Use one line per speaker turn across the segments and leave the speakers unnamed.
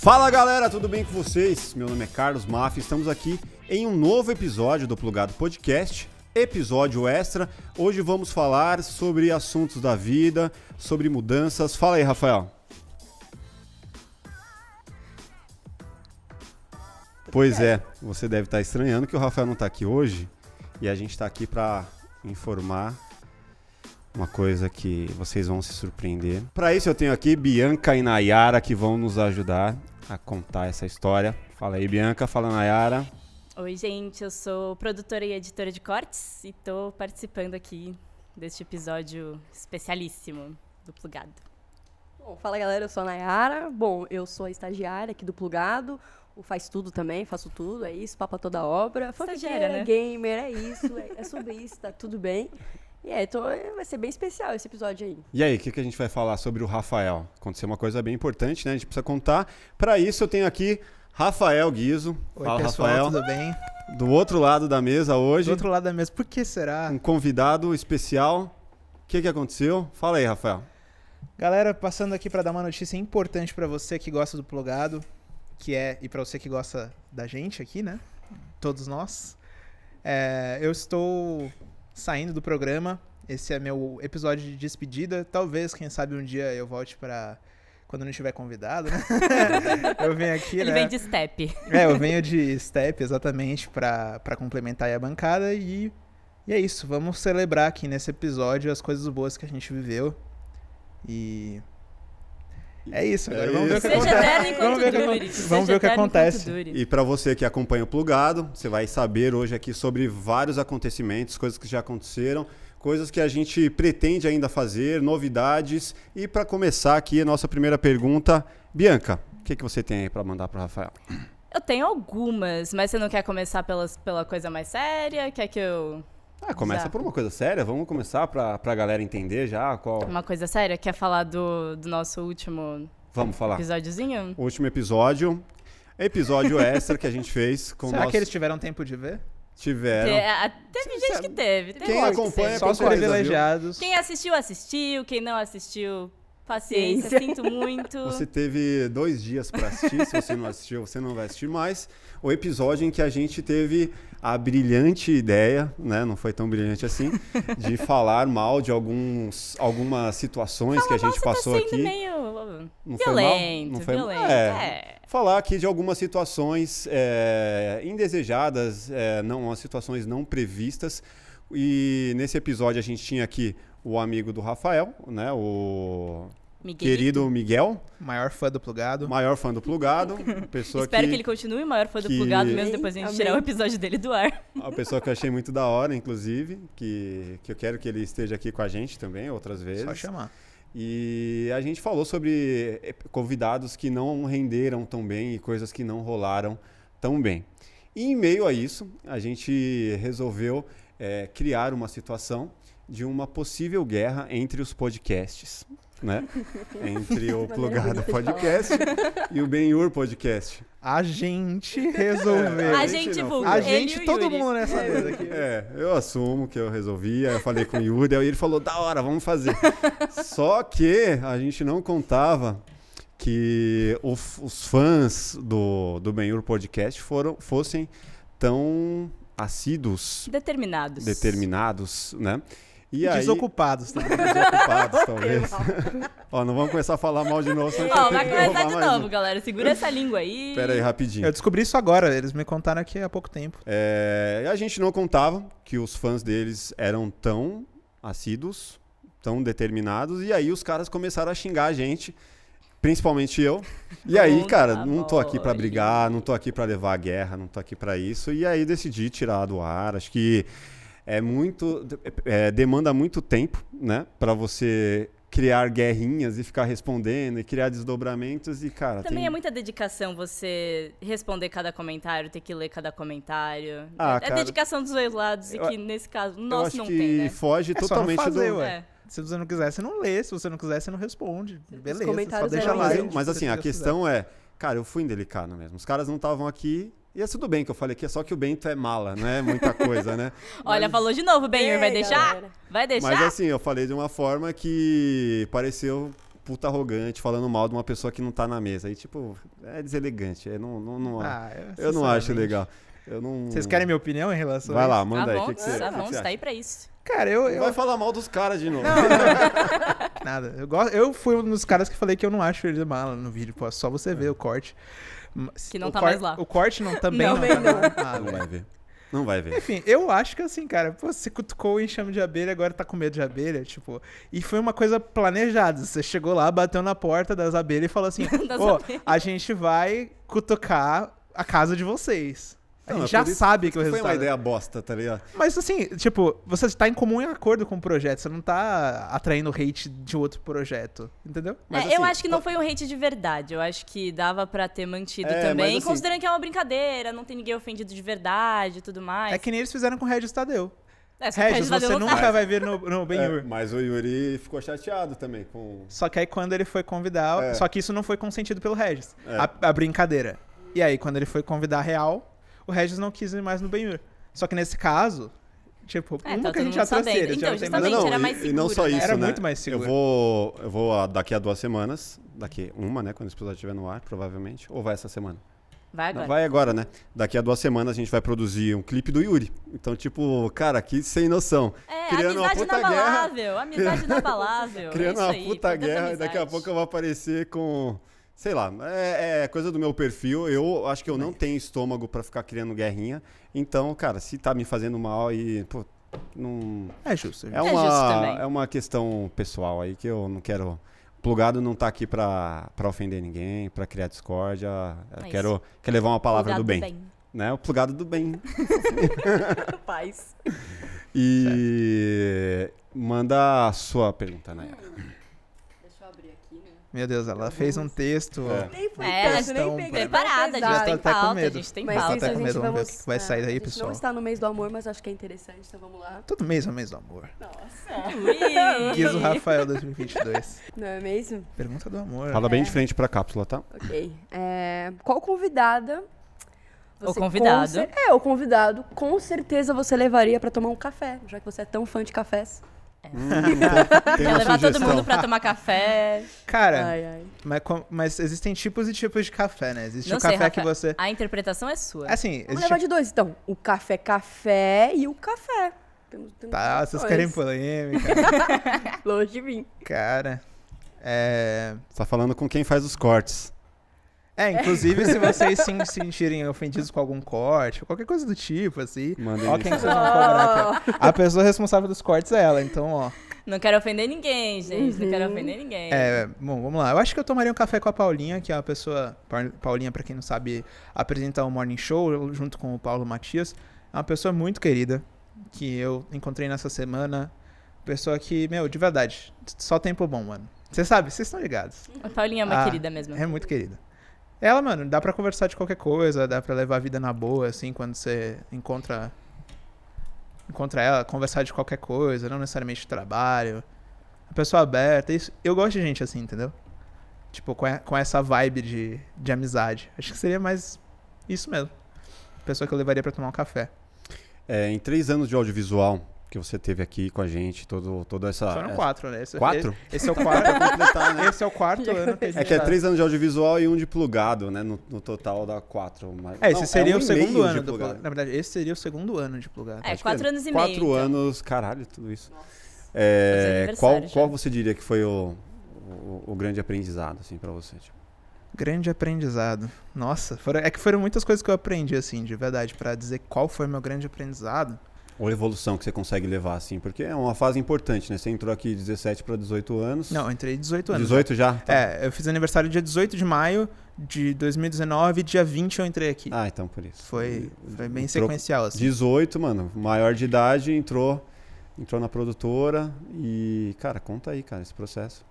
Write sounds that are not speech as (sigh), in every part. Fala galera, tudo bem com vocês? Meu nome é Carlos Maff, estamos aqui em um novo episódio do Plugado Podcast, episódio extra. Hoje vamos falar sobre assuntos da vida, sobre mudanças. Fala aí, Rafael. Pois é, você deve estar estranhando que o Rafael não está aqui hoje e a gente está aqui para informar uma coisa que vocês vão se surpreender. Para isso eu tenho aqui Bianca e Nayara que vão nos ajudar a contar essa história. Fala aí, Bianca, fala Nayara.
Oi, gente, eu sou produtora e editora de cortes e tô participando aqui deste episódio especialíssimo do Plugado.
Bom, fala galera, eu sou a Nayara. Bom, eu sou a estagiária aqui do Plugado. O faz tudo também, faço tudo, é isso, papa toda obra.
Estagiária,
Fanfiqueira,
né?
gamer, é isso, é, é sobre isso, tá tudo bem. E é, tô, vai ser bem especial esse episódio aí.
E aí, o que, que a gente vai falar sobre o Rafael? Aconteceu uma coisa bem importante, né? A gente precisa contar. Para isso eu tenho aqui Rafael Guizo.
Oi,
fala,
pessoal,
Rafael.
tudo bem?
Do outro lado da mesa hoje,
Do outro lado da mesa, por que será?
um convidado especial. O que, que aconteceu? Fala aí, Rafael.
Galera, passando aqui pra dar uma notícia importante pra você que gosta do plugado, que é e pra você que gosta da gente aqui, né? Todos nós. É, eu estou saindo do programa. Esse é meu episódio de despedida. Talvez, quem sabe um dia eu volte pra quando não tiver convidado, né? (laughs) eu venho aqui,
Ele
né?
vem de step.
É, eu venho de Step exatamente pra pra complementar aí a bancada e, e é isso. Vamos celebrar aqui nesse episódio as coisas boas que a gente viveu. E é isso. Agora
É
vamos ver o que
isso.
Seja
acontece.
eterno enquanto
Vamos ver o que
dure.
aconte-
Seja
vamos ver o que
eterno enquanto
acontece.
dure.
E para você que acompanha o Plugado, você vai saber hoje aqui sobre vários acontecimentos, coisas que já aconteceram, coisas que a gente pretende ainda fazer, novidades. E para começar aqui a nossa primeira pergunta, Bianca, o que, que você tem aí para mandar para Rafael?
Eu tenho algumas, mas você não quer começar pelas, pela coisa mais séria? Quer que eu.
Ah, começa
Já.
por uma coisa séria, vamos começar para a galera entender já qual.
Uma coisa séria? Quer falar do, do nosso último
Vamos
Ah.
falar.
episódiozinho?
O último episódio,
(laughs)
episódio extra que a gente fez com
Será
nós
que eles tiveram tempo de ver? É,
tiveram.
Te- ah, teve gente que teve. teve
Quem
gente que
acompanha
teve.
É, com
Só os
certeza, viu?
privilegiados.
Quem assistiu, assistiu. Quem não assistiu, paciência.
Ciência.
Sinto muito.
Você teve dois dias para assistir. Se você não assistiu, você não vai assistir mais. O episódio em que a gente teve a brilhante ideia, né? Não foi tão brilhante
(laughs)
assim, de falar mal de alguns, algumas situações que a gente
Nossa,
passou
tá sendo
aqui.
meio
Não foi mal?
violento,
Não foi mal?
violento.
É.
É.
Falar aqui de algumas situações é, indesejadas, é, não, umas situações não previstas. E nesse episódio a gente tinha aqui o amigo do Rafael, né? O
Miguelito.
querido Miguel.
Maior fã do plugado.
Maior fã do
(laughs)
plugado. Pessoa
Espero que...
que,
ele continue o maior fã do
que-
plugado, mesmo depois de a gente
Amém.
tirar o episódio dele do ar.
é Uma pessoa que eu achei muito da hora, inclusive, que, que eu quero que ele esteja aqui com a gente também outras vezes.
Só chamar.
E a gente falou sobre eh, convidados que não renderam tão bem e coisas que não rolaram tão bem. E em meio a isso, a gente resolveu eh, criar uma situação de uma possível guerra entre os podcasts,
(laughs)
né? Entre o
Maneira
Plugado
bonita de falar.
Podcast e o Benhur Podcast.
A gente
(laughs)
resolveu.
a
É, gente
gente
não,
vulga.
A
ele e
gente,
o
todo
Yuri.
mundo nessa mesa aqui.
É, eu assumo que eu resolvi. Aí eu falei com o Yuri, aí ele falou: da hora, vamos
(laughs)
fazer. Só que a gente não contava que o f- os fãs do, do Benhur Podcast foram, fossem tão assíduos,
Determinados.
determinados, né? E aí,
Desocupados também.
(laughs)
desocupados, talvez. Ó, não vamos começar a falar mal de novo, senão a gente
Ó,
vai
vai
ter que
começar
roubar
de
mais
novo,
um.
galera. Segura essa língua aí.
Pera aí, rapidinho.
Eu descobri isso agora, eles me contaram aqui há pouco tempo.
É, a gente não contava que os fãs deles eram tão assíduos, tão determinados, e aí os caras começaram a xingar a gente, principalmente eu. E aí,
Tá Bom
cara, não tô aqui pra
trabalho.
brigar, não tô aqui pra levar a guerra, não tô aqui pra isso, e aí decidi tirar do ar. Acho que é muito. é, demanda muito tempo, né, Pra você criar guerrinhas e ficar respondendo e criar desdobramentos, e cara.
Também
tem-
é muita dedicação você responder cada comentário, ter que ler cada comentário.
Ah,
é
cara.
dedicação dos dois lados e
Eu-
que nesse caso,
eu
nós
acho
não
que
tem, né?
foge
É só não
totalmente
fazer,
do.
ué.
É.
Se você não quiser, você não lê. Se você não quiser, você não responde. Beleza, só
comentários
deixa
eram
lá.
Mas,
Gente,
mas
se
assim,
você
a
quiser.
questão é, cara, eu fui indelicado mesmo. Os caras não estavam aqui. E é tudo bem que eu falei que é só que o Bento é mala, não é muita coisa,
(laughs)
né?
Olha, falou de novo, Benhur.
Ei,
Vai deixar?
galera.
Vai deixar?
Mas assim, eu falei de uma forma que pareceu puta arrogante falando mal de uma pessoa que não tá na mesa. Aí, tipo, é deselegante. É, não, não, não-
Ah,
eu não acho
sinceramente.
legal. Eu não...
Vocês querem minha opinião em relação
Vai
a
lá, manda aí.
bom,
o que que você-
tá
o que que
bom,
você
você tá
acha?
aí pra isso.
isso? Cara, eu. eu
Vai falar mal dos caras de novo.
Nada. Eu, gosto, eu fui um dos caras que falei que eu não acho ele mala no vídeo. Pô, só você
É.
ver o corte. Mas-
Que não
o
tá
cor-
mais lá.
O corte não também não,
Não, bem
tá lá. Ah,
Não
velho.
vai ver. Não vai ver.
Enfim, eu acho que assim, cara, pô, você cutucou o enxame de abelha, agora tá com medo de abelha, tipo. E foi uma coisa planejada. Você chegou lá, bateu na porta das abelhas e falou assim:
(laughs) Das
"Ô,
abelhas."
a gente vai cutucar a casa de vocês. A
Não,
gente
é
já
por isso-
sabe que o
Foi
resultado. é
uma ideia bosta, tá ligado?
Mas assim, tipo, você tá em comum em acordo com o projeto, você não tá atraindo hate de outro projeto, entendeu?
Mas,
É,
assim,
eu acho que não foi um hate de verdade. Eu acho que dava pra ter mantido
É,
também,
mas, assim-
considerando que é uma brincadeira, não tem ninguém ofendido de verdade e tudo mais.
É que nem eles fizeram com o Regis Tadeu.
É, só que a
Regis,
gente tá
você
dando
nunca
vontade.
vai ver no, no
É,
Ben-Hur.
mas o Yuri ficou chateado também com.
Só que aí quando ele foi convidar,
É.
só que isso não foi consentido pelo Regis,
É.
a, a brincadeira. E aí quando ele foi convidar a real, o Regis não quis ir mais no Ben-Hur. Só que nesse caso, tipo,
É, tá
uma que a
todo
gente
mundo
já trouxe
sabendo.
ele,
Então,
já tem
Mas
justamente,
mais-
era
e-
mais
e, não
seguro,
só
né?
isso,
Era
né?
muito mais seguro.
Eu vou, eu vou ah, daqui a duas semanas, daqui uma, né, quando esse episódio estiver no ar, provavelmente, ou vai essa semana.
Vai
Não,
agora.
vai agora, né? Daqui a duas semanas a gente vai produzir um clipe do Yuri. Então, tipo, cara, que sem noção.
É,
criando uma
amizade
puta guerra,
inabalável, amizade inabalável.
criando
é isso
uma
aí,
puta
plantando
guerra e daqui a
amizade.
pouco eu vou aparecer com, sei lá, é, é coisa do meu perfil. Eu acho que eu não tenho estômago pra ficar criando guerrinha. Então, cara, se tá me fazendo mal e, pô, não
É justo.
É
justo
uma,
também.
é uma questão pessoal aí que eu não quero. Plugado não tá aqui pra, pra ofender ninguém, pra criar discórdia. Eu
É
quero, quero levar uma palavra
Cuidado
do bem, né? O plugado do
(laughs)
bem.
Paz.
E manda a sua pergunta, Nayara.
Deixa eu abrir aqui, né?
Meu Deus, ela fez um texto.
É.
Nem foi
É,
tanto,
elas
estão
nem peguei. Tá
Preparada,
Já
a
tô
gente tem
até com
pauta, a
medo.
gente é, tem
Mas
tá pauta.
isso- até com medo, vamos ver o que que vai sair daí,
a gente
pessoal.
não está no mês do amor, mas acho que é interessante, então vamos lá.
Todo mês é o mês do
(laughs)
amor.
Ui.
Diz o
(laughs)
Rafael 2022.
Não é mesmo?
Pergunta do
É.
amor.
Fala bem de frente pra cápsula, tá?
Ok. É, qual convidada...
O
você
convidado.
com cer- É, o convidado. Com certeza você levaria pra tomar um café, já que você é tão fã de cafés.
Tem
Quer
uma
levar todo
sugestão.
mundo pra tomar café.
Cara,
Ai, ai.
Mas, com- mas existem tipos e tipos de café, né? Existe
Não
o
sei,
café que
Rafa,
você.
A interpretação é sua.
Assim,
Vamos
existe.
levar de dois, então. O café café e o café. Temos, temos
Tá,
dois.
vocês querem polêmica.
(laughs) Longe de mim.
Cara. É.
Tá falando com quem faz os cortes.
É, inclusive, se vocês se sentirem ofendidos com algum corte, ou qualquer coisa do tipo, assim.
Manda
Ó,
aí.
quem que vocês vão cobrar? cara? A pessoa responsável dos cortes é ela, então, ó.
Não quero ofender ninguém, gente. Não
Uhum.
quero ofender ninguém.
É, bom, vamos lá. Eu acho que eu tomaria um café com a Paulinha, que é uma pessoa. Pa- Paulinha, pra quem não sabe, apresenta o Morning Show junto com o Paulo Matias. É uma pessoa muito querida, que eu encontrei nessa semana. Pessoa que, meu, de verdade, só tempo bom, mano. Você sabe, vocês estão ligados.
A Paulinha é uma
Ah,
querida mesmo.
É muito querida. Ela, mano, dá pra conversar de qualquer coisa, dá pra levar a vida na boa, assim, quando você encontra. Encontra ela, conversar de qualquer coisa, não necessariamente de trabalho. Uma pessoa aberta. Isso, eu gosto de gente assim, entendeu? Tipo, com, e- com essa vibe de, de amizade. Acho que seria mais isso mesmo. Pessoa que eu levaria pra tomar um café.
É, em três anos de audiovisual que você teve aqui com a gente, todo, toda essa.
Foram
essa-
quatro, né? Esse,
Tá, é. Quatro? (laughs)
Esse, esse é o quarto.
completar, né?
esse é
(laughs)
o quarto ano que a gente
É que é
tá-
três anos de audiovisual e um de plugado, né? No, no total dá quatro. mas-
É, esse
Não,
seria
um
o
e
segundo
meio de
ano do
plugado.
plugado. Na verdade, esse seria o segundo ano de plugado.
É,
Pode
quatro
crer.
anos e
quatro
meio, então.
anos, caralho, tudo isso. É,
Fazer
qual,
aniversário
qual
já.
você diria que foi o, o, o grande aprendizado, assim, pra você? Tipo?
Grande aprendizado. Nossa, foram- é que foram muitas coisas que eu aprendi, assim, de verdade, pra dizer qual foi meu grande aprendizado.
Ou a evolução que você consegue levar, assim, porque é uma fase importante, né? Você entrou aqui de 17 pra 18 anos.
Não, eu entrei 18 anos.
18 já? Tá.
É, eu fiz aniversário dia 18 de maio de 2019 e dia 20 eu entrei aqui.
Ah, então por isso.
foi, foi bem
Entrou-
sequencial, assim.
18, mano, maior de idade, entrou, entrou na produtora e, cara, conta aí, cara, esse processo.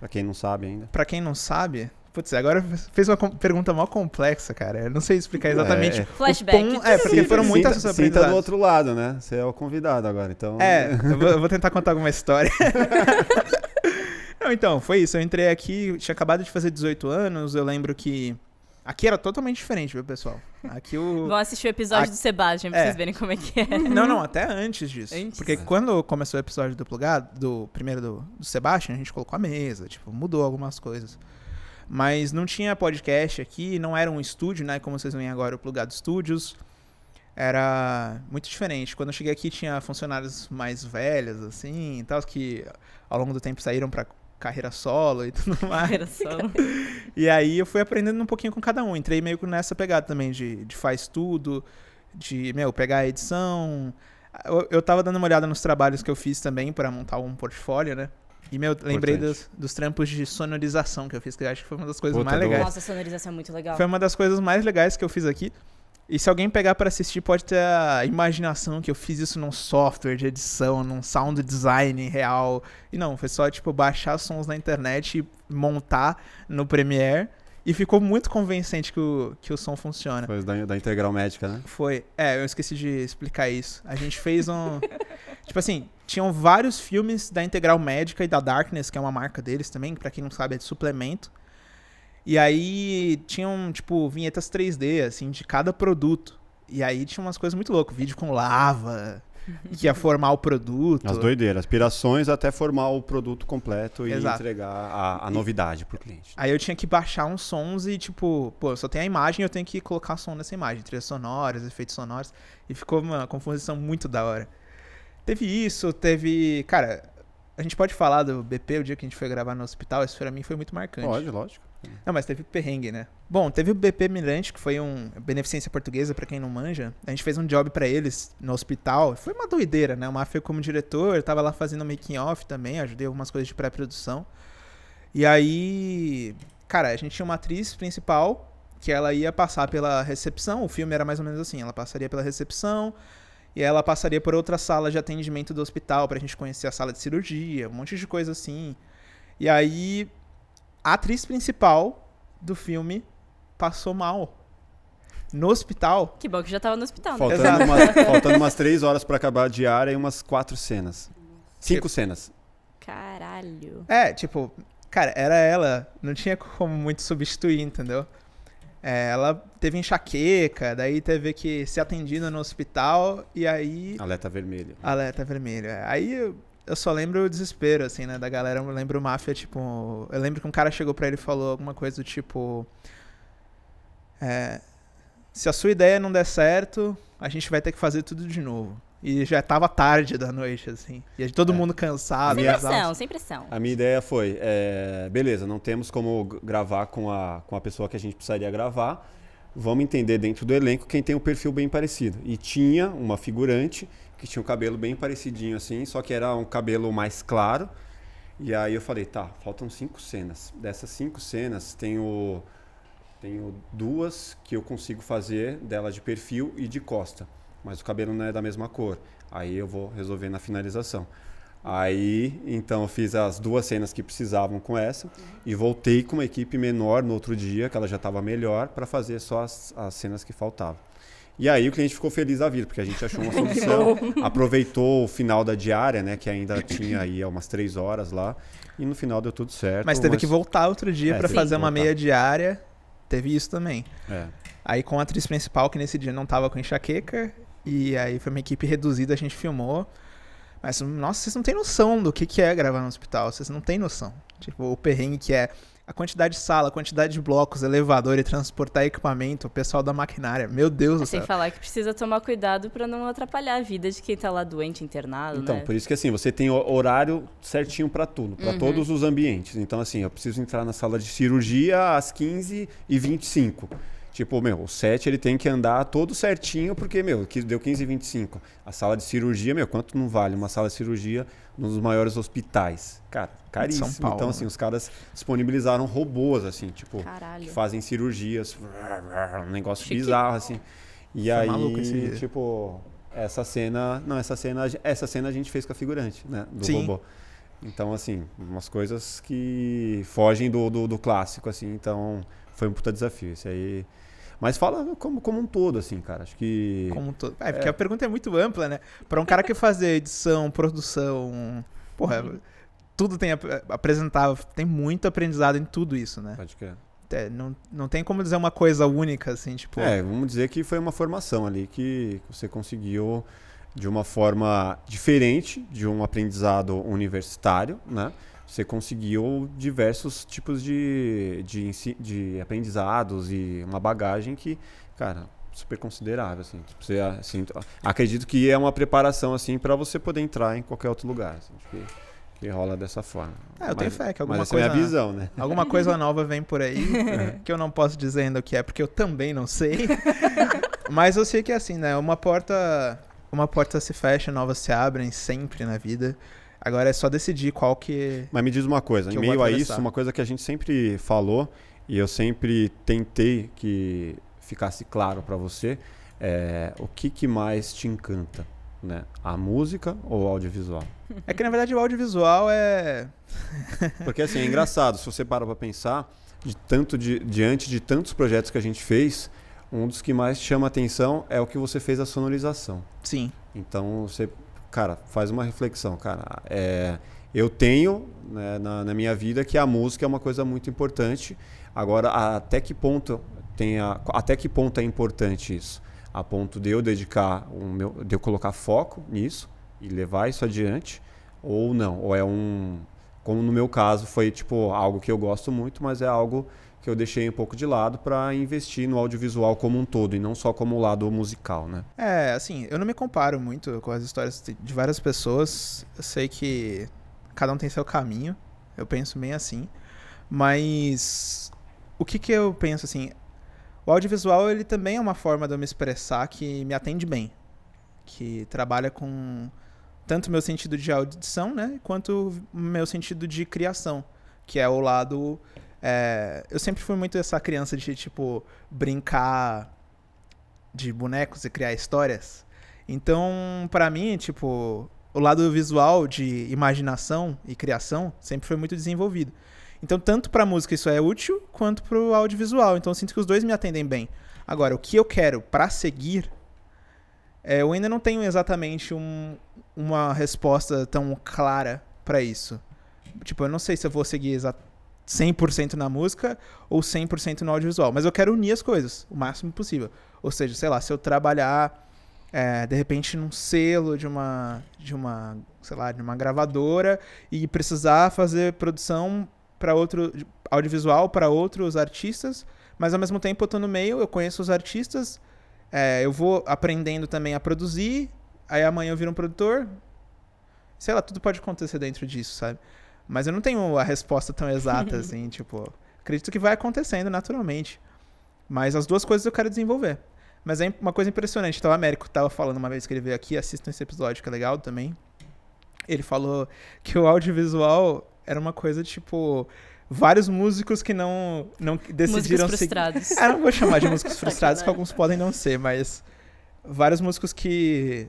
Pra quem não sabe ainda.
Pra quem não sabe, putz, agora fez uma com- pergunta mó complexa, cara. Eu não sei explicar exatamente.
É, é.
Flashback.
O pão- é, porque
Sinta-
foram muitas
sinta, sinta do
aprendizados.
outro lado, né? Você é o convidado agora, então.
É, eu vou, eu vou tentar contar alguma história. (laughs) Não, então, foi isso. Eu entrei aqui, tinha acabado de fazer 18 anos. Eu lembro que Aqui era totalmente diferente, viu, pessoal? Aqui o.
Vão assistir o episódio
A-
do Sebastian pra
É.
vocês verem como é que é.
(laughs) Não, não, até antes disso.
Antes?
Porque quando começou o episódio do plugado, do primeiro do, do Sebastian, a gente colocou a mesa, tipo, mudou algumas coisas. Mas não tinha podcast aqui, não era um estúdio, né? Como vocês veem agora, o Plugado Studios. Era muito diferente. Quando eu cheguei aqui, tinha funcionários mais velhos, assim, e tal, que ao longo do tempo saíram pra carreira solo e (laughs) tudo
(laughs)
mais.
Era só.
E aí eu fui aprendendo um pouquinho com cada um. Entrei meio que nessa pegada também de, de faz tudo, de, meu, pegar a edição. Eu, eu tava dando uma olhada nos trabalhos que eu fiz também para montar um portfólio, né? E, meu, lembrei
Importante.
dos, dos trampos de sonorização que eu fiz, que eu acho que foi uma das coisas
Puta,
mais
do-
legais.
Nossa, a sonorização é muito legal.
Foi uma das coisas mais legais que eu fiz aqui. E se alguém pegar pra assistir, pode ter a imaginação que eu fiz isso num software de edição, num sound design real. E não, foi só, tipo, baixar sons na internet e montar no Premiere. E ficou muito convincente que o, que o som funciona.
Coisa da, da Integral Médica, né?
Foi. É, eu esqueci de explicar isso. A gente fez um. (laughs) tipo assim, tinham vários filmes da Integral Médica e da Darkness, que é uma marca deles também, que pra quem não sabe é de suplemento. E aí tinham, tipo, vinhetas 3D, assim, de cada produto. E aí tinha umas coisas muito loucas. Vídeo com lava, que ia formar o produto.
As doideiras, aspirações até formar o produto completo e
Exato. Ah,
entregar a, a novidade pro cliente.
Aí eu tinha que baixar uns sons e, tipo, pô, só tem a imagem eu tenho que colocar som nessa imagem, trilhas sonoras, efeitos sonoros. E ficou uma composição muito da hora. Teve isso, teve. Cara, a gente pode falar do BP, o dia que a gente foi gravar no hospital, isso pra mim foi muito marcante.
Pode, lógico.
Não, mas teve perrengue, né? Bom, teve o BP Mirante, que foi um beneficência portuguesa, pra quem não manja. A gente fez um job pra eles no hospital. Foi uma doideira, né? O Mafia como diretor, eu tava lá fazendo making off também, ajudei algumas coisas de pré-produção. E aí, cara, a gente tinha uma atriz principal que ela ia passar pela recepção. O filme era mais ou menos assim, ela passaria pela recepção e ela passaria por outra sala de atendimento do hospital pra gente conhecer a sala de cirurgia, um monte de coisa assim. E aí, a atriz principal do filme passou mal. No hospital.
Que bom que já tava no hospital, né?
Faltando umas, faltando umas três horas pra acabar a diária e umas quatro cenas. Cinco cenas.
Caralho.
É, tipo, cara, era ela. Não tinha como muito substituir, entendeu? É, ela teve enxaqueca, daí teve que ser atendida no hospital, e aí.
Alerta vermelho.
Alerta vermelho. é. Aí eu, eu só lembro o desespero, assim, né, da galera. Eu lembro o Máfia, tipo. Eu lembro que um cara chegou pra ele e falou alguma coisa do tipo. é, se a sua ideia não der certo, a gente vai ter que fazer tudo de novo. E já tava tarde da noite, assim. E todo
É.
mundo cansado,
Sem
minha-
exausto.
pressão, sem pressão.
Ah,
A minha ideia foi, é, beleza, não temos como g- gravar com a, com a pessoa que a gente precisaria gravar. Vamos entender dentro do elenco quem tem um perfil bem parecido. E tinha uma figurante que tinha um cabelo bem parecidinho assim, só que era um cabelo mais claro. E aí eu falei, tá, faltam cinco cenas. Dessas cinco cenas, tenho, tenho duas que eu consigo fazer dela de perfil e de costa. Mas o cabelo não é da mesma cor. Aí eu vou resolver na finalização. Aí, então, eu fiz as duas cenas que precisavam com essa e voltei com uma equipe menor no outro dia, que ela já estava melhor, para fazer só as, as cenas que faltavam. E aí o cliente ficou feliz da vida, porque a gente achou uma solução, aproveitou o final da diária, né, que ainda tinha aí umas três horas lá, e no final deu tudo certo.
Mas teve que voltar outro
É,
dia pra
teve que
fazer uma
voltar.
meia diária. Teve isso também.
É.
Aí com a atriz principal, que nesse dia não tava com enxaqueca, e aí foi uma equipe reduzida, a gente filmou. Mas, nossa, vocês não têm noção do que, que é gravar no hospital, vocês não têm noção. Tipo, o perrengue que é a quantidade de sala, a quantidade de blocos, elevador e transportar equipamento, o pessoal da maquinária, meu Deus do
É Sem
céu.
falar que precisa tomar cuidado pra não atrapalhar a vida de quem tá lá doente, internado,
Então,
né? Uhum.
por isso que assim, você tem o- horário certinho para tudo, para todos os ambientes. Então, assim, eu preciso entrar na sala de cirurgia às 15h25. Tipo, meu, o set ele tem que andar todo certinho, porque, meu, que deu 15h25. A sala de cirurgia, meu, quanto não vale uma sala de cirurgia nos maiores hospitais? Cara, caríssimo.
Paulo,
então, assim,
né?
os caras disponibilizaram robôs, assim, tipo, que
Caralho.
fazem cirurgias, um negócio
Chique.
bizarro, assim. E
Foi
aí,
é maluco esse-
tipo, essa cena. Não, essa cena, essa cena a gente fez com a figurante, né? Do
Sim.
robô. Então, assim, umas coisas que fogem do, do, do clássico, assim, então foi um puta desafio. Isso aí. Mas fala como, como um todo, assim, cara. Acho que.
Como todo. É, porque a pergunta é muito ampla, né? Pra um cara que fazer edição, produção,
Uhum.
porra, tudo tem, ap- apresentar, tem muito aprendizado em tudo isso, né?
Pode crer.
é, não, não tem como dizer uma coisa única, assim, tipo.
É, vamos dizer que foi uma formação ali que você conseguiu de uma forma diferente de um aprendizado universitário, né? Você conseguiu diversos tipos de, de, ensi- de aprendizados e uma bagagem que, cara, super considerável, assim. Tipo, você, assim, acredito que é uma preparação, assim, para você poder entrar em qualquer outro lugar, assim, que, que rola dessa forma.
Ah, eu tenho fé que alguma
mas essa é a
coisa-
minha visão, né?
(laughs) Alguma coisa nova vem
(laughs)
por aí,
É.
que eu não posso dizer ainda o que é, porque eu também não sei. (laughs) Mas eu sei que é assim, né? Uma porta, uma porta se fecha, novas se abrem sempre na vida. Agora é só decidir qual que.
Mas me diz uma coisa,
Que
em
eu vou
meio a
atravessar.
isso, uma coisa que a gente sempre falou e eu sempre tentei que ficasse claro para você é o que, que mais te encanta, né? A música ou o audiovisual?
É que na verdade o audiovisual é.
Porque assim, é engraçado, se você para pra pensar, de tanto de- diante de tantos projetos que a gente fez, um dos que mais chama atenção é o que você fez a sonorização.
Sim.
Então você, cara, faz uma reflexão, cara. É, eu tenho né, na, na minha vida que a música é uma coisa muito importante. Agora, a- até que ponto tem a- até que ponto é importante isso? A ponto de eu dedicar o meu, de eu colocar foco nisso e levar isso adiante, ou não? Ou é um, como no meu caso foi tipo algo que eu gosto muito, mas é algo que eu deixei um pouco de lado para investir no audiovisual como um todo e não só como o lado musical, né?
É, assim, eu não me comparo muito com as histórias de- de várias pessoas. Eu sei que cada um tem seu caminho. Eu penso bem assim. Mas o que que eu penso assim? O audiovisual, ele também é uma forma de eu me expressar que me atende bem. Que trabalha com tanto meu sentido de audição, né? Quanto meu sentido de criação. Que é o lado... é, eu sempre fui muito essa criança de, tipo, brincar de bonecos e criar histórias. Então, pra mim, tipo, o lado visual de imaginação e criação sempre foi muito desenvolvido. Então, tanto pra música isso é útil, quanto pro audiovisual. Então, eu sinto que os dois me atendem bem. Agora, o que eu quero pra seguir, é, eu ainda não tenho exatamente um- uma resposta tão clara pra isso. Tipo, eu não sei se eu vou seguir exa- 100% na música ou 100% no audiovisual, mas eu quero unir as coisas o máximo possível. Ou seja, sei lá, se eu trabalhar é, de repente num selo de uma, de uma, sei lá, de uma gravadora e precisar fazer produção para outro de- audiovisual para outros artistas, mas ao mesmo tempo eu tô no meio, eu conheço os artistas, é, eu vou aprendendo também a produzir, aí amanhã eu viro um produtor. Sei lá, tudo pode acontecer dentro disso, sabe? Mas eu não tenho a resposta tão exata assim, tipo, acredito que vai acontecendo naturalmente. Mas as duas coisas eu quero desenvolver. Mas é uma coisa impressionante. Então, o Américo tava falando uma vez que ele veio aqui, assistam esse episódio, que é legal também. Ele falou que o audiovisual era uma coisa tipo. Vários músicos que não, não decidiram
Músicos
seguir.
frustrados.
Ah, não vou chamar de músicos frustrados,
Sacanagem.
que alguns podem não ser, mas vários músicos que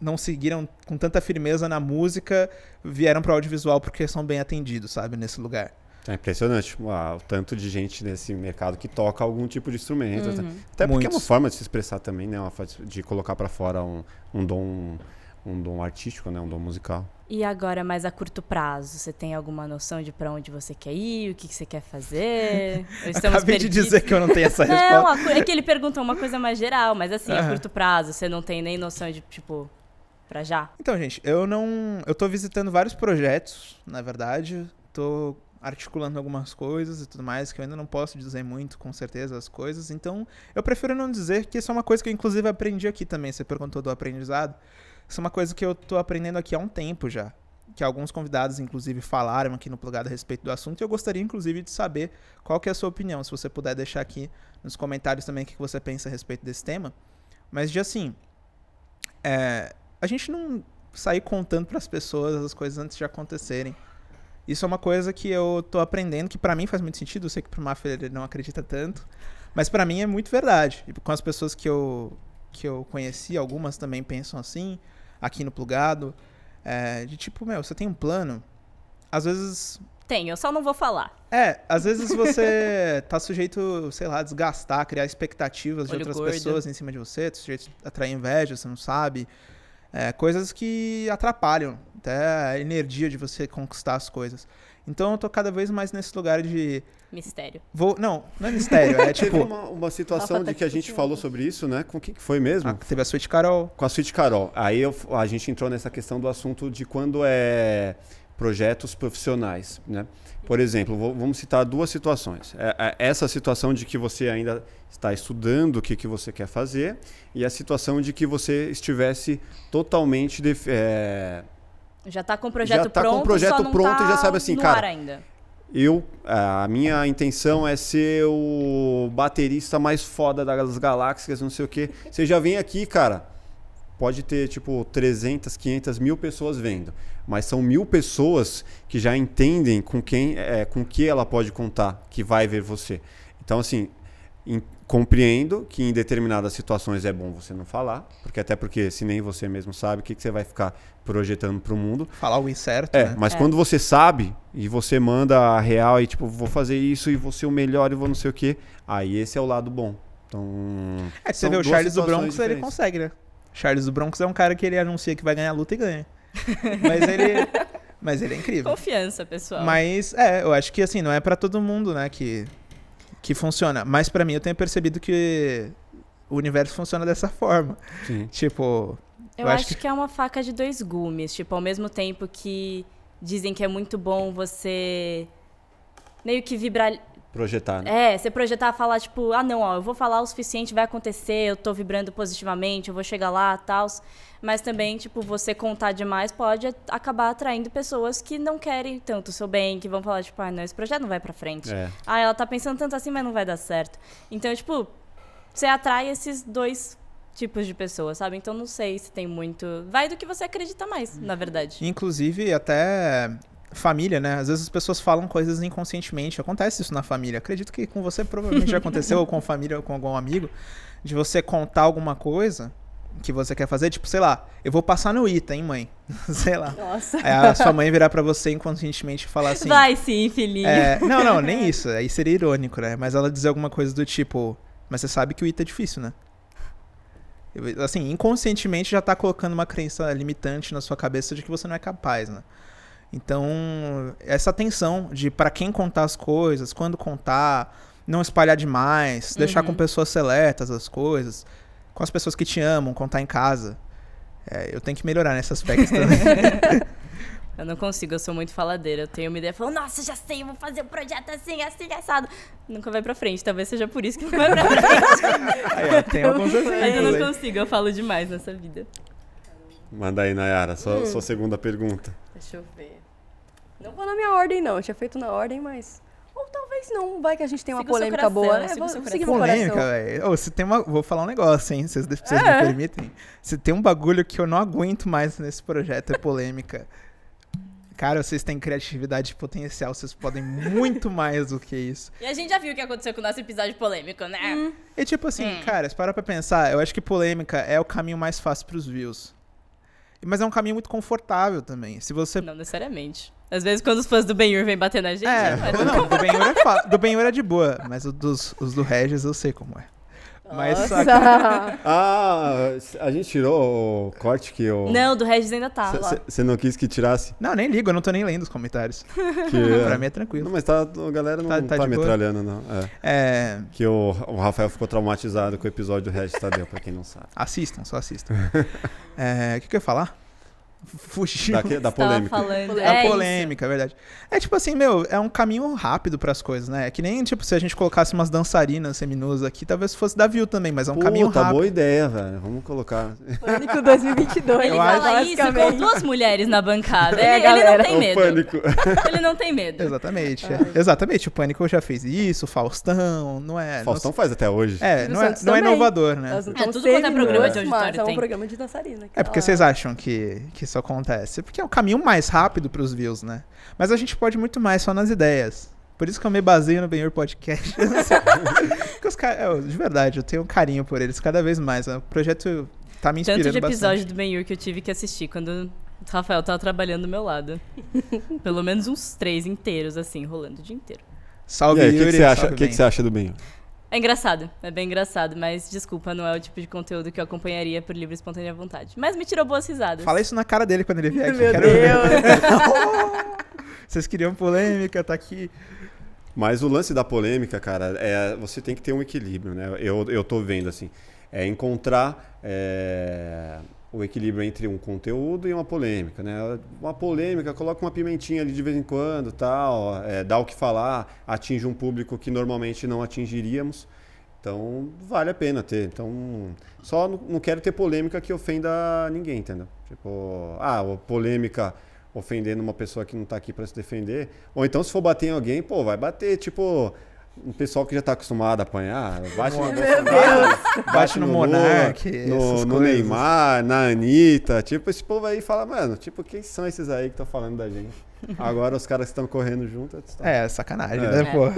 não seguiram com tanta firmeza na música vieram para audiovisual porque são bem atendidos, sabe, nesse lugar.
É impressionante ah, o tanto de gente nesse mercado que toca algum tipo de instrumento. Até-
Uhum.
Até porque é uma
Muitos.
forma de se expressar também, né? Uma forma de colocar pra fora um, um dom um dom artístico, né? Um dom musical.
E agora, mais a curto prazo, você tem alguma noção de pra onde você quer ir, o que, que você quer
(laughs)
fazer? Ou estamos
Acabei de
perdidos?
dizer que eu não tenho essa
(laughs) Não,
resposta.
a cu- é que ele pergunta uma coisa mais geral, mas assim, a
Aham.
curto prazo, você não tem nem noção de, tipo, pra já?
Então, gente, eu não, eu tô visitando vários projetos, na verdade, tô articulando algumas coisas e tudo mais que eu ainda não posso dizer muito com certeza as coisas. Então, eu prefiro não dizer que isso é uma coisa que eu inclusive aprendi aqui também. Você perguntou do aprendizado. Isso é uma coisa que eu tô aprendendo aqui há um tempo já. Que alguns convidados, inclusive, falaram aqui no plugado a respeito do assunto. E eu gostaria, inclusive, de saber qual que é a sua opinião. Se você puder deixar aqui nos comentários também o que que você pensa a respeito desse tema. Mas de assim, é, a gente não sair contando pras pessoas as coisas antes de acontecerem. Isso é uma coisa que eu tô aprendendo, que pra mim faz muito sentido. Eu sei que pro Mafia ele não acredita tanto. Mas pra mim é muito verdade. E com as pessoas que eu, que eu conheci, algumas também pensam assim, aqui no plugado. é, de tipo, meu, você tem um plano. Às vezes
Tem, eu só não vou falar.
é, às vezes você tá sujeito, sei lá, a desgastar, criar expectativas de
Olho
outras
gordo.
pessoas em cima de você, tá sujeito a atrair inveja, você não sabe. É, coisas que atrapalham até a energia de você conquistar as coisas. Então eu tô cada vez mais nesse lugar de.
Mistério.
Vou, não, não
(laughs)
é mistério, é
Teve
tipo.
uma, uma situação
Rafa tá
de que a gente
discutindo.
falou sobre isso, né? Com quem que foi mesmo?
Ah, teve a Sweet Carol.
Com a Suíte Carol. Aí eu- a gente entrou nessa questão do assunto de quando é projetos profissionais, né? Por exemplo, vou- vamos citar duas situações. É- é Essa situação de que você ainda está estudando o que, que você quer fazer e a situação de que você estivesse totalmente... def- é,
Já tá com o projeto
tá com o
pronto,
projeto
só não
pronto
tá
e já sabe assim,
no
cara,
ar ainda.
Eu, a minha intenção é ser o baterista mais foda das galáxias, não sei o quê. Você já vem aqui, cara. Pode ter, tipo, 300, 500 mil pessoas vendo. Mas são mil pessoas que já entendem com quem, é, com que ela pode contar, que vai ver você. Então, assim, em- compreendo que em determinadas situações é bom você não falar, porque até porque se nem você mesmo sabe, o que, que você vai ficar projetando pro mundo?
Falar o incerto,
É,
né?
mas
É.
quando você sabe e você manda a real e tipo, vou fazer isso e vou ser o melhor e vou não sei o quê, aí esse é o lado bom. Então.
É, você
são
vê o
duas
Charles do
situações
Bronx, ele
diferentes.
consegue, né? Charles do Bronx é um cara que ele anuncia que vai ganhar a luta
(laughs)
e ganha. Mas ele, mas ele é incrível.
Confiança, pessoal.
Mas é, eu acho que assim, não é pra todo mundo, né, que que funciona, mas pra mim eu tenho percebido que o universo funciona dessa (laughs) forma.
Sim.
Tipo,
Eu, acho que... é uma faca de dois gumes. Tipo, ao mesmo tempo que dizem que é muito bom você meio que vibrar.
Projetar, né?
É, você projetar falar, tipo, ah, não, ó, eu vou falar o suficiente, vai acontecer, eu tô vibrando positivamente, eu vou chegar lá, tal. Mas também, tipo, você contar demais pode a- acabar atraindo pessoas que não querem tanto o seu bem, que vão falar, tipo, ah, não, esse projeto não vai pra frente.
É.
Ah, ela tá pensando tanto assim, mas não vai dar certo. Então, tipo, você atrai esses dois tipos de pessoas, sabe? Então não sei se tem muito. Vai do que você acredita mais, na verdade.
Inclusive, até família, né? Às vezes as pessoas falam coisas inconscientemente. Acontece isso na família. Acredito que com você provavelmente já aconteceu, ou com a família, ou com algum amigo, de você contar alguma coisa que você quer fazer. Tipo, sei lá, eu vou passar no ITA, hein, mãe? (laughs) sei lá.
Nossa.
Aí a sua mãe virar pra você inconscientemente e falar assim.
Vai sim, filhinho.
é, não,
(laughs)
não, nem isso. Aí seria irônico, né? Mas ela dizer alguma coisa do tipo, mas você sabe que o ITA é difícil, né? Eu- Assim, inconscientemente já tá colocando uma crença limitante na sua cabeça de que você não é capaz, né? Então, essa tensão de pra quem contar as coisas, quando contar, não espalhar demais, deixar
Uhum.
com pessoas seletas as coisas, com as pessoas que te amam, contar em casa. É, eu tenho que melhorar
(laughs)
nesse aspecto também.
Eu não consigo, eu sou muito faladeira. Eu tenho uma ideia, eu falo, nossa, já sei, eu vou fazer um projeto assim, assim, assado. Nunca vai pra frente, talvez seja por isso que não
(laughs)
vai pra frente.
Aí, ó, tem alguns
Mas eu
exemplos
não
aí.
consigo, eu falo demais nessa vida.
Manda aí, Nayara, sua,
Hum.
sua segunda pergunta.
(laughs) Deixa eu ver. Não vou na minha ordem, não. Eu tinha feito na ordem, mas. Ou talvez não. Vai que a gente tem uma
Siga o seu
polêmica
coração,
boa. né?
siga o
vou
seu
seguir meu
Polêmica,
coração.
velho. Ô, se tem uma. Vou falar um negócio, hein? Vocês, de- vocês
É.
me permitem? Se tem um bagulho que eu não aguento mais nesse projeto, é polêmica. Cara, vocês têm criatividade e potencial, vocês podem muito mais do que isso.
E a gente já viu o que aconteceu com o nosso episódio polêmico, né?
E tipo assim, cara, se parar pra pensar, eu acho que polêmica é o caminho mais fácil pros views. Mas é um caminho muito confortável também. Se você.
Não necessariamente. Às vezes, quando os fãs do Ben vêm bater na gente,
É, (laughs)
não é
não, do Benhur é, fa- do Benhur é de boa, mas o dos, os do Regis eu sei como é.
(laughs)
Mas só que-
Nossa.
Ah, a gente tirou o corte que eu.
Não, do Regis ainda tá. lá.
Você não quis que
(laughs)
tirasse?
Não, nem ligo, eu não tô nem lendo os comentários.
Que...
Pra mim é tranquilo.
Não, mas tá, a galera não
Tá-
tá,
tá de boa?
metralhando, não. É.
É,
Que o, o Rafael ficou traumatizado com o episódio do Regis Tadeu, pra quem não sabe.
assistam, só
(laughs)
assistam. É, O que, que eu ia falar? Fugir. (laughs)
Da, da polêmica.
Tava falando.
Da
É
É
a
isso.
polêmica, é verdade. É tipo assim, meu, é um caminho rápido pras coisas, né? É que nem, tipo, se a gente colocasse umas dançarinas seminuas aqui, talvez fosse dar view também, mas é um
Puta,
caminho rápido.
boa ideia, velho. Vamos colocar.
Pânico 2022.
Ele
Eu
fala isso com
basicamente.
duas mulheres na bancada. Ele,
É,
ele não
galera.
tem
o
medo.
pânico.
Ele não tem medo.
Exatamente, é. exatamente. O Pânico já fez isso, o Faustão, não é...
Faustão faz até hoje.
Não, é,
Silvio
não é,
Santos
não é
também.
inovador, né?
Elas não
É,
tão
tudo quanto é
seminuas,
programa
de
auditório
mas é um
tem.
programa de dançarina.
É porque vocês acham que, que isso acontece. Porque é o caminho mais rápido pros views, né? Mas a gente pode muito mais só nas ideias. Por isso que eu me baseio no Benhur Podcast. (laughs) Porque os caras, eu, de verdade, eu tenho um carinho por eles cada vez mais. né? O projeto tá me inspirando
Tanto de episódio
bastante.
do Ben que eu tive que assistir quando o Rafael tava trabalhando do meu
(laughs)
lado. Pelo menos uns três inteiros, assim, rolando o dia inteiro.
E
Salve,
aí, o que,
Yuri. é
que você acha,
salve,
o que que
Ben.
você acha do Benho?
É engraçado, é bem engraçado, mas desculpa, não é o tipo de conteúdo que eu acompanharia por livre e espontânea vontade. Mas me tirou boas risadas.
Fala isso na cara dele quando ele vier aqui.
Meu
é, quero ver.
Deus.
(laughs) Vocês queriam polêmica, tá aqui.
Mas o lance da polêmica, cara, é você tem que ter um equilíbrio, né? Eu, eu tô vendo assim. É encontrar é, o equilíbrio entre um conteúdo e uma polêmica, né? Uma polêmica, coloca uma pimentinha ali de vez em quando, tal, é, dá o que falar, atinge um público que normalmente não atingiríamos. Então, vale a pena ter. Então, só não, não quero ter polêmica que ofenda ninguém, entendeu? Tipo, ah, o- polêmica ofendendo uma pessoa que não tá aqui para se defender. Ou então, se for bater em alguém, pô, vai bater, tipo, um pessoal que já tá acostumado a apanhar. Bate no, Bolsonaro,
Bate no
Lula,
Monark, essas
no, no
coisas.
Neymar, na Anitta. Tipo, esse povo aí fala, mano, tipo, quem são esses aí que estão falando da
(laughs)
gente? Agora os caras que estão correndo junto. estão-
É, sacanagem,
É.
né, pô?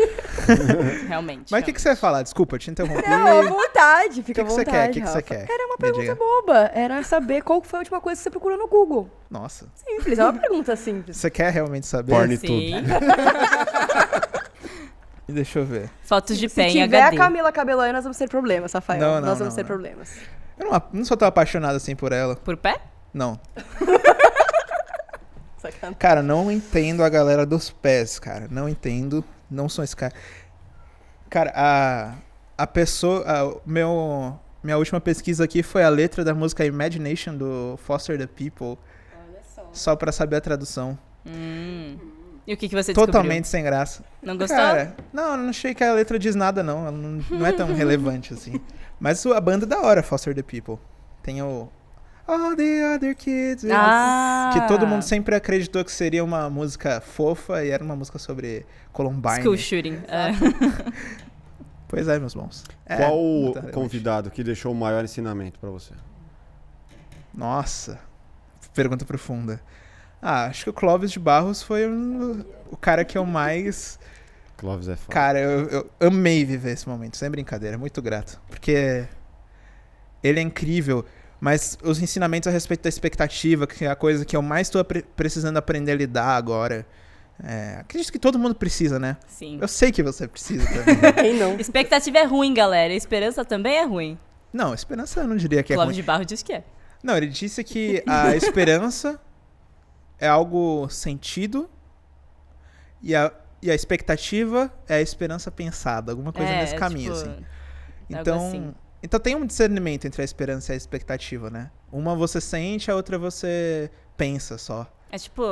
Realmente.
Mas o que, que você ia falar? Desculpa, eu te interrompi.
Não, à vontade, fica
O que que
à
você
vontade.
quer? O que que você
Rafa.
quer?
Era uma
Me
pergunta
diga.
boba. Era saber qual foi a última coisa que você procurou no Google.
Nossa.
Simples, é uma
(laughs)
pergunta simples.
Você quer realmente saber?
Porn.
Sim.
né? Deixa eu ver.
Fotos de pé
Se
em
tiver
HD.
a Camila Cabello aí, nós vamos ter problemas, Rafael.
Não, não,
nós vamos
não,
ter
não. (laughs)
problemas.
Eu não, não sou tão apaixonado assim por ela.
Por pé?
Não.
Sacana.
Cara, não entendo a galera dos pés, cara. Não entendo. Não sou esse cara. Cara, a, a pessoa. a- o meu, minha última pesquisa aqui foi a letra da música Imagination do Foster the People. Só pra saber a tradução.
Hum. E o que, que você descobriu?
Totalmente sem graça.
Não gostou?
Cara, É. não, eu não achei que a letra diz nada, não. Ela não, não
(laughs)
é tão relevante assim. Mas o- a banda é da hora, Foster the People. Tem o. All the other kids.
ah,
Que todo mundo sempre acreditou que seria uma música fofa e era uma música sobre Columbine.
School shooting. é.
Pois é, meus bons. É,
Qual o
tá relevante.
convidado que deixou o maior ensinamento para você?
Nossa, pergunta profunda. Ah, acho que o Clóvis de Barros foi um- o cara que eu mais.
Clóvis é foda.
Cara, eu, eu amei viver esse momento, sem brincadeira, muito grato. Porque ele é incrível, mas os ensinamentos a respeito da expectativa, que é a coisa que eu mais estou precisando aprender a lidar agora. É, acredito que todo mundo precisa, né?
(laughs) Sim.
Eu sei que você precisa também.
(laughs)
Quem não?
Expectativa é ruim, galera. Esperança também é ruim.
Não, esperança eu não diria que é
Clóvis
ruim.
de Barro diz que é.
Não, ele disse que
(laughs)
a esperança é algo sentido e a, e a expectativa é a esperança pensada, alguma coisa
é,
nesse caminho,
tipo,
assim.
algo
Então,
assim.
então tem um discernimento entre a esperança e a expectativa, né? Uma você sente, a outra você pensa só.
É tipo.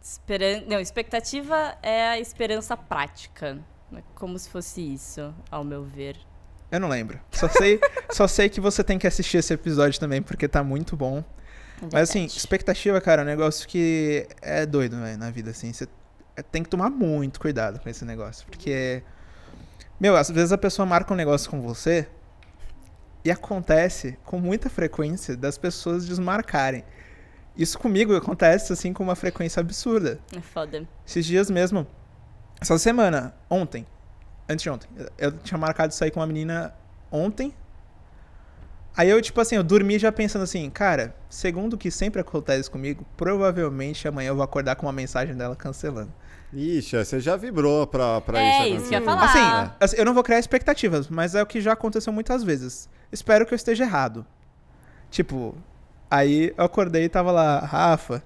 Esperan... Não, expectativa é a esperança prática. É Como se fosse isso, ao meu ver. É
Eu não lembro. Só sei,
(laughs)
só sei que você tem que assistir esse episódio também, porque tá muito bom. Mas assim,
É Verdade.
expectativa, cara, é um negócio que é doido né, na vida, assim. Você tem que tomar muito cuidado com esse negócio. Porque, meu, às vezes a pessoa marca um negócio com você e acontece com muita frequência das pessoas desmarcarem. Isso comigo acontece, assim, com uma frequência absurda.
É foda.
Esses dias mesmo, essa semana, ontem, antes de ontem, eu tinha marcado de sair com uma menina ontem. Aí eu, tipo assim, eu dormi já pensando assim, cara, segundo o que sempre acontece comigo, provavelmente amanhã eu vou acordar com uma mensagem dela cancelando.
Ixi, é, você já vibrou pra, pra
é
isso né? Tipo,
isso que eu ia
acontecer.
falar.
Assim, assim, eu não vou criar expectativas, mas é o que já aconteceu muitas vezes. Espero que eu esteja errado. Tipo, aí eu acordei e tava lá, Rafa,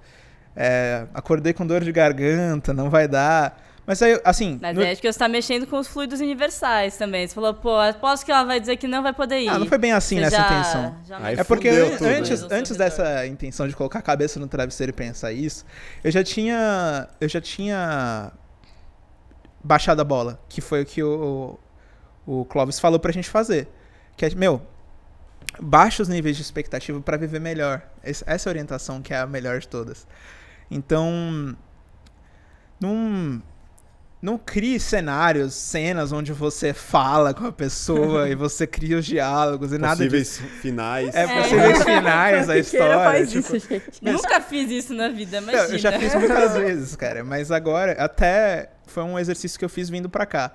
é, acordei com dor de garganta, não vai dar. Mas aí, assim.
Mas
no-
é acho que você tá mexendo com os fluidos universais também. Você falou, pô, aposto que ela vai dizer que não vai poder ir.
Ah, não foi bem assim
Você
nessa
já-
intenção.
já
Aí
É porque
fudeu
an-
tudo.
antes,
Resolveu
antes
tudo.
dessa intenção de colocar a cabeça no travesseiro e pensar isso, eu já tinha. Eu já tinha baixado a bola, que foi o que o, o Clóvis falou pra gente fazer. Que é, meu, baixa os níveis de expectativa pra viver melhor. Esse- Essa orientação que é a melhor de todas. Então, não, não crie cenários, cenas onde você fala com a pessoa (laughs) e você cria os diálogos e nada disso.
Possíveis finais.
É, possíveis finais da
Quem
história.
faz
tipo,
isso, gente.
(laughs)
Nunca fiz isso na vida,
não,
imagina.
eu já fiz muitas vezes, cara. Mas agora, até foi um exercício que eu fiz vindo pra cá.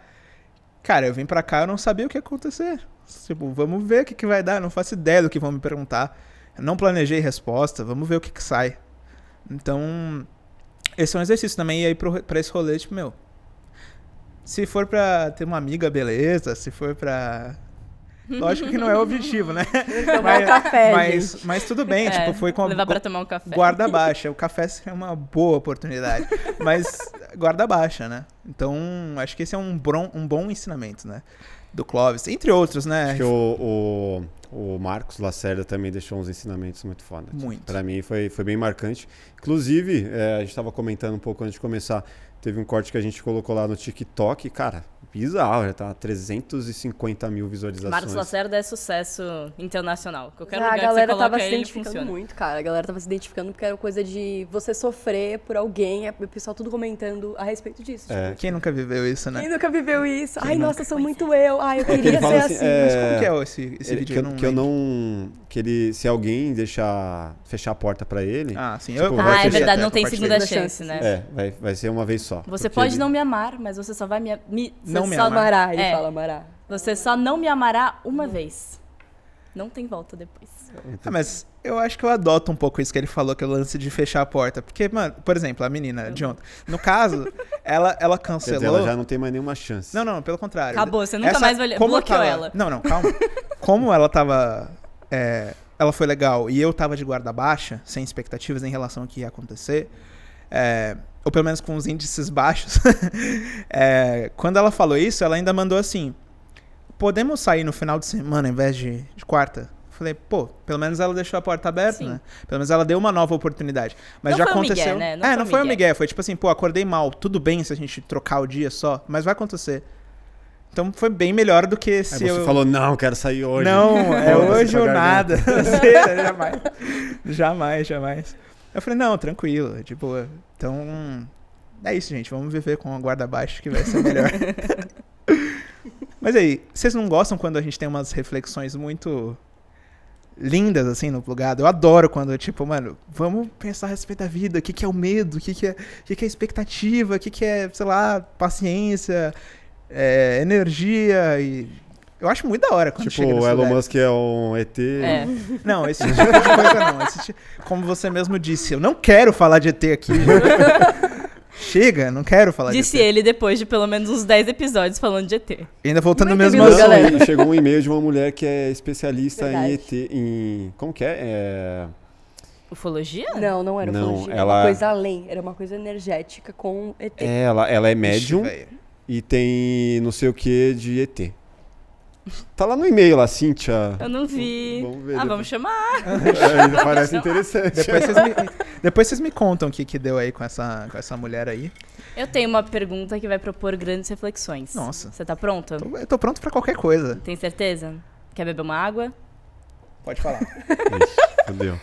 Cara, eu vim pra cá, eu não sabia o que ia acontecer. Tipo, vamos ver o que, que vai dar. Eu não faço ideia do que vão me perguntar. Eu não planejei resposta. Vamos ver o que, que sai. Então, esse é um exercício também. E aí, pro- pra esse rolê, tipo, meu. Se for pra ter uma amiga, beleza. Se for pra. Lógico que não é o objetivo, né?
Tomar um café, gente.
mas, mas tudo bem, tipo, foi com a
É, Levar pra tomar um café.
É. guarda baixa. O café (laughs) seria uma boa oportunidade, mas guarda baixa, né? Então, acho que esse é um, bron, um bom ensinamento, né? Do Clóvis, entre outros, né?
Acho que é o, o, o Marcos Lacerda também deixou uns ensinamentos muito foda.
Muito.
Pra mim foi, foi bem marcante. Inclusive, é, a gente tava comentando um pouco antes de começar, teve um corte que a gente colocou lá no TikTok, cara, bizarro, já tá 350 mil visualizações.
Marcos Lacerda é sucesso internacional. Qualquer
Ah,
um lugar
a
que você
galera
coloca
tava se
ele,
identificando
funciona.
muito, cara. A galera tava se identificando porque era coisa de você sofrer por alguém. é, O pessoal tudo comentando a respeito disso.
É.
Quem nunca viveu isso,
Tipo,
né?
quem nunca viveu isso? Ai, nossa, sou muito eu. Ai, eu queria ser
fala
assim.
é,
Como que é esse, esse
ele-
vídeo?
que,
eu
eu-
não
que eu
lembro.
não. Que ele. Se alguém deixar. fechar a porta pra ele.
Ah, sim.
Tipo,
eu...
vai
Ah, é
fechar,
verdade, não
até,
tem
pode
segunda
ser.
chance,
Segunda chance,
né?
É, vai, vai ser uma vez só. porque
Você pode
ele-
não me amar, mas você só vai me, me você
Não me
só-
amar.
Amará, ele
É.
fala amará.
Você só não me amará uma vez. Não tem volta depois.
Ah, mas eu acho que eu adoto um pouco isso que ele falou, que é o lance de fechar a porta. Porque, mano, por exemplo, a menina de ontem.
(laughs)
No caso, ela, ela
Quer
cancelou.
dizer, ela já não tem mais nenhuma chance.
Não, não, pelo contrário.
Acabou, você nunca mais vai olhar-
é como eu
bloqueou
tava-
ela.
Não,
(laughs)
não, calma. Como ela tava. é, ela foi legal e eu tava de guarda baixa, sem expectativas em relação ao que ia acontecer, é, ou pelo menos com os índices baixos, (laughs) é, quando ela falou isso, ela ainda mandou assim: podemos sair no final de semana em vez de, de quarta? Falei, pô, pelo menos ela deixou a porta aberta,
Sim.
né? Pelo menos ela deu uma nova oportunidade. Mas
Não
já
foi um migué,
aconteceu.
né? Não
é,
foi
não
um
foi o
migué.
Miguel. Foi tipo assim, pô, acordei mal. Tudo bem se a gente trocar o dia só, mas vai acontecer. Então foi bem melhor do que
Aí
se
É, você
eu.
falou, não, quero sair hoje.
Não, é
Foda-se
hoje
tua
ou
garganta.
nada.
(laughs)
Você- jamais. Jamais, jamais. Eu falei, não, tranquilo, é de boa. Então. É isso, gente. Vamos viver com a guarda abaixo que vai ser melhor. Mas aí, vocês não gostam quando a gente tem umas reflexões muito lindas, assim, no plugado? Eu adoro quando, tipo, mano, vamos pensar a respeito da vida. O que, que é o medo? O que, que, é, o que, que é expectativa? O que, que é, sei lá, paciência, é, energia e... Eu acho muito da hora quando
Tipo,
chega nesse
o Elon
lugar.
Musk é um ET.
É.
Não, esse tipo de coisa não. Esse ti- Como você mesmo disse, eu não quero falar de ET
(laughs)
aqui. Chega, não quero falar
Disse
de ET.
ele depois de pelo menos uns 10 episódios falando de ET.
Ainda voltando no
Muito
mesmo
Não,
Mas,
assunto.
galera.
e chegou um e-mail de uma mulher que é especialista em
Verdade.
ET, em... Como que é? É,
Ufologia?
Não, não era
Não,
ufologia. Era
ela-
uma coisa além. Era uma coisa energética com ET.
é, ela, ela é médium
Ixi, velho.
e tem não sei o que de ET. Tá lá no e-mail lá, Cíntia.
Eu não vi.
Vamos ver
ah,
depois.
vamos chamar.
É, parece interessante.
Depois vocês, me, depois vocês me contam o que, que deu aí com essa, com essa mulher aí.
Eu tenho uma pergunta que vai propor grandes reflexões.
Nossa.
Você tá pronto?
Tô- Eu tô pronto pra qualquer coisa.
Tem certeza? Quer beber uma água?
Pode falar.
Ixi, fodeu.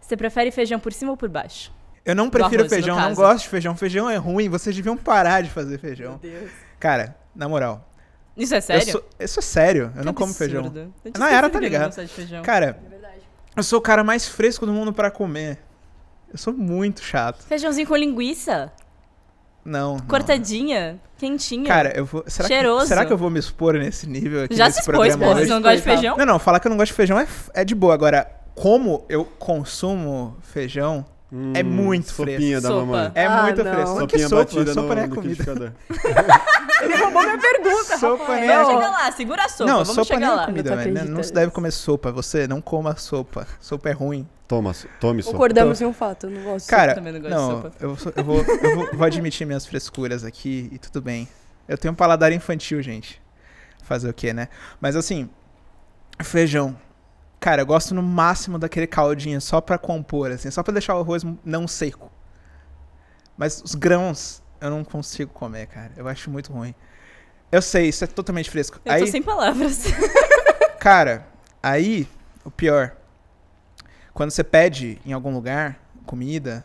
Você prefere feijão por cima ou por baixo?
Eu não prefiro
arroz, no
feijão, não
caso.
gosto de feijão. Feijão é ruim, vocês deviam parar de fazer feijão.
Deus.
Cara, na moral.
Isso é
eu
sério?
sou- isso é sério, eu
Que
não como
absurdo.
feijão.
Eu tinha
Na era,
esquecido que
tá
eu
ligado.
não gostava de feijão.
Cara,
É verdade.
eu sou o cara mais fresco do mundo pra comer. Eu sou muito chato.
Feijãozinho com linguiça,
Não. não.
cortadinha, quentinha.
Cara, eu vou. Será Que,
Cheiroso.
será que eu vou me expor nesse nível aqui?
Já
nesse
se expôs,
programa é
porra.
hoje?
Você não gosta de feijão?
Não, não, falar que eu não gosto de feijão é, f- é de boa. Agora, como eu consumo feijão é
Hum,
muito fresco.
Sopinha da
Sopa.
mamãe.
É
Ah,
muito
não.
fresco. Não que
Sopinha
sopa,
batida
sopa
no,
não é
no
comida.
liquidificador.
Ele roubou minha pergunta,
Sopa
Rafael.
nem é-
Vamos chegar lá, segura a sopa,
não,
vamos
sopa
chegar
nem é
lá.
comida,
Eu tô
velho. Não- Não se
acreditando
deve
nisso.
comer sopa. Você não coma sopa. Sopa é ruim.
Toma, tome sopa.
Concordamos em um fato, eu não gosto.
Cara,
também não gosto de
não,
sopa.
eu, sou- eu vou, eu vou- vou admitir minhas frescuras aqui e tudo bem. Eu tenho um paladar infantil, gente. Fazer o quê, né? Mas assim, feijão. Cara, eu gosto no máximo daquele caldinho só pra compor, assim, só pra deixar o arroz não seco. Mas os grãos eu não consigo comer, cara. Eu acho muito ruim. Eu sei, isso é totalmente fresco.
Eu
Aí,
tô sem
(laughs)
palavras.
Cara, aí, o pior. Quando você pede em algum lugar comida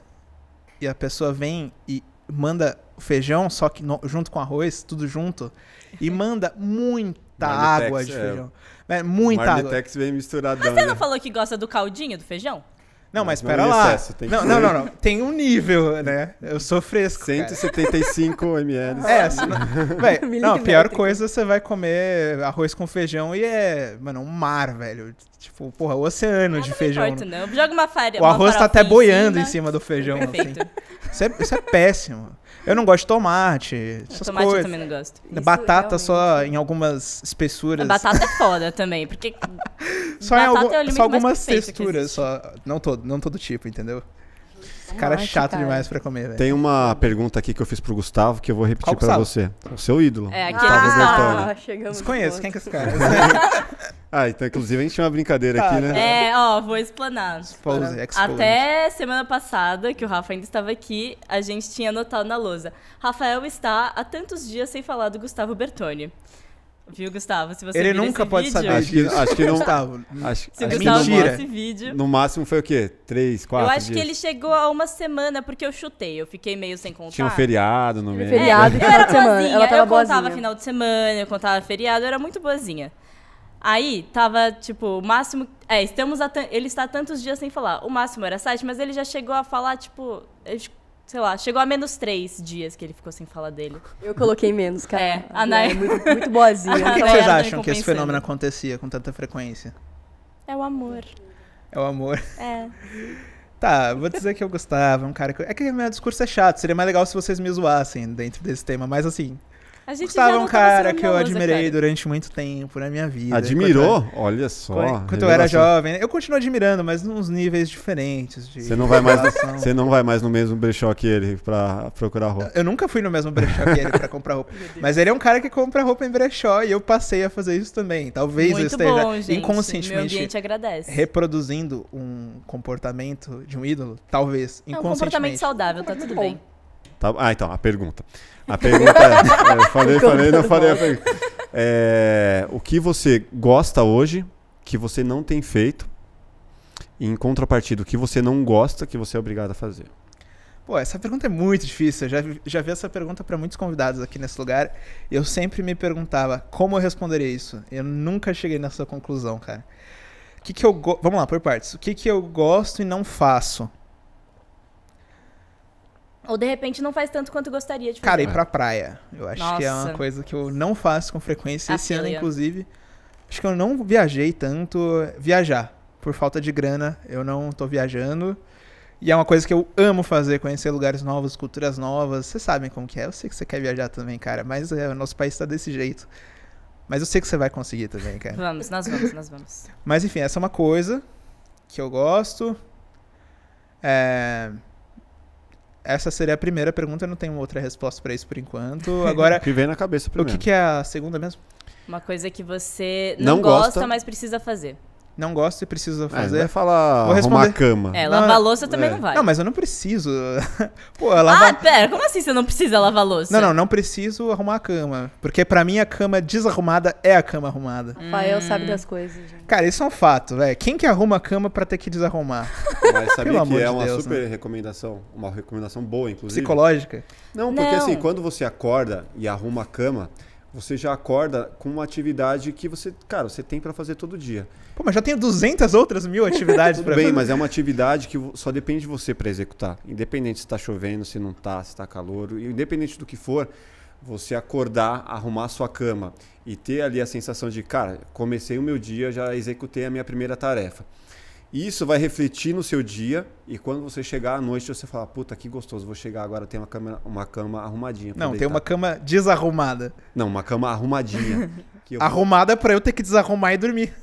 e a pessoa vem e manda feijão, só que no- junto com arroz, tudo junto,
(laughs)
e manda muita
Marmitex,
água de
é.
feijão. É, muita água.
Marmitex vem misturadão.
Você não
né?
falou que gosta do caldinho do feijão?
Não, mas
Mas não
espera
em
lá.
excesso, tem que
não, não, não, não. Tem um nível, né? Eu sou fresco. cara.
(laughs)
175 ml.
É, se
(laughs)
não, véi, não, a pior
Milimétrico.
coisa é você vai comer arroz com feijão e é, mano, um mar, velho. Tipo, porra, o oceano
Ah,
de
não
feijão. né?
Me importa, não. Joga uma farinha.
O arroz tá até boiando em cima do feijão, assim.
Perfeito.
Isso é, isso é péssimo. Eu não gosto de tomate, essas
Tomate eu
coisas.
também não gosto.
Isso é
batata só
realmente.
em algumas
A
espessuras.
batata é foda também, porque
só em
batata
algu-
é o limite
só
mais
algumas
perfeito que
texturas,
existe.
só. Não todo, não todo tipo, entendeu? Esse cara é
Tomate,
chato
cara.
demais pra comer, velho.
Tem uma pergunta aqui que eu fiz pro Gustavo que eu vou repetir
Qual
pra
Gustavo?
você. O seu ídolo.
É, aquele
Gustavo
Gustavo.
Bertoni.
Ah,
um
chegamos.
Desconheço, quem
no
é que é esse
ponto.
cara? (laughs)
Ah, então inclusive a gente tinha uma brincadeira
Tá,
aqui, né?
É, ó, vou explanar.
Expose, expose.
Até semana passada, que o Rafa ainda estava aqui, a gente tinha anotado na lousa. Rafael está há tantos dias sem falar do Gustavo Bertoni. Viu, Gustavo? Se você
Ele
vira
nunca
esse
pode
vídeo- Ah,
saber
Acho que-
disso.
acho que não-
Gustavo,
Acho,
Se o
acho que no,
Gustavo
mentira.
viu
ma-
esse vídeo.
no máximo foi o quê? Três, quatro
eu acho que
dias?
ele chegou a uma semana, porque eu chutei, eu fiquei meio sem contar.
Tinha um feriado no
Teve
meio.
Feriado e
É, Eu era
final de semana.
boazinha,
Ela tava
eu contava
boazinha.
final de semana, eu contava feriado, eu era muito boazinha. Aí, tava, tipo, o máximo... É, estamos a tan- ele está há tantos dias sem falar. O máximo era sete, mas ele já chegou a falar, tipo... eu acho- Sei lá, chegou a menos três dias que ele ficou sem falar dele.
Eu coloquei menos, cara.
É, a
Ela
Nay-
é muito, muito
(laughs)
boazinha.
A tá
Por
Nay- Agora
que, que vocês
eu tô
acham que esse
compensando.
fenômeno acontecia com tanta frequência?
É o amor.
É o amor.
É.
Tá, vou dizer que eu gostava, é um cara que... É que meu discurso é chato, seria mais legal se vocês me zoassem dentro desse tema, mas assim...
A gente
Gustavo é
já
um
não tava
cara
sendo
que eu
melosa,
admirei
cara.
durante muito tempo na minha vida.
É. Admirou? Olha só.
Quando, quando, quando eu era
revelação.
jovem. né? Eu continuo admirando, mas nos níveis diferentes de
Você não vai mais,
relação.
você não vai mais no mesmo brechó que ele pra procurar roupa.
Eu nunca fui no mesmo brechó que ele pra comprar roupa. Mas ele é um cara que compra roupa em brechó e eu passei a fazer isso também. Talvez eu
Muito
esteja
bom, gente. Meu
inconscientemente
ambiente é assim. agradece.
reproduzindo um comportamento de um ídolo, talvez
É um comportamento
inconscientemente.
saudável, tá tudo bem.
Tá- ah, então, a pergunta. A pergunta é. é, eu falei, falei, não falei a pergunta. É, o que você gosta hoje que você não tem feito? E em contrapartida, o que você não gosta que você é obrigado a fazer?
Pô, essa pergunta é muito difícil. Eu já, vi- já vi essa pergunta pra muitos convidados aqui nesse lugar. E eu sempre me perguntava como eu responderia isso. Eu nunca cheguei nessa conclusão, cara. O que, que eu go... Vamos lá, por partes. O que, que eu gosto e não faço?
Ou de repente não faz tanto quanto gostaria de fazer.
Cara, ir pra praia. Eu acho que é uma
Nossa.
coisa que eu não faço com frequência.
A
Esse ano,
filha.
inclusive, acho que eu não viajei tanto. Viajar. Por falta de grana, eu não tô viajando. E é uma coisa que eu amo fazer, conhecer lugares novos, culturas novas. Vocês sabem como que é. Eu sei que você quer viajar também, cara. Mas é, o nosso país tá desse jeito. Mas eu sei que você vai conseguir também, cara.
Vamos, nós vamos, nós vamos.
Mas enfim, essa é uma coisa que eu gosto. É, Essa seria a primeira pergunta, eu não tenho outra resposta pra isso por enquanto.
(laughs) O
Agora,
que vem na cabeça
o
primeiro.
que, que é a segunda mesmo?
Uma coisa que você não,
Não
gosta,
gosta.
mas precisa fazer.
Não gosto e preciso
Ah, não vai
fazer.
falar arrumar
Vou
a
responder.
cama.
É,
Não,
lavar
é-
louça também
é.
não vai.
Não, mas eu não preciso. (laughs) Pô, lavar.
Ah, pera, como assim você não precisa lavar louça?
não, não, não preciso arrumar a cama. Porque pra mim a cama desarrumada é a cama arrumada.
Hum.
Rafael sabe das coisas, gente.
Cara, isso é um fato, velho. Quem que arruma a cama pra ter que desarrumar?
Mas
Pelo
sabia que
amor
é
de
uma
Deus, né?
super recomendação, uma recomendação boa, inclusive.
Psicológica?
Não, porque assim,
Não.
quando você acorda e arruma a cama, você já acorda com uma atividade que você, cara, você tem pra fazer todo dia.
Pô, mas já tenho 200 outras
(laughs)
mil atividades
Tudo
pra
bem,
fazer.
mas é uma atividade que vo- só depende de você para executar. Independente se tá chovendo, se não tá, se tá calor, e independente do que for, você acordar, arrumar a sua cama e ter ali a sensação de, cara, comecei o meu dia, já executei a minha primeira tarefa. Isso vai refletir no seu dia e quando você chegar à noite você fala, puta, que gostoso, vou chegar agora, tem uma cama, uma cama arrumadinha. pra
Não, tem
deitar."
uma cama desarrumada.
Não, uma cama
(laughs)
arrumadinha. que eu-
Arrumada pra eu ter que desarrumar e dormir.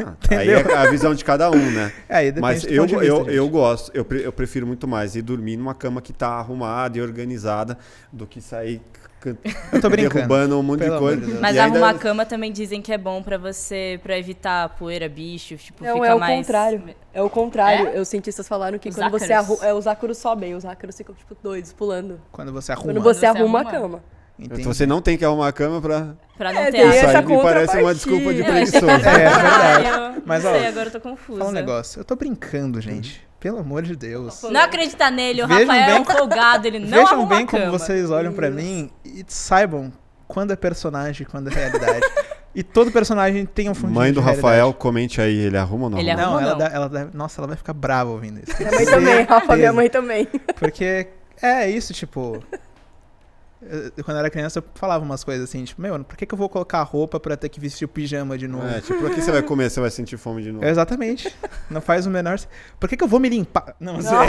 Ah, aí é a visão de cada um, né?
É, aí depende
Mas
do
eu,
ponto de vista,
eu,
gente.
eu gosto, eu, pre- eu prefiro muito mais ir dormir numa cama que tá arrumada e organizada do que sair can-
Eu tô brincando.
derrubando um monte
Pelo
de
amor
coisa.
de Deus.
Mas
E ainda-
arrumar a cama também dizem que é bom pra você, pra evitar poeira, bicho, tipo,
Não,
fica
é o
mais...
contrário. É o contrário. Os cientistas falaram que
Os
quando você
ácaros.
arru... é, os ácaros sobem, os ácaros ficam tipo doidos, pulando.
Quando você arruma.
Quando você,
você arruma.
arruma, a cama.
é
Entendi.
Você não tem que arrumar a cama pra.
Pra não
É,
ter
tem
ar.
essa
Isso aí me parece uma
contrapartida.
desculpa de
Eu
(laughs)
preguiçoso.
É, é verdade.
Caralho,
Mas,
não
ó,
sei, agora eu tô confusa.
Fala um negócio. Eu tô brincando, gente. Pelo amor de Deus.
Não acreditar nele, o
Vejam
Rafael é
bem
um folgado, ele não
Vejam
arruma
bem
a cama.
como vocês olham pra mim e saibam quando é personagem e quando é realidade. E todo personagem tem um fundo
Mãe do Rafael, comente aí, ele arruma ou não?
Ele
arruma?
Não,
Arruma
ela,
não.
dá- ela dá- nossa, ela vai ficar brava ouvindo isso.
Minha
(laughs)
mãe também, Rafa, minha mãe também.
Porque é isso, tipo. eu- Quando eu era criança, eu falava umas coisas assim, tipo, meu, por que, que eu vou colocar roupa pra ter que vestir o pijama de novo? É,
É, tipo, pra que você vai comer? Você vai sentir fome de novo.
Exatamente. Não faz o menor. sen- Por que, que eu vou me limpar? Não, mas (laughs)
Toma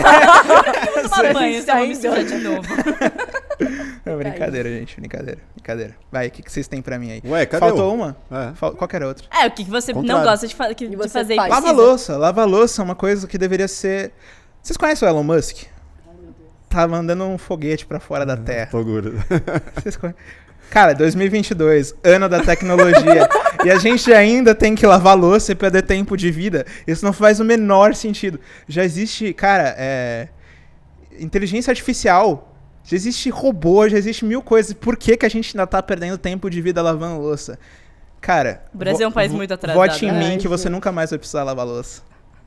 banho,
Tá
você vai me
indo.
sujar de novo.
é. é brincadeira, gente. Brincadeira. Brincadeira. Vai, o que, que vocês têm pra mim aí?
Ué, cadê
Faltou
o...
uma?
É.
Fal... Qual que era outra?
É, o que que você não
Contrário.
gosta de, fa que- de
você
fazer e
faz.
Lava
precisa.
louça. Lava louça é uma coisa que deveria ser. Vocês conhecem o Elon Musk? Tá mandando um foguete pra fora da Terra.
Tô gordo.
Vocês conhe- Cara, 2022, ano da tecnologia.
(laughs)
e a gente ainda tem que lavar louça e perder tempo de vida. Isso não faz o menor sentido. Já existe, cara, é, inteligência artificial. Já existe robô, já existe mil coisas. Por que, que a gente ainda tá perdendo tempo de vida lavando louça? Cara.
O Brasil é um
vo-
país
vo-
muito atrasado.
Vote em
né?
mim
Ai,
que você nunca mais vai precisar lavar louça.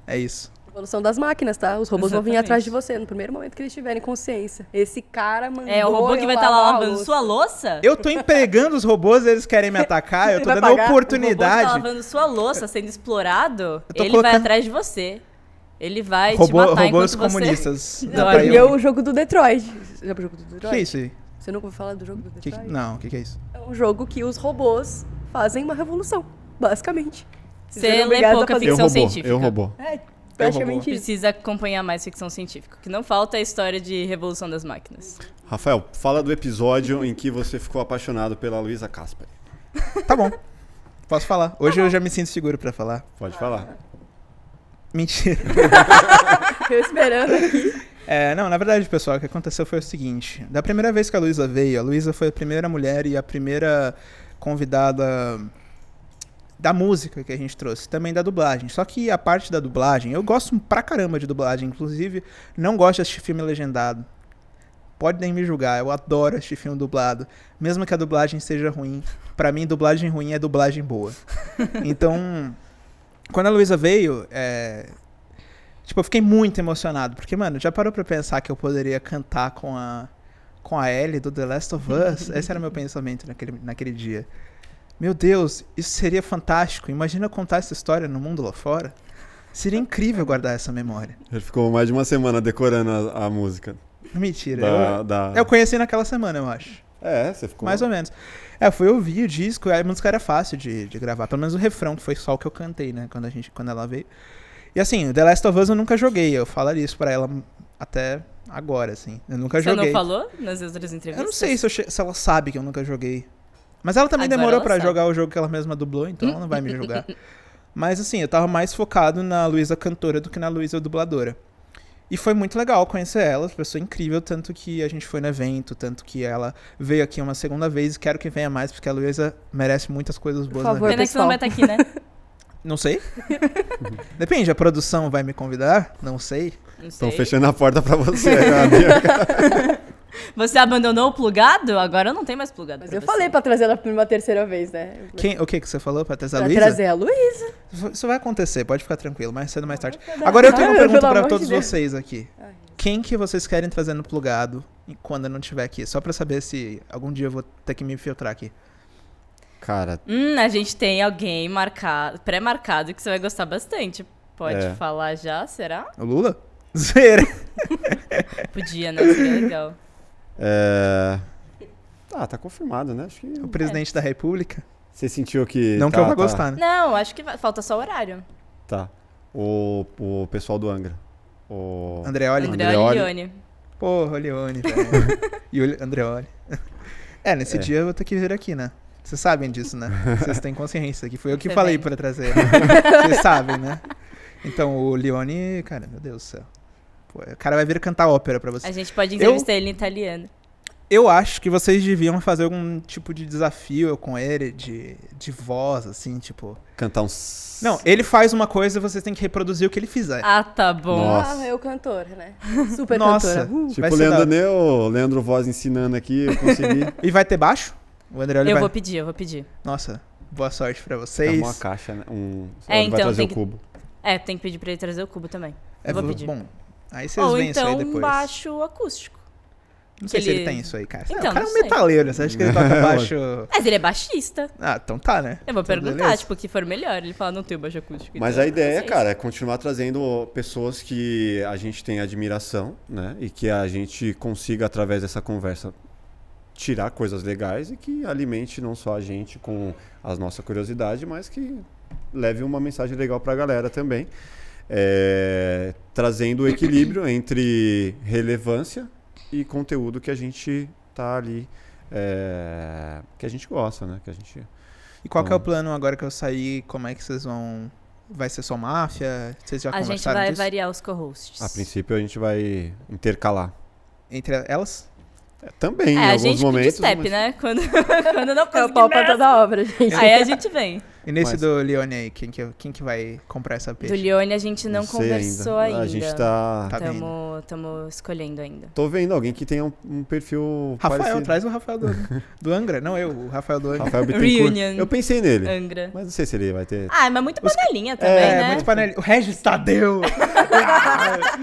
É isso.
Evolução das máquinas, tá? Os robôs vão vir
Exatamente.
atrás de você no primeiro momento que eles tiverem consciência. Esse cara mandou
É, o robô que
eu
vai estar lá
lavar a
lavando
louça.
sua louça?
Eu tô empregando os robôs, eles querem me atacar, eu tô
Vai
dando a
pagar? O robô tá
O robô que tá
oportunidade.
lavando sua louça sendo explorado,
tô
ele vai
colocando-
atrás de você. Ele vai te
Robô,
matar
robôs
enquanto você... (laughs)
comunistas.
Não,
Pra
E
eu-
é o jogo do Detroit. Você Já viu o jogo do
Que
Detroit?
é isso aí?
Você nunca ouviu falar do jogo do
Que-
Detroit?
não, o que, que é isso?
É um jogo que os robôs fazem uma revolução, basicamente. Eles
Você
eram
lê
obrigados a
pouca
fazer-
Eu
ficção
robô,
científica.
eu robô.
É, praticamente isso.
Precisa acompanhar mais ficção científica. O que não falta é a história de Revolução das Máquinas.
Rafael, fala do episódio em que você ficou apaixonado pela Luísa Casper.
Tá bom. Posso falar.
Tá
Hoje eu já me sinto seguro pra falar.
Pode falar.
Mentira.
Eu
(laughs)
esperando aqui.
É, não, na verdade, pessoal, o que aconteceu foi o seguinte. Da primeira vez que a Luísa veio, a Luísa foi a primeira mulher e a primeira convidada da música que a gente trouxe, também da dublagem. Só que a parte da dublagem, eu gosto pra caramba de dublagem, inclusive, não gosto de assistir filme legendado. Pode nem me julgar, eu adoro assistir filme dublado, mesmo que a dublagem seja ruim. Pra mim, dublagem ruim é dublagem boa. Então, quando a Luísa veio, é, tipo, eu fiquei muito emocionado, porque, mano, já parou pra pensar que eu poderia cantar com a com a Ellie do The Last of Us? Esse era meu pensamento naquele, naquele dia. Meu Deus, isso seria fantástico. Imagina eu contar essa história no mundo lá fora. Seria incrível guardar essa memória.
Ele ficou mais de uma semana decorando a, a música.
Mentira.
Da,
eu-
da-
Eu, conheci naquela semana, eu acho.
É, você ficou...
é Mais ou menos. É, eu fui ouvir o disco, é, a música era fácil de, de gravar. Pelo menos o refrão, que foi só o que eu cantei, né? Quando, a gente, quando ela veio. E assim, o The Last of Us eu nunca joguei. Eu falaria isso pra ela até agora, assim. Eu nunca
Você
joguei.
não falou nas outras entrevistas?
Eu não sei se, eu che- se ela sabe que eu nunca joguei. Mas ela também
Agora
demorou
ela
pra
sabe.
jogar o jogo que ela mesma dublou, então ela não vai
(laughs)
me julgar. Mas assim, eu tava mais focado na Luísa cantora do que na Luísa dubladora. E foi muito legal conhecer ela, pessoa incrível, tanto que a gente foi no evento, tanto que ela veio aqui uma segunda vez e quero que venha mais, porque a Luísa merece muitas coisas boas na
favor.
vida.
Pena que você não
pessoal.
vai estar aqui,
(laughs)
né? (laughs)
Não sei. Depende, a produção vai me convidar? Não sei.
Não sei.
Estão fechando a porta pra
(laughs)
você. né, Gabi.
Você abandonou o plugado? Agora não tem mais plugado.
Mas
pra
eu
você.
falei pra trazer ela uma terceira vez, né?
é
Quem, o que que você falou pra trazer a
Pra
Luísa?
trazer a Luísa.
Isso vai acontecer, pode ficar tranquilo, mais cedo ou mais tarde. Agora eu tenho uma
Ai,
pergunta
pelo
pra
amor de
todos
Deus.
vocês aqui. Quem que vocês querem trazer no plugado e quando eu não estiver aqui? Só pra saber se algum dia eu vou ter que me filtrar aqui.
Cara,
Hum, a gente tem alguém marcado, pré-marcado que você vai gostar bastante. Pode
É.
falar já, será?
O Lula? (laughs) Zera. É.
Podia, né? Seria
(laughs)
legal.
é... Ah, tá confirmado, né? Acho que...
É.
O presidente da república.
Você sentiu que...
não que
tá-
eu vá
tá-
gostar, né?
Não, acho que vai- falta só o horário.
Tá. O, o pessoal do Angra. O...
Andreoli.
André-
André
Andreoli.
Leone.
Porra, o Leone. velho.
(laughs)
e o Le- Andreoli. É, nesse
É.
dia eu vou ter que vir aqui, né? Vocês sabem
(laughs)
disso, né? Vocês têm consciência que foi eu que
Você
falei
tem. (laughs)
pra trazer. né? Vocês sabem, né? Então, o Leone, cara, meu Deus do céu. Pô, o cara vai vir cantar ópera pra vocês.
A gente pode entrevistar ele em italiano.
Eu acho que vocês deviam fazer algum tipo de desafio com ele, de, de voz, assim, tipo.
Cantar uns...
Não, ele faz uma coisa e vocês têm que reproduzir o que ele fizer.
Ah, tá bom.
Nossa.
Ah, eu cantor, né? Super
Nossa.
cantora. Uh,
Tipo
Vai
o
ser
Leandro
da hora.
Neu, Leandro Voz ensinando aqui, eu
(laughs)
consegui.
E vai ter baixo? O André ele
eu
vai.
vou pedir, eu vou pedir.
Nossa, boa sorte pra
É
vocês.
uma caixa, né? Um...
É,
ele
então,
vai trazer
tem
o
que-
cubo.
É, tem que pedir pra ele trazer o cubo também.
É,
eu vou
vo-
pedir.
Bom, aí vocês
Ou
veem isso aí
então
depois.
baixo acústico.
Não sei
Que
se ele
ele-
tem isso aí, cara.
Então,
Ah, o cara é
não
um
sei.
metaleiro, você acha que
(laughs)
ele toca baixo...
Mas ele é baixista.
Ah, então tá, né?
Eu vou
Então,
perguntar,
beleza.
tipo, o que for melhor. Ele fala, não tenho baixo acústico.
Mas
então,
a
não
ideia,
sei.
cara, é continuar trazendo pessoas que a gente tem admiração, né? E que a gente consiga, através dessa conversa, tirar coisas legais e que alimente não só a gente com a nossa curiosidade, mas que leve uma mensagem legal pra galera também. É, trazendo o equilíbrio entre relevância e conteúdo que a gente tá ali. é, que a gente gosta, né? Que a gente.
E qual que é o
Então-
plano agora que eu sair? Como é que vocês vão... Vai ser só máfia? Vocês já
A gente
conversaram
vai
disso?
variar os co-hosts.
Ah, A princípio a gente vai intercalar.
Entre elas?
Também, em
é, a
alguns
gente
momentos.
step,
mas-
né? Quando, (laughs) quando não
É o
conseguir
pau pra
mais,
toda obra, gente.
Aí a
(laughs)
gente vem.
E nesse
Mas-
do Leone aí, quem que, quem que vai comprar essa peixe?
Do Lione a gente não,
sei Ah,
conversou ainda.
A gente tá.
Tá vendo.
Estamos escolhendo ainda.
Tô vendo alguém que tem um, um perfil
Rafael,
parecido.
traz o Rafael do, do Angra. Não, eu, o Rafael do Angra.
Rafael Bittencourt.
Reunion. É.
Eu pensei nele,
Angra.
mas não sei se ele vai ter.
Ah, mas muito
Os-
panelinha também,
É,
né?
muito panela. O Regis
(laughs)
Tadeu!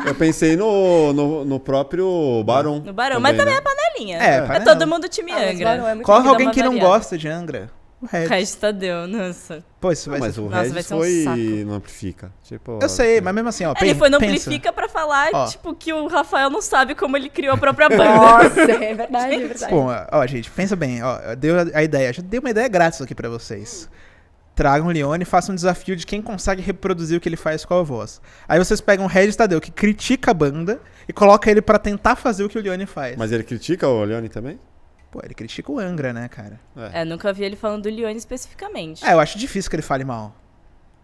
Eu pensei no, no, no próprio Baron.
No Barão, mas também
né?
é panelinha.
É,
é
panela.
todo mundo time
Ah, mas Barão
Angra.
é muito
Corre
dá
alguém
uma
que não
variada.
gosta de Angra. O
O
Regis.
resto Tadeu, nossa.
Pô, isso vai
Mas
ser...
o
Nossa,
Regis
vai ser um
foi
saco.
no Amplifica. Tipo,
Eu sei, mas mesmo assim, ó.
Ele
pen-
foi no
pensa.
Amplifica pra falar,
Ó.
tipo, que o Rafael não sabe como ele criou a própria
(laughs)
banda.
Nossa, é verdade, é verdade.
Bom, ó, gente, pensa bem, ó, deu a ideia, já dei uma ideia grátis aqui pra vocês. Tragam o Leone e façam um desafio de quem consegue reproduzir o que ele faz com a voz. Aí vocês pegam o Regis Tadeu, que critica a banda, e coloca ele pra tentar fazer o que o Leone faz.
Mas ele critica o Leone também?
Pô, ele critica o Angra, né, cara?
é, nunca vi ele falando do Lione especificamente.
É, eu acho difícil que ele fale mal.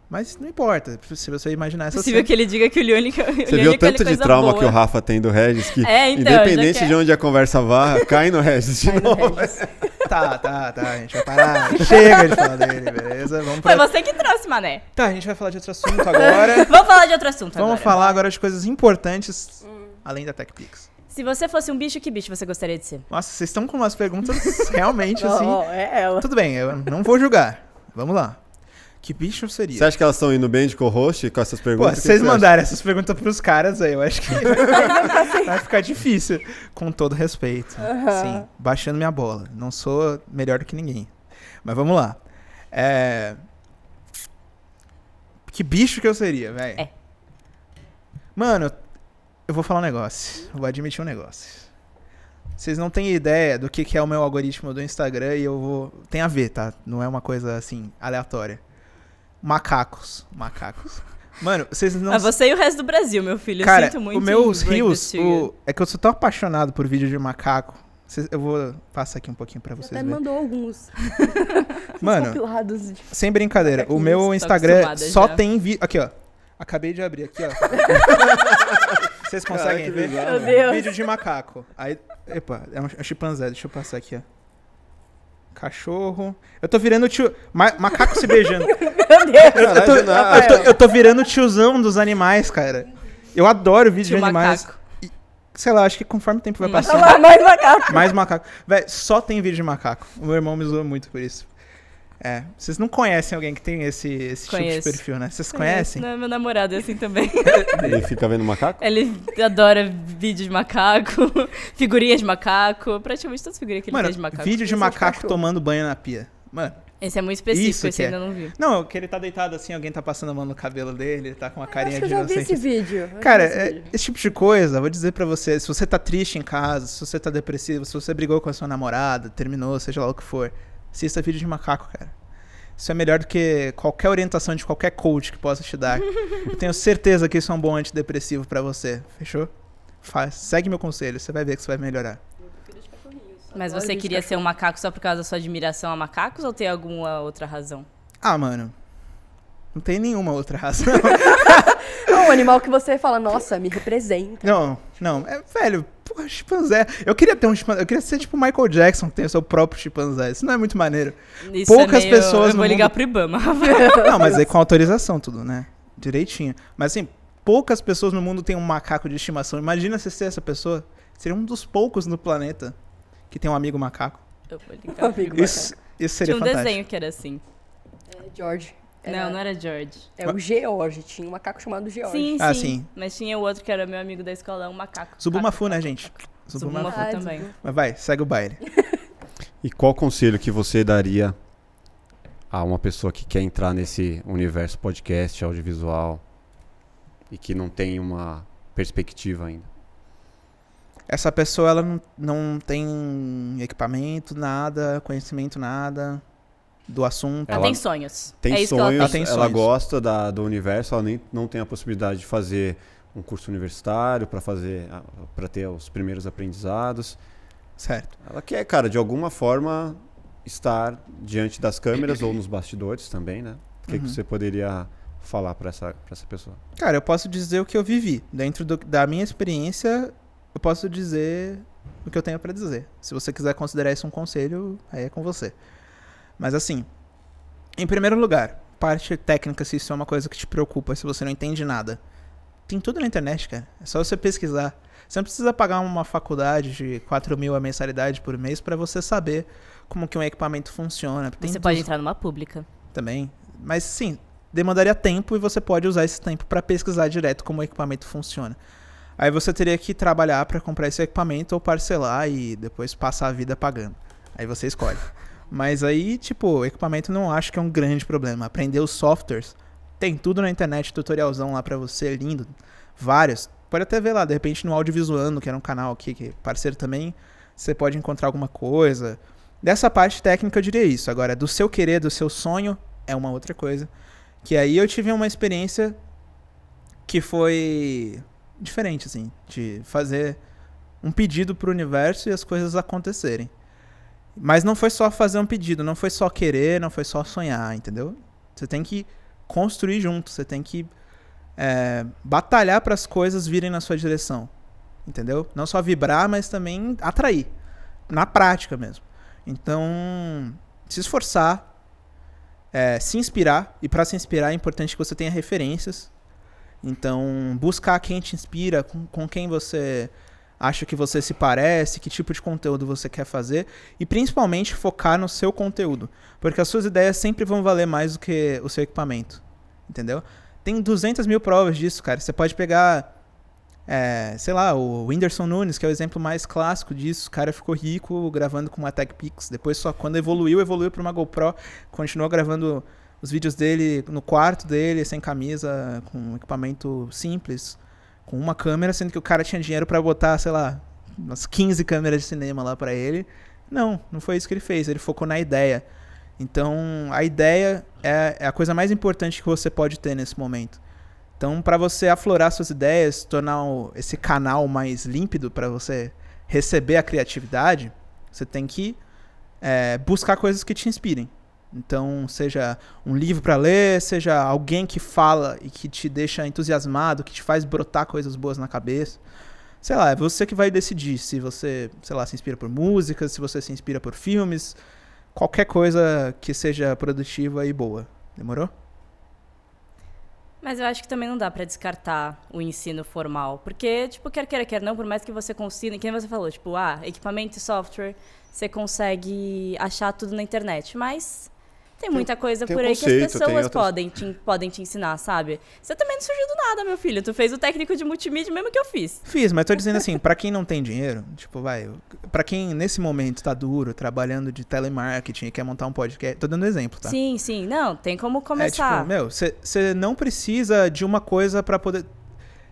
Mas não importa, se você imaginar
É
essa
possível
cena.
que ele diga que o é Lione.
Você viu o tanto de trauma que o Rafa tem do Regis que,
(laughs) É, então, já
independente
quer.
de onde a conversa
(laughs)
vá, cai no Regis de
Ai, não,
novo.
Regis.
Tá, tá, tá, a gente vai parar. Chega de falar dele, beleza? Vamos
Foi
pra...
você que trouxe, mané.
Tá, a gente vai falar de outro assunto agora.
(laughs) Vamos falar de outro assunto
Vamos
agora.
falar agora de coisas importantes além da TechPix.
Se você fosse um bicho, que bicho você gostaria de ser?
Nossa, vocês estão com umas perguntas realmente
Não,
assim.
é ela.
Tudo bem, eu não vou julgar. Vamos lá. Que bicho eu seria?
Você acha que elas estão indo bem de co-host com essas
Pô,
perguntas? O
se
que
vocês
você acha?
mandarem essas perguntas pros caras aí, eu acho que vai ficar difícil. Com todo respeito. Sim, baixando minha bola. Não sou melhor do que ninguém. Mas vamos lá. É... Que bicho que eu seria, velho?
É.
Mano, eu vou falar um negócio. Eu Vou admitir um negócio. Vocês não têm ideia do que, que é o meu algoritmo do Instagram e eu vou. Tem a ver, tá? Não é uma coisa assim, aleatória. Macacos. Macacos. Mano, vocês não.
Ah, você e o resto do Brasil, meu filho. Eu
Cara,
sinto muito.
os meus
em Break the
rios.
Sugar. um
o- É que eu sou tão apaixonado por vídeo de macaco. Vocês- Eu vou passar aqui um pouquinho pra vocês
Até
verem.
mandou alguns
Mano,
compilados de (laughs)
sem brincadeira, o
Macaquinhos,
meu
tô
Instagram
tá acostumada
só
já.
tem vídeo. Aqui, ó. Acabei de abrir aqui, ó.
(laughs)
Vocês
Caraca,
conseguem
que
ver?
legal,
Meu
né?
Deus.
Vídeo de macaco. Aí. Epa, é um chimpanzé, deixa eu passar aqui, ó. Cachorro. Eu tô virando tio. ma- macaco se beijando. Eu tô,
Caralho, do nada.
eu tô- eu tô virando tiozão dos animais, cara. Eu adoro vídeo
Tio
de animais.
macaco.
Sei lá, acho que conforme o tempo vai
Hum.
passando.
Olha lá, mais macaco.
Mais macaco. Véi, só tem vídeo de macaco. O meu irmão me zoou muito por isso. É. Vocês não conhecem alguém que tem esse, esse tipo de
Conheço.
perfil, né? Vocês conhecem?
Não, meu namorado é assim também.
Ele fica vendo macaco?
Ele adora vídeo de macaco, (laughs) figurinhas de macaco, praticamente todas as figurinhas que ele
Mano,
fez de macaco.
vídeo de
Isso é de
macaco
cachorro.
tomando banho na pia. Mano.
Esse é muito específico,
Isso
esse
que
eu
é.
ainda não vi.
Não, que ele tá deitado assim, alguém tá passando a mão no cabelo dele, ele tá com uma carinha
Ah, Acho que eu
de
já vi né,
inocente.
esse vídeo. Eu
Cara,
já vi esse
é-
vídeo.
esse tipo de coisa, vou dizer pra você, se você tá triste em casa, se você tá depressivo, se você brigou com a sua namorada, terminou, seja lá o que for, assista vídeo de macaco, cara. Isso é melhor do que qualquer orientação de qualquer coach que possa te dar. Eu tenho certeza que isso é um bom antidepressivo pra você, fechou? Faz, segue meu conselho, você vai ver que você vai melhorar.
Mas
Adoro
você
vídeo de
queria ser um macaco só por causa da sua admiração a macacos ou tem alguma outra razão?
Ah, mano. Não tem nenhuma outra razão.
É um animal que você fala, nossa, me representa.
Não, não. É, velho, porra, chimpanzé. Eu queria ter um chimpanzé. Eu queria ser tipo o Michael Jackson, que tem o seu próprio chimpanzé. Isso não é muito maneiro.
Isso
Poucas
é meio...
pessoas
Eu vou
no
ligar
mundo-
pro
(laughs)
Ibama.
Não, mas aí com autorização, tudo, né? Direitinho. Mas assim, poucas pessoas no mundo têm um macaco de estimação. Imagina você ser essa pessoa. Seria um dos poucos no planeta que tem um amigo macaco.
Eu vou ligar. pro
Amigo,
Isso, isso seria
Tinha um
fantástico.
desenho que era assim.
macaco. É George.
Não, não era George.
É o George. Tinha um macaco chamado George.
Sim,
Ah,
sim.
sim.
Mas tinha o outro que era meu amigo da escola, um macaco.
Subumafu, né, gente? Sou
Subo uma
uma...
foto
Ah,
também.
desculpa.
Mas vai, segue o baile.
E qual conselho que você daria a uma pessoa que quer entrar nesse universo podcast, audiovisual e que não tem uma perspectiva ainda?
Essa pessoa, ela não, não tem equipamento, nada, conhecimento, nada do assunto.
Ela,
Ela-
Ah, tem sonhos.
Tem
é isso que
sonhos,
ela
ela,
tem.
tem sonhos.
gosta da- do universo, ela nem, não tem a possibilidade de fazer um curso universitário para fazer para ter os primeiros aprendizados.
Certo.
Ela quer, cara, de alguma forma estar diante das câmeras ou nos bastidores também, né? O que, que
Uhum.
você poderia falar para essa, pra essa pessoa?
Cara, eu posso dizer o que eu vivi. Dentro do- da minha experiência, eu posso dizer o que eu tenho pra dizer. Se você quiser considerar isso um conselho, aí é com você. Mas assim, em primeiro lugar, parte técnica, se isso é uma coisa que te preocupa, se você não entende nada. Tem tudo na internet, cara. É só você pesquisar. Você não precisa pagar uma faculdade de 4 mil a mensalidade por mês pra você saber como que um equipamento funciona. Tem
Você
dos-
pode entrar numa pública.
também. Mas sim, demandaria tempo e você pode usar esse tempo para pesquisar direto como o equipamento funciona. Aí você teria que trabalhar para comprar esse equipamento ou parcelar e depois passar a vida pagando. Aí você escolhe. Mas aí, tipo, o equipamento não acho que é um grande problema. Aprender os softwares, tem tudo na internet, tutorialzão lá pra você, lindo. Vários. Pode até ver lá, de repente no Audiovisuando, que era um canal aqui que é parceiro também, você pode encontrar alguma coisa. Dessa parte técnica eu diria isso. Agora, do seu querer, do seu sonho, é uma outra coisa. Que aí eu tive uma experiência que foi diferente, assim, de fazer um pedido pro universo e as coisas acontecerem. Mas não foi só fazer um pedido, não foi só querer, não foi só sonhar, entendeu? Você tem que construir junto, você tem que é, batalhar para as coisas virem na sua direção, entendeu? Não só vibrar, mas também atrair, na prática mesmo. Então, se esforçar, é, se inspirar, e para se inspirar é importante que você tenha referências. Então, buscar quem te inspira, com, com quem você acha que você se parece, que tipo de conteúdo você quer fazer, e principalmente focar no seu conteúdo, porque as suas ideias sempre vão valer mais do que o seu equipamento, entendeu? Tem 200 mil provas disso, cara. Você pode pegar é, sei lá, o Whindersson Nunes, que é o exemplo mais clássico disso, o cara ficou rico gravando com uma Tech Pix, depois só quando evoluiu, evoluiu para uma GoPro, continuou gravando os vídeos dele no quarto dele, sem camisa, com um equipamento simples, com uma câmera, sendo que o cara tinha dinheiro para botar, sei lá, umas 15 câmeras de cinema lá para ele. Não, não foi isso que ele fez, ele focou na ideia. Então, a ideia é- é a coisa mais importante que você pode ter nesse momento. Então, para você aflorar suas ideias, tornar o- esse canal mais límpido para você receber a criatividade, você tem que é, buscar coisas que te inspirem. Então, seja um livro para ler, seja alguém que fala e que te deixa entusiasmado, que te faz brotar coisas boas na cabeça. Sei lá, é você que vai decidir se você, sei lá, se inspira por músicas, se você se inspira por filmes, qualquer coisa que seja produtiva e boa. Demorou?
Mas eu acho que também não dá pra descartar o ensino formal. Porque, tipo, quer queira, quer não, por mais que você consiga, que nem você falou, tipo, ah, equipamento e software, você consegue achar tudo na internet. Mas tem
um-
muita coisa
tem
por
o
aí que
conceito,
as
tem
pessoas
outras-
podem, te, podem te ensinar, sabe? Você também não surgiu do nada, meu filho. Tu fez o técnico de multimídia mesmo que eu fiz.
Fiz, mas tô dizendo assim, pra quem não tem dinheiro, tipo, vai, pra quem nesse momento tá duro, trabalhando de telemarketing e quer montar um podcast, tô dando exemplo, tá?
Sim, sim. Não, tem como
É
começar.
tipo, meu, você não precisa de uma coisa pra poder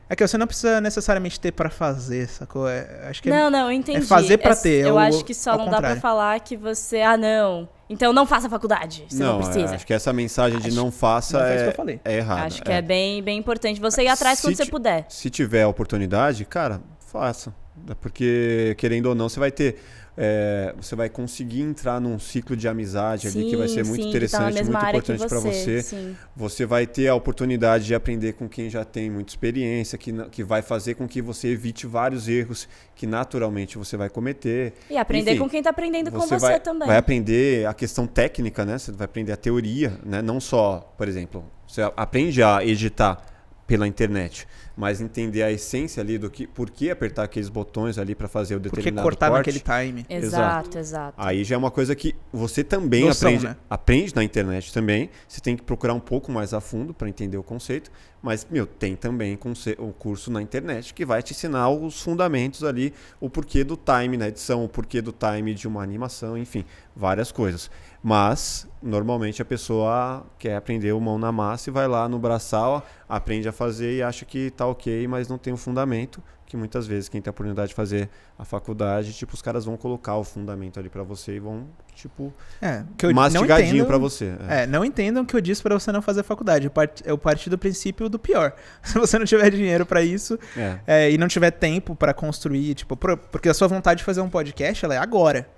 É que você não precisa necessariamente ter pra fazer, sacou? É, acho que é-
Não, não, eu entendi.
fazer pra
É-
ter, é
Eu
o-
acho que só
ao
não dá pra
contrário.
falar que você. Ah, não. Então não faça faculdade. Você não,
é,
precisa.
acho que essa mensagem de
Acho-
não faça
não foi
é,
isso que eu falei.
é errada.
Acho que é, bem, bem importante você ir atrás
Se
quando você
ti-
puder.
Se tiver a oportunidade, cara, faça. É Porque, querendo ou não, você vai ter. é, você vai conseguir entrar num ciclo de amizade ali que vai ser muito
sim, que tá na
interessante,
mesma
muito
área que
importante para você.
Sim.
Você vai ter a oportunidade de aprender com quem já tem muita experiência, que, na- que vai fazer com que você evite vários erros que naturalmente você vai cometer.
E aprender
Enfim,
com quem tá aprendendo com você
vai,
também.
vai aprender a questão técnica, né? Você vai aprender a teoria, né? Não só, por exemplo, você a- aprende a editar pela internet, mas entender a essência ali do que, por que apertar aqueles botões ali para fazer o
porque
determinado
cortar
corte.
naquele time.
Exato, exato.
Aí já é uma coisa que você também
Noção,
aprende,
né?
aprende na internet também. Você tem que procurar um pouco mais a fundo para entender o conceito, Mas, meu, tem também conse- o curso na internet que vai te ensinar os fundamentos ali, o porquê do time na edição, o porquê do time de uma animação, enfim, várias coisas. Mas, normalmente a pessoa quer aprender o mão na massa e vai lá no braçal, aprende a fazer e acha que tá ok, mas não tem o fundamento, que muitas vezes quem tem a oportunidade de fazer a faculdade, tipo, os caras vão colocar o fundamento ali pra você e vão, tipo,
É, que eu não
mastigadinho
entendo,
pra você. É.
É, não entendam que eu disse pra você não fazer faculdade. Eu parti, eu parti do princípio do pior. (laughs) Se você não tiver dinheiro pra isso
É.
é, e não tiver tempo pra construir, tipo, pro- porque a sua vontade de fazer um podcast ela é agora,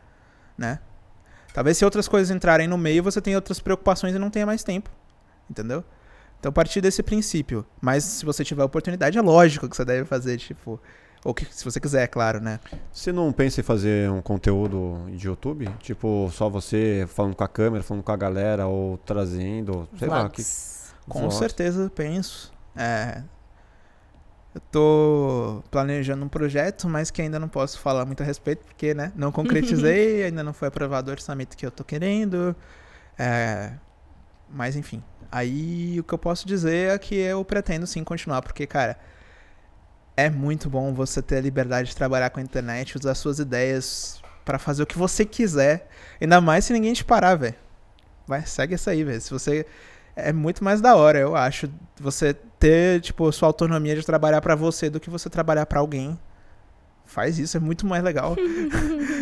né? Talvez se outras coisas entrarem no meio, você tenha outras preocupações e não tenha mais tempo, entendeu? Então partir desse princípio. Mas se você tiver oportunidade, é lógico que você deve fazer, tipo, ou que se você quiser, é claro, né?
Você não pensa em fazer um conteúdo de YouTube? Tipo, só você falando com a câmera, falando com a galera, ou trazendo, sei lá, que
Com
vlogs.
certeza, penso. É. Eu tô planejando um projeto, mas que ainda não posso falar muito a respeito, porque, né, não concretizei, ainda não foi aprovado o orçamento que eu tô querendo. É. Mas, enfim. Aí o que eu posso dizer é que eu pretendo sim continuar, porque, cara. É muito bom você ter a liberdade de trabalhar com a internet, usar suas ideias pra fazer o que você quiser. Ainda mais se ninguém te parar, velho. Vai, segue essa aí, velho. Se você é muito mais da hora, eu acho. Você ter, tipo, sua autonomia de trabalhar pra você do que você trabalhar pra alguém. Faz isso, é muito mais legal.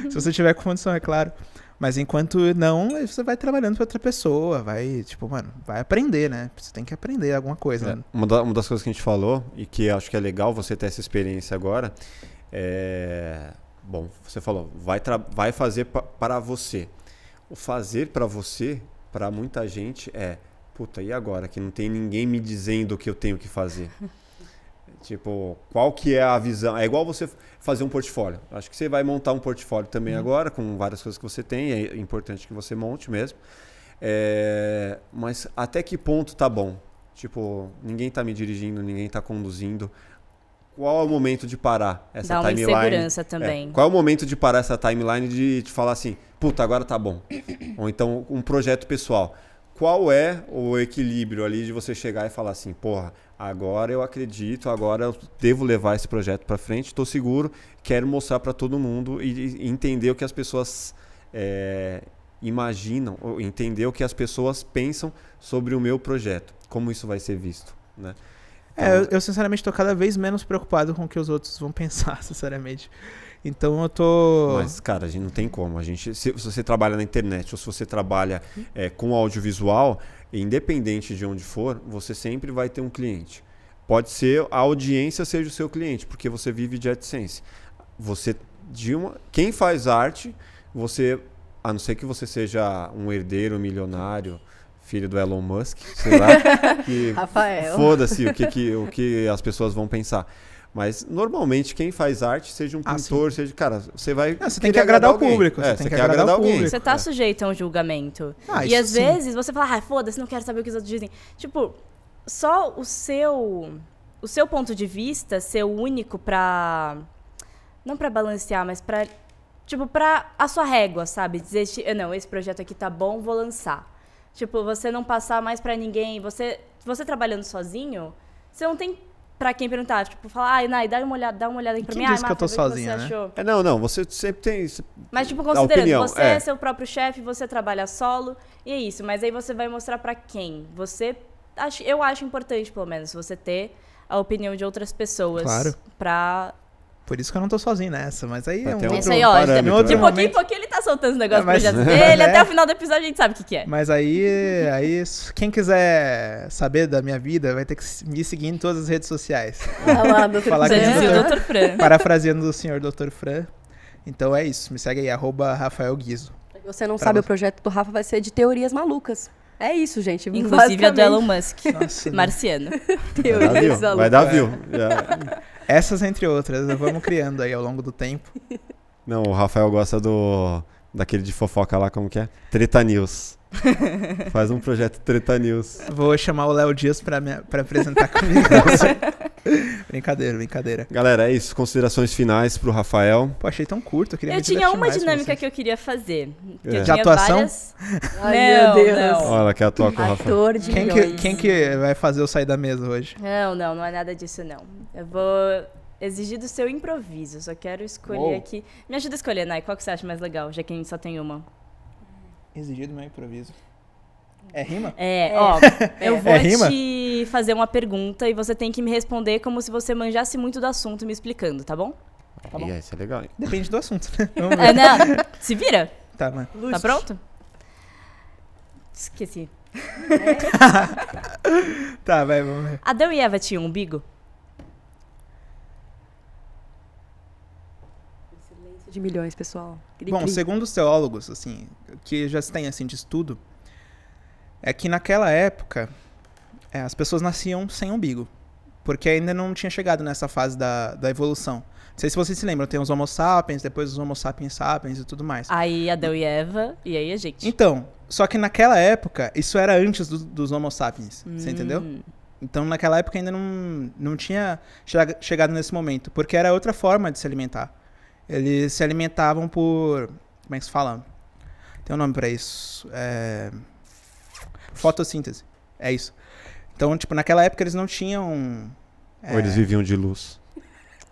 Se você tiver condição, é claro. Mas enquanto não, você vai trabalhando pra outra pessoa, vai, tipo, mano, vai aprender, né? Você tem que aprender alguma coisa.
É,
né?
uma, da- uma das coisas que a gente falou, e que acho que é legal você ter essa experiência agora, é. Bom, você falou, vai, tra- vai fazer pa- para você. O fazer para você, para muita gente, é. Puta, e agora? Que não tem ninguém me dizendo o que eu tenho que fazer. Tipo, qual que é a visão? É igual você fazer um portfólio. Acho que você vai montar um portfólio também agora, com várias coisas que você tem. É importante que você monte mesmo. É, mas até que ponto tá bom? Tipo, ninguém tá me dirigindo, ninguém tá conduzindo. Qual é o momento de parar essa
Dá uma
timeline?
insegurança
É,
também.
qual é o momento de parar essa timeline de te falar assim, puta, agora tá bom? (clears throat) Ou então um projeto pessoal. Qual é o equilíbrio ali de você chegar e falar assim, porra, agora eu acredito, agora eu devo levar esse projeto pra frente, tô seguro, quero mostrar pra todo mundo e, e entender o que as pessoas é, imaginam, ou entender o que as pessoas pensam sobre o meu projeto, como isso vai ser visto, né?
É, eu, eu, sinceramente tô cada vez menos preocupado com o que os outros vão (laughs) pensar, sinceramente. Então eu tô.
Mas, cara, a gente não tem como. A gente, se, se você trabalha na internet ou se você trabalha é, com audiovisual, independente de onde for, você sempre vai ter um cliente. Pode ser a audiência seja o seu cliente, porque você vive de AdSense. Você de uma, quem faz arte, você, a não ser que você seja um herdeiro milionário, filho do Elon Musk, sei lá, que
É,
Rafael.
Foda-se
(laughs)
o que, que- o que as pessoas vão pensar. Mas normalmente quem faz arte, seja um
Ah,
pintor, seja. Cara, você vai.
Ah, você tem
querer
que agradar o
alguém.
público,
É, você, quer agradar,
o
alguém.
público. É.
Você tá sujeito a um julgamento.
Ah,
e
isso
às
sim.
vezes você fala, ah, foda-se, não quero saber o que os outros dizem. Tipo, só o seu o seu ponto de vista ser o único pra. não pra balancear, mas pra tipo pra a sua régua, sabe? Dizer, "Ti- "Ah, não, esse projeto aqui tá bom, vou lançar. Tipo, você não passar mais pra ninguém, você você trabalhando sozinho, você não tem pra quem perguntar, tipo, falar, ai, Nai, dá uma olhada, dá uma olhada aqui pra
Quem
mim, ai,
disse que eu
Marta,
tô
vê o que você
sozinha, né?
achou.
É, não, não. Você sempre tem.
Mas, tipo,
Da
considerando,
opinião,
você
é.
é. seu próprio chefe, você trabalha solo, e é isso. Mas aí você vai mostrar pra quem? Você. acho- Eu acho importante, pelo menos, você ter a opinião de outras pessoas.
Claro.
Pra.
Por isso que eu não tô sozinho nessa, mas aí
Vai
é um
ter um
outro...
Isso aí, ó.
parâmetro,
de
né?
(laughs)
pouquinho em
momento.
pouquinho ele tá soltando os negócios
É, mas-
do projeto
(laughs)
dele.
É.
Até o final do episódio a gente sabe o que, que é.
Mas aí, aí, s- quem quiser saber da minha vida, vai ter que s- me seguir em todas as redes sociais.
Olha lá, doutor
Falar que
Você
nem
Fran.
o
dizia o
doutor-
Dr.
(laughs)
Fran.
Parafraseando o senhor Dr. Fran. Então é isso, me segue aí, arroba Rafael Guizo.
Você não
Pra
sabe, o
você.
projeto do Rafa vai ser de teorias malucas. É isso, gente.
Inclusive a é um do Elon Musk.
Nossa, né?
Marciano.
Vai dar view.
Teorias
Vai
malucas.
é.
dar view. Já-
Essas entre outras, vamos criando aí ao longo do tempo.
Não, o Rafael gosta do. Daquele de fofoca lá, como que é? Treta
(laughs)
News. Faz um projeto Treta News.
Vou chamar o Léo Dias pra, me- pra apresentar comigo. Brincadeira, brincadeira.
Galera, é isso. Considerações finais pro Rafael.
Pô, achei tão curto, eu queria
Eu tinha uma dinâmica que eu queria fazer. que eu
É.
tinha
De
atuação?
várias-
Ai, meu
Não,
Deus.
não.
Olha, ela quer atuar com o Rafael.
Ator de
Quem que,
milhões.
quem que vai fazer eu sair da mesa hoje?
Não, não, não é nada disso, não. Eu vou exigir do seu improviso, só quero escolher
Uou.
aqui. Me ajuda a escolher, Nai, qual que você acha mais legal, já que a gente só tem uma.
Exigido meu improviso. É rima?
É, ó, eu vou
É rima?
te fazer uma pergunta e você tem que me responder como se você manjasse muito do assunto me explicando, tá bom?
Tá bom.
E aí, isso é legal, hein?
Depende do assunto, né? Vamos ver.
É, né? Se vira,
Tá, mano.
tá pronto? Esqueci.
Tá, vai, vamos ver.
Adão e Eva tinham umbigo?
De milhões, pessoal. Cri,
Bom,
cri.
segundo os teólogos, assim, que já se tem assim de estudo, é que naquela época é, as pessoas nasciam sem umbigo, porque ainda não tinha chegado nessa fase da, da evolução. Não sei se vocês se lembram, tem os Homo sapiens, depois os Homo sapiens sapiens e tudo mais.
Aí Adão e Eva, e aí a gente.
Então, só que naquela época, isso era antes do- dos Homo sapiens, você entendeu?
Hum,
Então, naquela época ainda não, não tinha chega- chegado nesse momento, porque era outra forma de se alimentar. Eles se alimentavam por. Como é que se fala? Tem um nome pra isso. É... Fotossíntese. É isso. Então, tipo, naquela época eles não tinham.
Ou eles viviam de luz?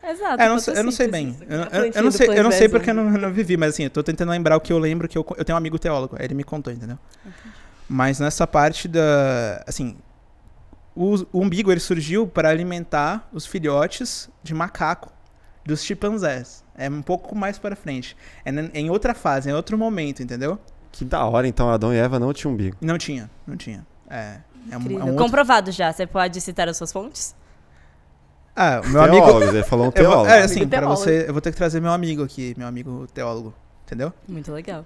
Exato.
É, eu, não sei, eu não sei bem.
fotossíntese.
Eu, eu-
A plantinha
eu não
do
sei, eu não
Plant-Based,
sei porque eu não, não vivi, mas assim, eu tô tentando lembrar o que eu lembro, que eu, co- eu tenho um amigo teólogo, aí ele me contou, entendeu? Mas nessa parte da. Assim, o, o umbigo ele surgiu para alimentar os filhotes de macaco dos chimpanzés. É um pouco mais para frente. É n- em outra fase, é outro momento, entendeu?
Que da hora, então Adão e Eva não tinham umbigo.
E não tinha, não tinha. É. É um, é
Incrível.
um outro...
Comprovado já, você pode citar as suas fontes?
Ah, o meu amigo.
Teólogos, ele (laughs) falou um
Eu vou,
teólogo.
é, assim,
Amigo
pra
teólogo.
você, eu vou ter que trazer meu amigo aqui, meu amigo teólogo, entendeu?
Muito legal.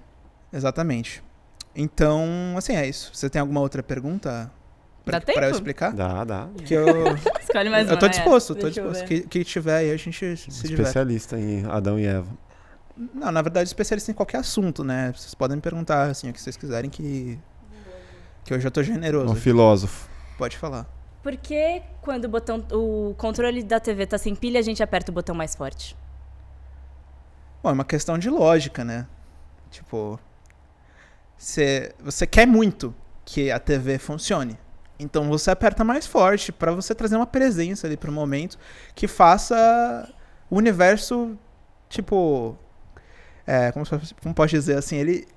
Exatamente. Então, assim, é isso. Você tem alguma outra pergunta pra,
Dá tempo?
pra eu explicar?
Dá, dá.
Que eu,
Escolhe (laughs) mais
eu
uma, é.
tô
Nayara.
disposto, tô
Deixa eu
disposto.
ver.
Que, que tiver aí, a gente se diverte.
Um Especialista em Adão e Eva.
Não, na verdade, especialista em qualquer assunto, né? Vocês podem me perguntar, assim, o que vocês quiserem que... Que hoje eu tô generoso.
Um filósofo.
Pode falar.
Por que quando o, botão, o controle da TV tá sem pilha, a gente aperta o botão mais forte?
Bom, é uma questão de lógica, né? Tipo, você, você quer muito que a TV funcione. Então você aperta mais forte pra você trazer uma presença ali pro momento que faça o universo, tipo. É, como, se- como pode dizer assim? Ele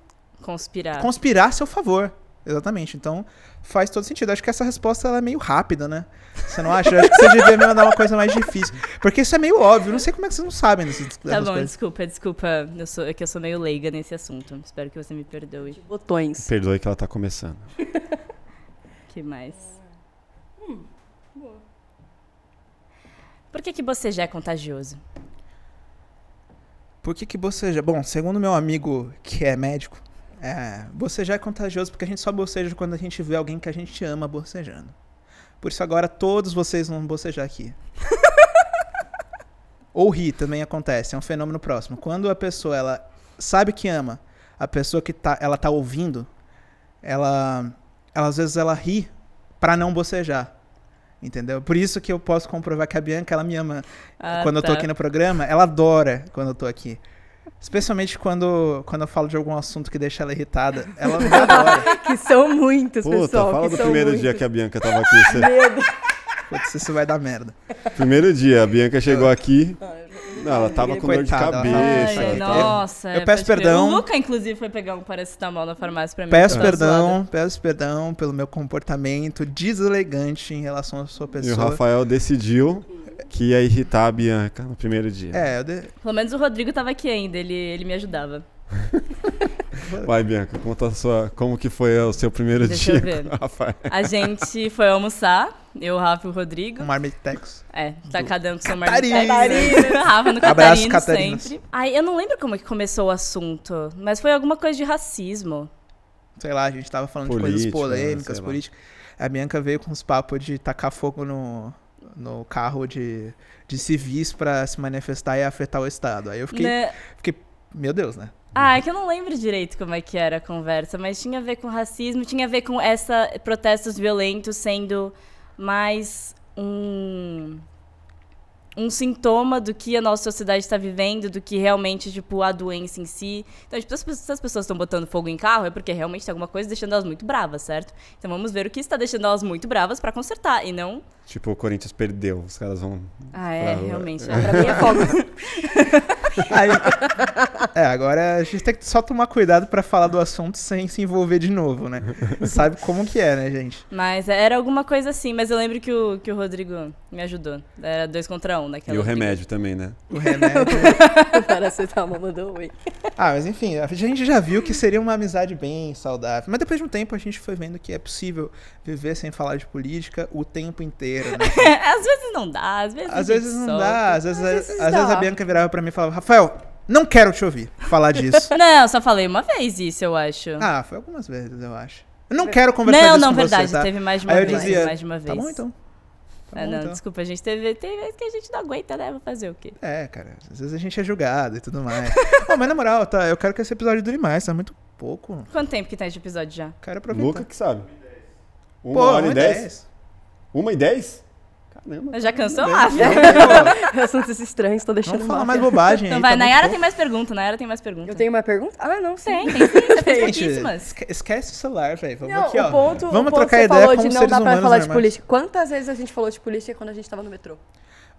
Conspirar.
conspirar a seu favor. Exatamente. Então faz todo sentido. Acho que essa resposta ela é meio rápida, né? Você não acha? Eu Acho que você devia me mandar uma coisa mais difícil. Porque isso é meio óbvio. Não sei como é que vocês não sabem dessas,
Tá
dessas
bom,
coisas.
desculpa, desculpa. Eu sou, é que eu sou meio leiga nesse assunto. Espero que você me perdoe.
Botões.
Perdoe que ela tá começando.
que mais? Por que, que você já é contagioso?
Por que, que boceja? Bom, segundo meu amigo que é médico, é, bocejar é contagioso porque a gente só boceja quando a gente vê alguém que a gente ama bocejando. Por isso agora todos vocês vão bocejar aqui. Ou rir também acontece, é um fenômeno próximo. Quando a pessoa ela sabe que ama, a pessoa que tá, ela tá ouvindo, ela, ela às vezes ela ri pra não bocejar. Entendeu? Por isso que eu posso comprovar que a Bianca ela me ama
Ah,
É quando eu tô
tá.
aqui no programa, ela adora quando eu tô aqui. Especialmente quando, quando eu falo de algum assunto que deixa ela irritada. Ela me adora.
(laughs)
Que são muitos,
Puta,
pessoal.
fala
que
do
são
primeiro
muitos.
dia que a Bianca tava aqui. Você-
(laughs)
Putz, isso vai dar merda.
Tá
Primeiro dia, a Bianca chegou aqui. Não, ela tava com dor de
Coitada, ela-
cabeça. tá?
Ai,
ela tava-
nossa.
né? eu
é,
peço
pode crer.
perdão.
O Luca, inclusive, foi pegar um paracetamol na farmácia pra mim.
Peço
tá
perdão,
zoada.
peço perdão pelo meu comportamento deselegante em relação à sua
E o
pessoa.
Rafael decidiu que ia irritar a Bianca no primeiro dia.
É, eu de...
Pelo menos o Rodrigo tava aqui ainda, ele, ele me ajudava.
Vai, Bianca, conta a sua, como que foi o seu primeiro dia
Deixa eu ver.
com o Rafael.
A gente (laughs) foi almoçar, eu, o Rafa e o Rodrigo.
um marmitex.
É, tá cada um com seu
Catarina.
marmitex. Catarina. Rafa no
Abraço,
Catarino
Catarinas.
sempre. Aí, eu não lembro como é que começou o assunto, mas foi alguma coisa de racismo.
Sei lá, a gente tava falando de coisas
Política,
polêmicas,
né? sei lá.
políticas. A Bianca veio com uns papos de tacar fogo no, no carro de, de civis pra se manifestar e afetar o Estado. Aí eu fiquei,
Né?
fiquei meu Deus, né?
Ah, é que eu não lembro direito como é que era a conversa, mas tinha a ver com racismo, tinha a ver com essa protestos violentos sendo mais um um sintoma do que a nossa sociedade está vivendo, do que realmente, tipo, a doença em si. Então, tipo, se as- se as pessoas estão botando fogo em carro, é porque realmente tem alguma coisa deixando elas muito bravas, certo? Então vamos ver o que está deixando elas muito bravas para consertar e não.
Tipo, o Corinthians perdeu, os caras vão.
Ah, é,
Pra- (laughs)
realmente.
Ah, pra mim é
(laughs)
fogo. (laughs)
Aí- é, agora a gente tem que só tomar cuidado pra falar do assunto sem se envolver de novo, né? Sabe como que é, né, gente?
Mas era alguma coisa assim, mas eu lembro que o, que o Rodrigo me ajudou. Era dois contra um naquela.
E o remédio também, né?
(laughs)
O remédio.
Paracetamol mandou
(laughs)
oi.
Ah, mas enfim, a gente já viu que seria uma amizade bem saudável. Mas depois de um tempo a gente foi vendo que é possível viver sem falar de política o tempo inteiro,
(laughs)
né?
às vezes não dá, às vezes.
Às
a gente
vezes não
solta.
dá, às vezes, é,
Às vezes
às vezes a
dá.
Bianca virava pra mim e falava, Rafael, não quero te ouvir
(laughs)
falar disso.
Não, só falei uma vez isso, eu acho.
ah, foi algumas vezes, eu acho. Eu não quero conversar
não,
disso
não,
com
verdade.
você, tá?
Teve mais de uma
Aí eu
vez.
dizia,
mais de uma
Tá
vez.
bom então. Tá
ah,
bom,
não,
então.
desculpa, a gente teve. Tem vezes que a gente não aguenta, né? Vou fazer o quê?
É, cara, às vezes a gente é julgado e tudo mais. (laughs) Pô, mas na moral, tá, eu quero que esse episódio dure mais, tá muito pouco.
Quanto tempo que tá de episódio já?
Quero aproveitar.
Luca que sabe. Uma
Pô,
hora
uma
e dez?
dez.
Uma e dez? Caramba.
Já cansou,
bem.
Rafa?
(laughs) Assuntos estranhos, tô deixando
Vamos falar
mal.
mais bobagem
Então
aí,
vai,
tá muito
Nayara
pouco.
tem mais pergunta, Nayara tem mais pergunta.
Eu tenho uma pergunta? Ah, não, sim.
(laughs)
Tem, tem sim, você fez
Gente,
pouquíssimas.
esque- esquece o celular, velho. Vamos
Não,
aqui, ó.
o ponto, o
Vamos
ponto
trocar
que você
ideia
falou
como
de não
seres
dá pra
humanos
falar de
normais.
política. Quantas vezes a gente falou de política quando a gente tava no metrô?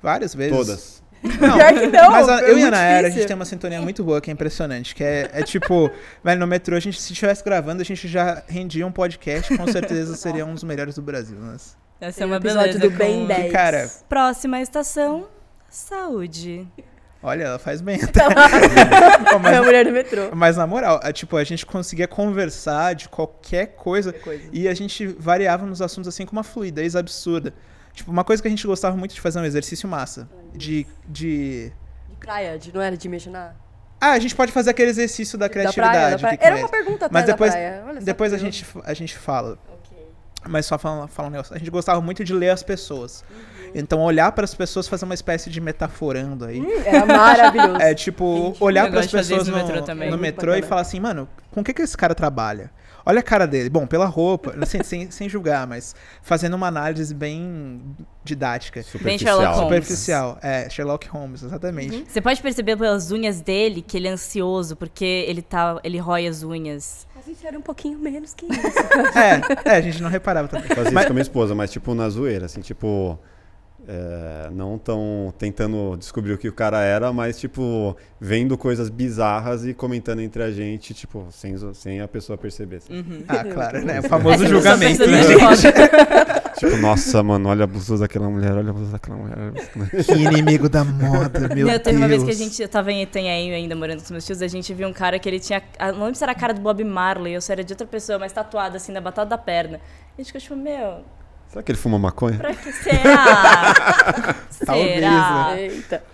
Várias vezes.
Todas.
Não,
Pior que não,
Mas a-
é
eu e a
muito
Nayara, a
difícil.
gente tem uma sintonia muito boa que é impressionante. Que é, é tipo, (laughs) velho, no metrô, a gente, se estivesse gravando, a gente já rendia um podcast,
(laughs)
com certeza seria um dos melhores do Brasil. Mas...
Essa é
Tem um
uma
episódio
beleza.
do Ben
com-
10. (laughs)
Cara,
Próxima estação, saúde.
Olha, ela faz bem. Tá? (laughs) Pô,
É a
mas,
mulher do metrô.
mas na moral, é, tipo, a gente conseguia conversar de qualquer coisa
Coisa.
e a gente variava nos assuntos assim com uma fluidez absurda. Tipo, uma coisa que a gente gostava muito de fazer é um exercício massa. De. de...
De praia, de, não era de imaginar?
Ah, a gente pode fazer aquele exercício da
Da
criatividade.
praia, da
que
praia.
que
Era
é
uma
esse?
pergunta até
Mas depois-
da praia. Olha só
Depois
que
a
curioso.
gente, a gente fala.
Ok.
Mas só fala, fala um negócio. A gente gostava muito de ler as pessoas.
Uhum.
Então, olhar para as pessoas fazer uma espécie de metaforando aí.
(laughs) Era maravilhoso.
É tipo, olhar
eu
para as
gosto de fazer
pessoas
isso
no,
no metrô também.
no
Muito
metrô e
bacana.
falar assim, mano, com o que, que esse cara trabalha? Olha a cara dele. Bom, pela roupa, (laughs) sem, sem, sem julgar, mas fazendo uma análise bem didática.
Bem Sherlock Holmes.
Superficial. É, Sherlock Holmes, exatamente.
Você pode perceber pelas unhas dele que ele é ansioso, porque ele tá. ele rói as unhas.
A gente era um pouquinho menos que isso.
Uhum.
É, é, a gente não reparava também.
Eu Fazia isso com a minha esposa, mas tipo na zoeira, assim, tipo. é, não tão tentando descobrir o que o cara era, mas tipo, vendo coisas bizarras e comentando entre a gente, tipo, sem, zo- sem a pessoa perceber. assim.
Ah, claro, né? O famoso
Uhum. Essa é
julgamento,
pessoa
né,
percebeu
gente?
que rola.
Tipo, nossa, mano, olha a blusa daquela mulher, olha a blusa daquela mulher. olha a blusa daquela mulher."
Que inimigo
(laughs)
da moda,
eu
meu Deus.
teve uma vez que a gente eu tava em Itanhaém ainda morando com os meus tios, a gente viu um cara que ele tinha. ah, Não lembro se era a cara do Bob Marley ou se era de outra pessoa, mas tatuada assim na batata da perna. A gente ficou tipo, meu,
Será que ele fuma maconha?
pra que será?
(laughs) Talvez,
Ah.
né?
será?
Eita.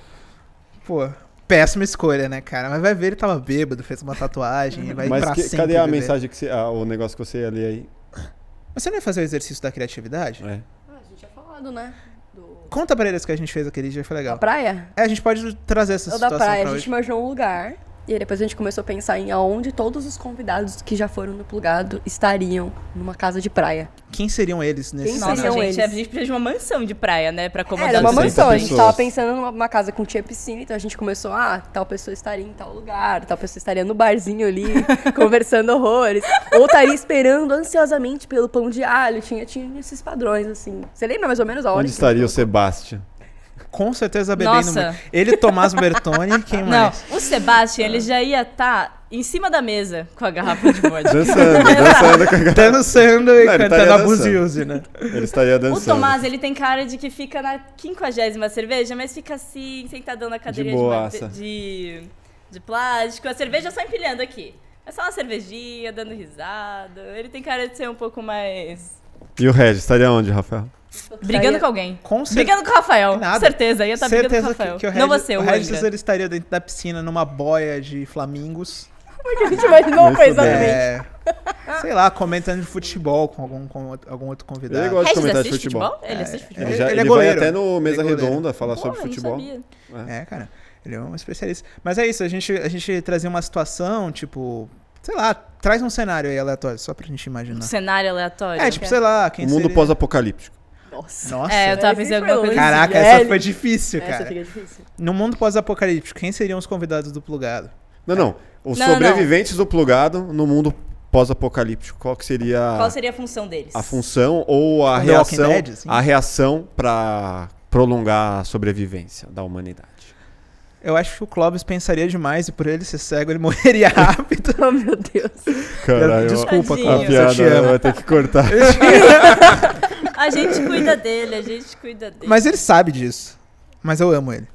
Pô, péssima escolha, né, cara? Mas vai ver, ele tava bêbado, fez uma tatuagem, vai
mas
pra
que-
sempre
cadê a
viver.
mensagem que você. ah, o negócio que você ia ler aí?
Mas Você não ia fazer o exercício da criatividade?
É.
Ah, a gente tinha falado, né? Do...
Conta pra eles que a gente fez aquele dia, foi
Da
legal.
praia?
É, a gente pode trazer essa
Eu
situação
da praia,
pra
a gente
hoje.
imaginou um lugar. E aí depois a gente começou a pensar em aonde todos os convidados que já foram no plugado estariam numa casa de praia.
Quem seriam eles nesse
Quem
Nossa,
cenário?
seriam
gente,
eles?
a gente precisa de uma mansão de praia, né? Pra acomodar
Era uma
os
Sessenta
mansão, a gente
pessoas.
tava pensando numa numa casa com tinha piscina, então a gente começou, ah, tal pessoa estaria em tal lugar, tal pessoa estaria no
(laughs)
barzinho ali, conversando horrores, ou estaria esperando ansiosamente pelo pão de alho, tinha, tinha esses padrões, assim. Você lembra mais ou menos a hora?
Onde estaria o Sebastian?
Com certeza bebendo
Nossa.
muito. Ele, Tomás Bertoni, quem
Não,
mais?
o Sebastian, ele já ia estar em cima da mesa com a garrafa de
(laughs)
vodka. (laughs)
Dançando, dançando com a galera.
Tá Dançando
Não,
e
ele tá
cantando
estaria
Abuse né?
Ele estaria
O
dançando.
Tomás, ele tem cara de que fica na quinquagésima cerveja, mas fica assim, sentadão na cadeira de,
boaça.
mate- de, de plástico. A cerveja só empilhando aqui. É só uma cervejinha, dando risada. Ele tem cara de ser um pouco mais...
E o Regis estaria onde, Rafael?
Brigando com alguém.
Com cer-
Brigando com o Rafael.
Nada.
Com certeza, ia
tá
estar brigando com o
certeza
Rafael.
que, que o
Não
Regis-
você,
o
o
Regis
Angra.
ele estaria dentro da piscina numa boia de flamingos.
Porque a
(laughs)
gente imaginou,
Muito
foi
bem.
exatamente.
É, sei lá, comentando de futebol com algum, com algum outro convidado.
Ele gosta de
Regis
comentar de
assiste
futebol.
futebol? Ele assiste futebol?
Ele,
É,
já,
ele
ele,
é
vai
goleiro.
até no Mesa
Ele é goleiro.
Redonda falar
Pô,
sobre
eu não
futebol.
sabia.
É, cara. Ele é um especialista. Mas é isso, a gente, a gente trazia uma situação, tipo. Sei lá, traz um cenário aí aleatório, só pra gente
Um
imaginar.
cenário aleatório. né?
É, tipo, sei lá, quem
O mundo
seria-
pós-apocalíptico.
Nossa.
Nossa.
É, eu tava
Esse
pensando
foi
alguma coisa.
Caraca,
velho.
essa foi difícil,
Essa
cara.
fica difícil. (laughs)
No mundo pós-apocalíptico, quem seriam os convidados do plugado?
Não, não. Os
Ah. Não, não,
sobreviventes do plugado no mundo pós-apocalíptico, qual que seria,
Qual seria a função deles?
a função ou a
Um The Walking
reação,
Dead, assim?
a reação para prolongar a sobrevivência da humanidade?
Eu acho que o Clóvis pensaria demais e por ele ser cego, ele (laughs) morreria rápido.
Oh, meu Deus.
Caralho,
Desculpa,
Tadinho.
a
Clóvis, eu
piada
te amo.
vai ter que
(laughs)
cortar.
A gente cuida dele, a gente cuida
né?
dele.
Mas ele sabe disso. Mas eu amo ele.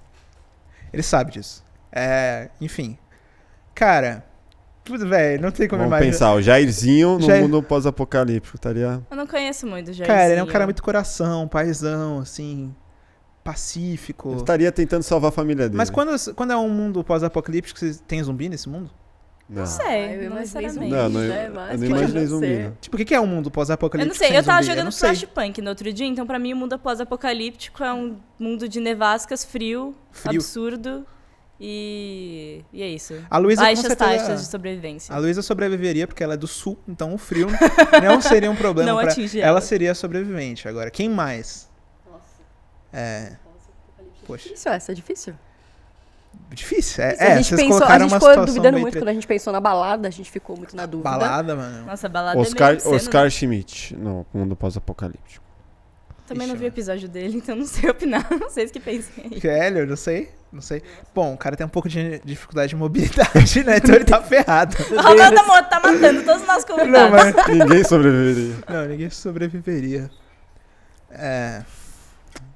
Ele sabe disso. É, enfim. Cara, tudo, velho, não tem como
Vamos
imaginar.
pensar, o Jairzinho no
Jair-
mundo pós-apocalíptico, estaria...
Eu não conheço muito, Jairzinho.
Cara, ele é um cara muito coração, paizão, assim, pacífico.
ele tá estaria tentando salvar a família dele.
Mas quando, quando é um mundo pós-apocalíptico, vocês- tem zumbi nesse mundo?
Não,
Não sei,
Ah, eu
não
imaginei
necessariamente.
zumbi.
não, não,
né?
eu
Mas
não
pode
imaginei
não
zumbi, né?
ser.
não.
Tipo, o que que é um mundo
Eu não
pós-apocalíptico?
sei,
sem
eu tava
zumbi?
jogando
não sei.
Flashpunk no outro dia, então pra mim o mundo pós-apocalíptico é um mundo de nevascas, frio,
Frio.
absurdo e... e é isso.
A Luísa com
Baixas
certeza- é.
taxas de sobrevivência.
A Luísa sobreviveria porque ela é do sul, então o frio (laughs) não seria um problema.
Não
pra-
atinge
ela.
ela.
seria a sobrevivente. Agora, quem mais?
É
É. Poxa,
Difícil essa, difícil?
difícil. É,
Se a
é,
gente
vocês
pensou, a
colocaram
gente
uma
ficou
situação
duvidando
meio
muito
tre-
quando a gente pensou na balada, a gente ficou muito na dúvida.
balada, mano.
Nossa, a balada é
Oscar,
meio obscena,
Oscar Schmidt no mundo pós-apocalíptico.
né? Também não
Ixi,
vi o
mano.
episódio dele, então não sei (laughs) opinar. Vocês que pensem aí.
(laughs) Velho, eu não sei, não sei. Bom, o cara tem um pouco de dificuldade de mobilidade, (laughs) né? Então ele tá
(laughs)
ferrado.
O Ronaldo Moto tá matando todos os nossos convidados.
Não, mas
Ninguém sobreviveria.
Não, ninguém sobreviveria. É.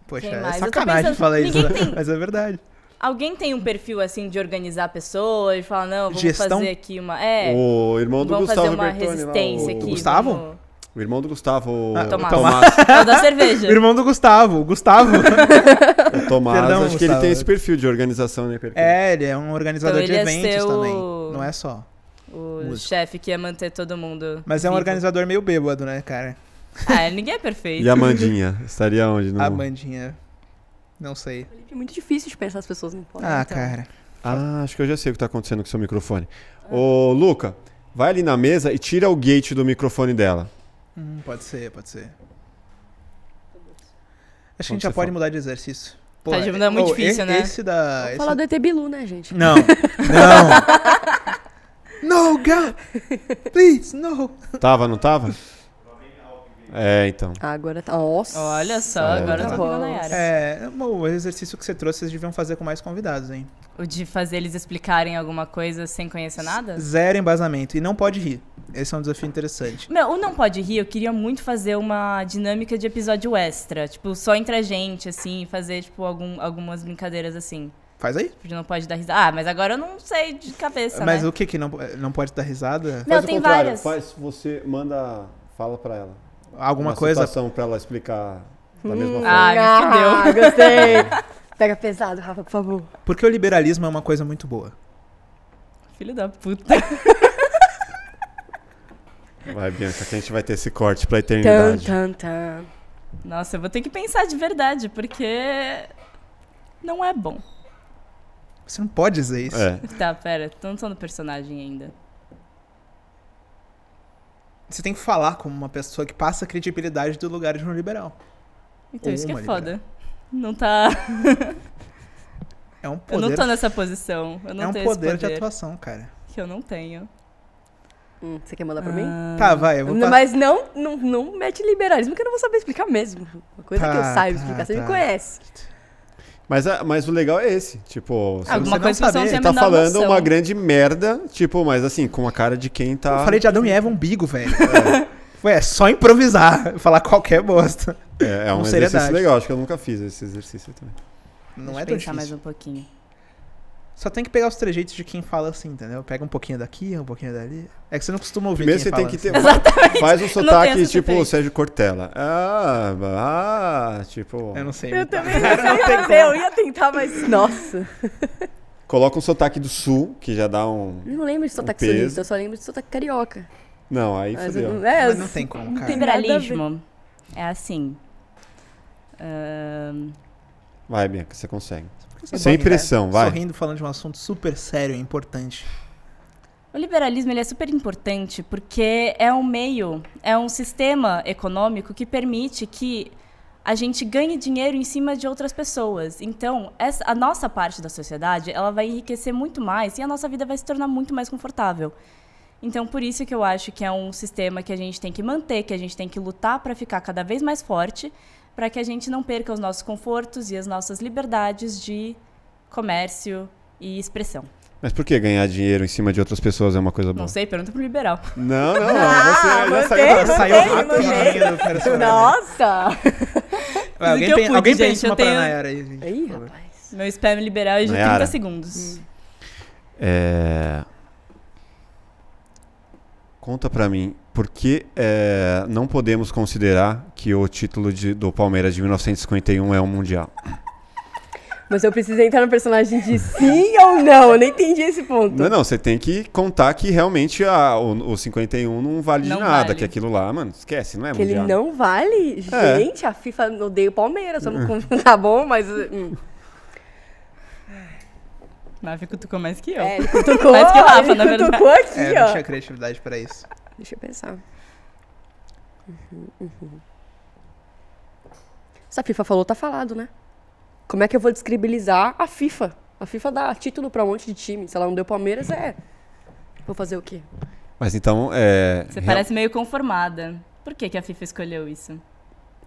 Poxa,
Quem
é
mais? Eu tô
sacanagem
pensando-
falar isso,
ninguém
né?
tem-
mas
(laughs)
é verdade.
Alguém tem um perfil assim de organizar pessoas, de falar, não, vamos
Gestão?
fazer aqui uma. (laughs) É,
O irmão do
vamos
Gustavo
fazer uma
Bertoni lá,
resistência
o...
aqui.
Gustavo?
vamos-
O irmão do Gustavo, o
Ah,
Tomás.
Tomás.
É o da
O
cerveja.
irmão do Gustavo,
(laughs)
o Gustavo.
O Tomás,
Perdão,
acho que ele
Gustavo.
tem esse perfil de organização, né? Percurso.
é, ele é um organizador
Então ele
de
ia ser
eventos
o-
também. Não é só.
O
Músico.
chefe que ia manter todo mundo.
Mas é um
vivo.
organizador meio bêbado, né, cara?
Ah, ninguém é
E
perfeito.
a Mandinha? Estaria onde? No...
A bandinha. Não sei.
É muito difícil de pensar as pessoas não podem.
Ah,
então.
cara.
Ah, acho que eu já sei o que tá acontecendo com o seu microfone. Ô, Luca, vai ali na mesa e tira o gate do microfone dela.
Hum, pode ser, pode ser. Acho que
Quando
a gente já
você
pode
fala.
mudar de exercício.
Tá, tipo, não é muito
oh,
difícil,
e-
né?
Esse da.
Vamos
esse-
falar do ET Bilu, né, gente?
(laughs) Não.
(laughs)
Não. no, God. Please, no.
Tava, não tava? É, então.
Ah, agora tá. Nossa.
Olha só,
É,
agora eu
tá
tô
bom.
com a Nayara.
É, bom, o exercício que você trouxe, vocês deviam fazer com mais convidados, hein?
O de fazer eles explicarem alguma coisa sem conhecer nada?
Zero embasamento. E não pode rir. Esse é um desafio interessante.
Meu, o Não Pode Rir, eu queria muito fazer uma dinâmica de episódio extra. Tipo, só entre a gente, assim, fazer, tipo, algum, algumas brincadeiras assim.
Faz aí.
Porque não pode dar risada. Ah, mas agora eu não sei de cabeça,
Mas
né?
o que que não, não pode dar risada?
Não, tem várias.
Faz, você manda, fala pra ela.
Alguma coisa.
situação pra ela explicar da mesma forma.
Ah, me fudeu.
(laughs) gostei. Pega pesado, Rafa, por favor.
Porque o liberalismo é uma coisa muito boa.
Filho da puta.
Vai, Bianca, que a gente vai ter esse corte pra
Tan,
eternidade.
tan, tan.
Nossa, eu vou ter que pensar de verdade, porque. Não é bom.
Você não pode dizer isso.
É.
Tá, pera, tô- não tô no personagem ainda.
Você tem que falar como uma pessoa que passa a credibilidade do lugar de um liberal.
Então isso que é
Uma
foda. Não tá.
É um
Eu
poder.
não tô nessa posição. Eu não
é um
tenho
poder,
esse
de
poder
atuação, cara.
que eu não tenho.
Hum, você quer mandar pra mim?
Ah,
Tá, vai, eu vou
Não,
pa-
Mas não, não, não mete liberalismo, que eu não vou saber explicar mesmo. Uma coisa que eu
Tá,
saiba
tá,
explicar, você
tá.
me conhece.
Mas, a- mas o legal é esse. Tipo, você
Alguma
não
coisa que
saber,
não tem a
Você tá
menor
falando
noção.
uma grande merda, tipo, mas assim, com a cara de quem tá.
Eu falei de Adão e Eva um
(laughs)
umbigo, velho. Foi, é só improvisar, (laughs) falar qualquer bosta.
É, é um
com
exercício
seriedade.
legal, acho que eu nunca fiz esse exercício também.
Não
Deixa
é
eu
tão
pensar
difícil.
mais um pouquinho.
Só tem que pegar os trejeitos de quem fala assim, entendeu? Pega um pouquinho daqui, um pouquinho dali. É que você não costuma ouvir
Primeiro
quem
você tem
fala
que
assim.
ter.
(laughs)
Fa- Faz um
Eu não tenho
sotaque
essa
tipo
referência.
Sérgio Cortella. Ah, ah, tipo. (laughs)
assim. É, Eu
Eu
tá. não sei. imitar.
também não sei fazer, eu ia tentar, mas. Nossa.
Coloca um sotaque do sul, que já dá um.
Eu não lembro de sotaque
peso.
sulista, eu só lembro de sotaque carioca.
Não, aí
Mas,
fodeu.
eu- é,
Mas não
(laughs)
tem como, cara.
tem nada a ver.
Liberalismo é assim. ahn,
Vai, Bianca, você consegue.
Você
Sem
pode,
pressão,
né?
vai.
Sorrindo, falando de um assunto super sério e importante.
O liberalismo ele é super importante porque é um meio, é um sistema econômico que permite que a gente ganha dinheiro em cima de outras pessoas. Então, essa, a nossa parte da sociedade, ela vai enriquecer muito mais e a nossa vida vai se tornar muito mais confortável. Então, por isso que eu acho que é um sistema que a gente tem que manter, que a gente tem que lutar para ficar cada vez mais forte, para que a gente não perca os nossos confortos e as nossas liberdades de comércio e expressão.
Mas por que ganhar dinheiro em cima de outras pessoas é uma coisa boa?
Não sei, pergunta pro liberal.
Não, não, não. Você já saiu da-
mantém, mantém.
Saiu
Ei,
rapidinho do personagem.
Nossa!
Vai, alguém
que eu
pen-
pude,
alguém
gente,
pensa uma
eu tenho-
pra Nayara aí, gente.
Ih,
por favor.
rapaz.
Meu spam liberal é de
Nayara.
30 segundos.
Hum.
É, Conta pra mim, por que é, não podemos considerar que o título de- do Palmeiras de 1951 é um mundial?
Mas eu precisei entrar no personagem de sim ou não. Eu não entendi esse ponto.
Não, não, você tem que contar que realmente a- o, o 51 não vale
Não
de nada,
vale.
que aquilo lá, mano, esquece, não é
Que ele
mundial.
não vale?
É.
Gente, a FIFA odeia o Palmeiras. Vamos com- (laughs) tá bom, mas. hum.
Mavi cutucou mais que eu.
(laughs)
É, ele cutucou.
Mas que Rafa,
ele
na verdade.
cutucou aqui,
É, não
ó.
tinha criatividade pra isso.
Deixa eu pensar. Uhum, uhum. Se a FIFA falou, tá falado, né? Como é que eu vou descredibilizar a FIFA? A FIFA dá título pra um monte de time. Se ela não deu Palmeiras, é. Vou fazer o quê?
Mas então, é,
Você
real-
parece meio conformada. Por que, que a FIFA escolheu isso?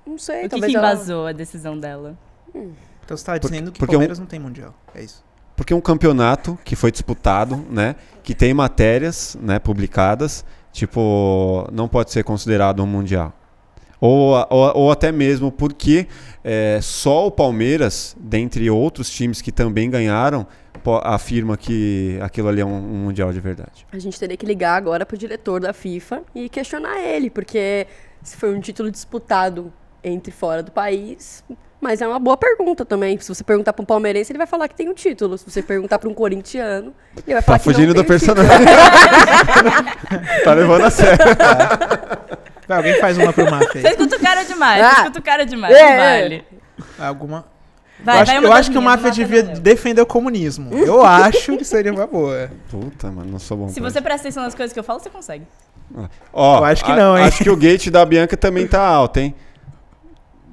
Não sei,
o que,
talvez
que
Então, ela-
embasou a decisão dela?
Então você tava
Porque-
dizendo que
porque
Palmeiras não tem mundial. É isso.
Porque um campeonato que foi disputado, né, que tem matérias, né, publicadas, tipo, não pode ser considerado um mundial. Ou, a- ou, ou até mesmo porque é, só o Palmeiras, dentre outros times que também ganharam, po- afirma que aquilo ali é um, um mundial de verdade.
A gente teria que ligar agora pro diretor da FIFA e questionar ele, porque se foi um título disputado entre e fora do país. Mas é uma boa pergunta também. Se você perguntar pra um palmeirense, ele vai falar que tem um título. Se você perguntar pra um corintiano, ele vai falar
Tá
que não
fugindo
tem
do
o título. (laughs)
personagem. tá levando a sério.
Vai, alguém faz uma pro Mafia
(laughs) Vocês
aí.
cutucaram demais,
Ah.
vocês cutucaram demais,
É,
não
é.
vale.
Alguma...
Vai,
eu acho,
vai
eu
uma das
acho que o
minhas,
Mafia
mata
devia
não leu.
defender o
(laughs)
comunismo. Eu acho que seria uma boa.
Puta, mano, não sou bom.
Se
pra
você presta atenção nas coisas que eu falo, você consegue.
Ó,
Eu acho que
a-
não, hein?
Acho que o gate da Bianca também tá alto, hein?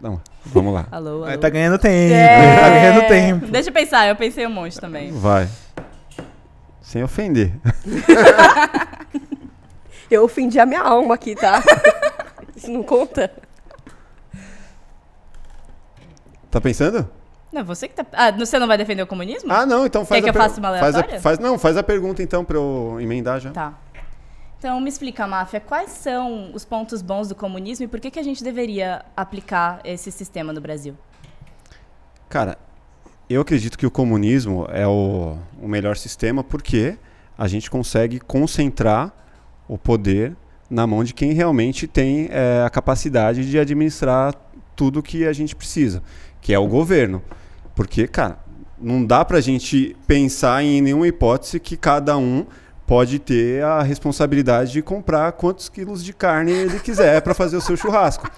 Não, vamos lá.
Alô, alô.
Mas tá ganhando tempo.
É.
(laughs) Tá ganhando tempo.
Deixa eu pensar, eu pensei um monte também.
Vai. Sem ofender. (laughs)
Eu ofendi a minha alma
(laughs)
aqui, tá? Isso não conta?
Tá pensando?
Não, você que tá. Ah, você não vai defender o comunismo?
Ah, não, então faz
Hum. Quer que
a
eu faça uma
faz a-
aleatória?
faz- não, faz a pergunta então pra eu emendar já.
Tá. Então, me explica, Máfia, quais são os pontos bons do comunismo e por que, que a gente deveria aplicar esse sistema no Brasil?
Cara, eu acredito que o comunismo é o, o melhor sistema porque a gente consegue concentrar o poder na mão de quem realmente tem eh, a capacidade de administrar tudo que a gente precisa, que é o governo. Porque, cara, não dá pra gente pensar em nenhuma hipótese que cada um pode ter a responsabilidade de comprar quantos quilos de carne ele quiser para fazer o seu churrasco.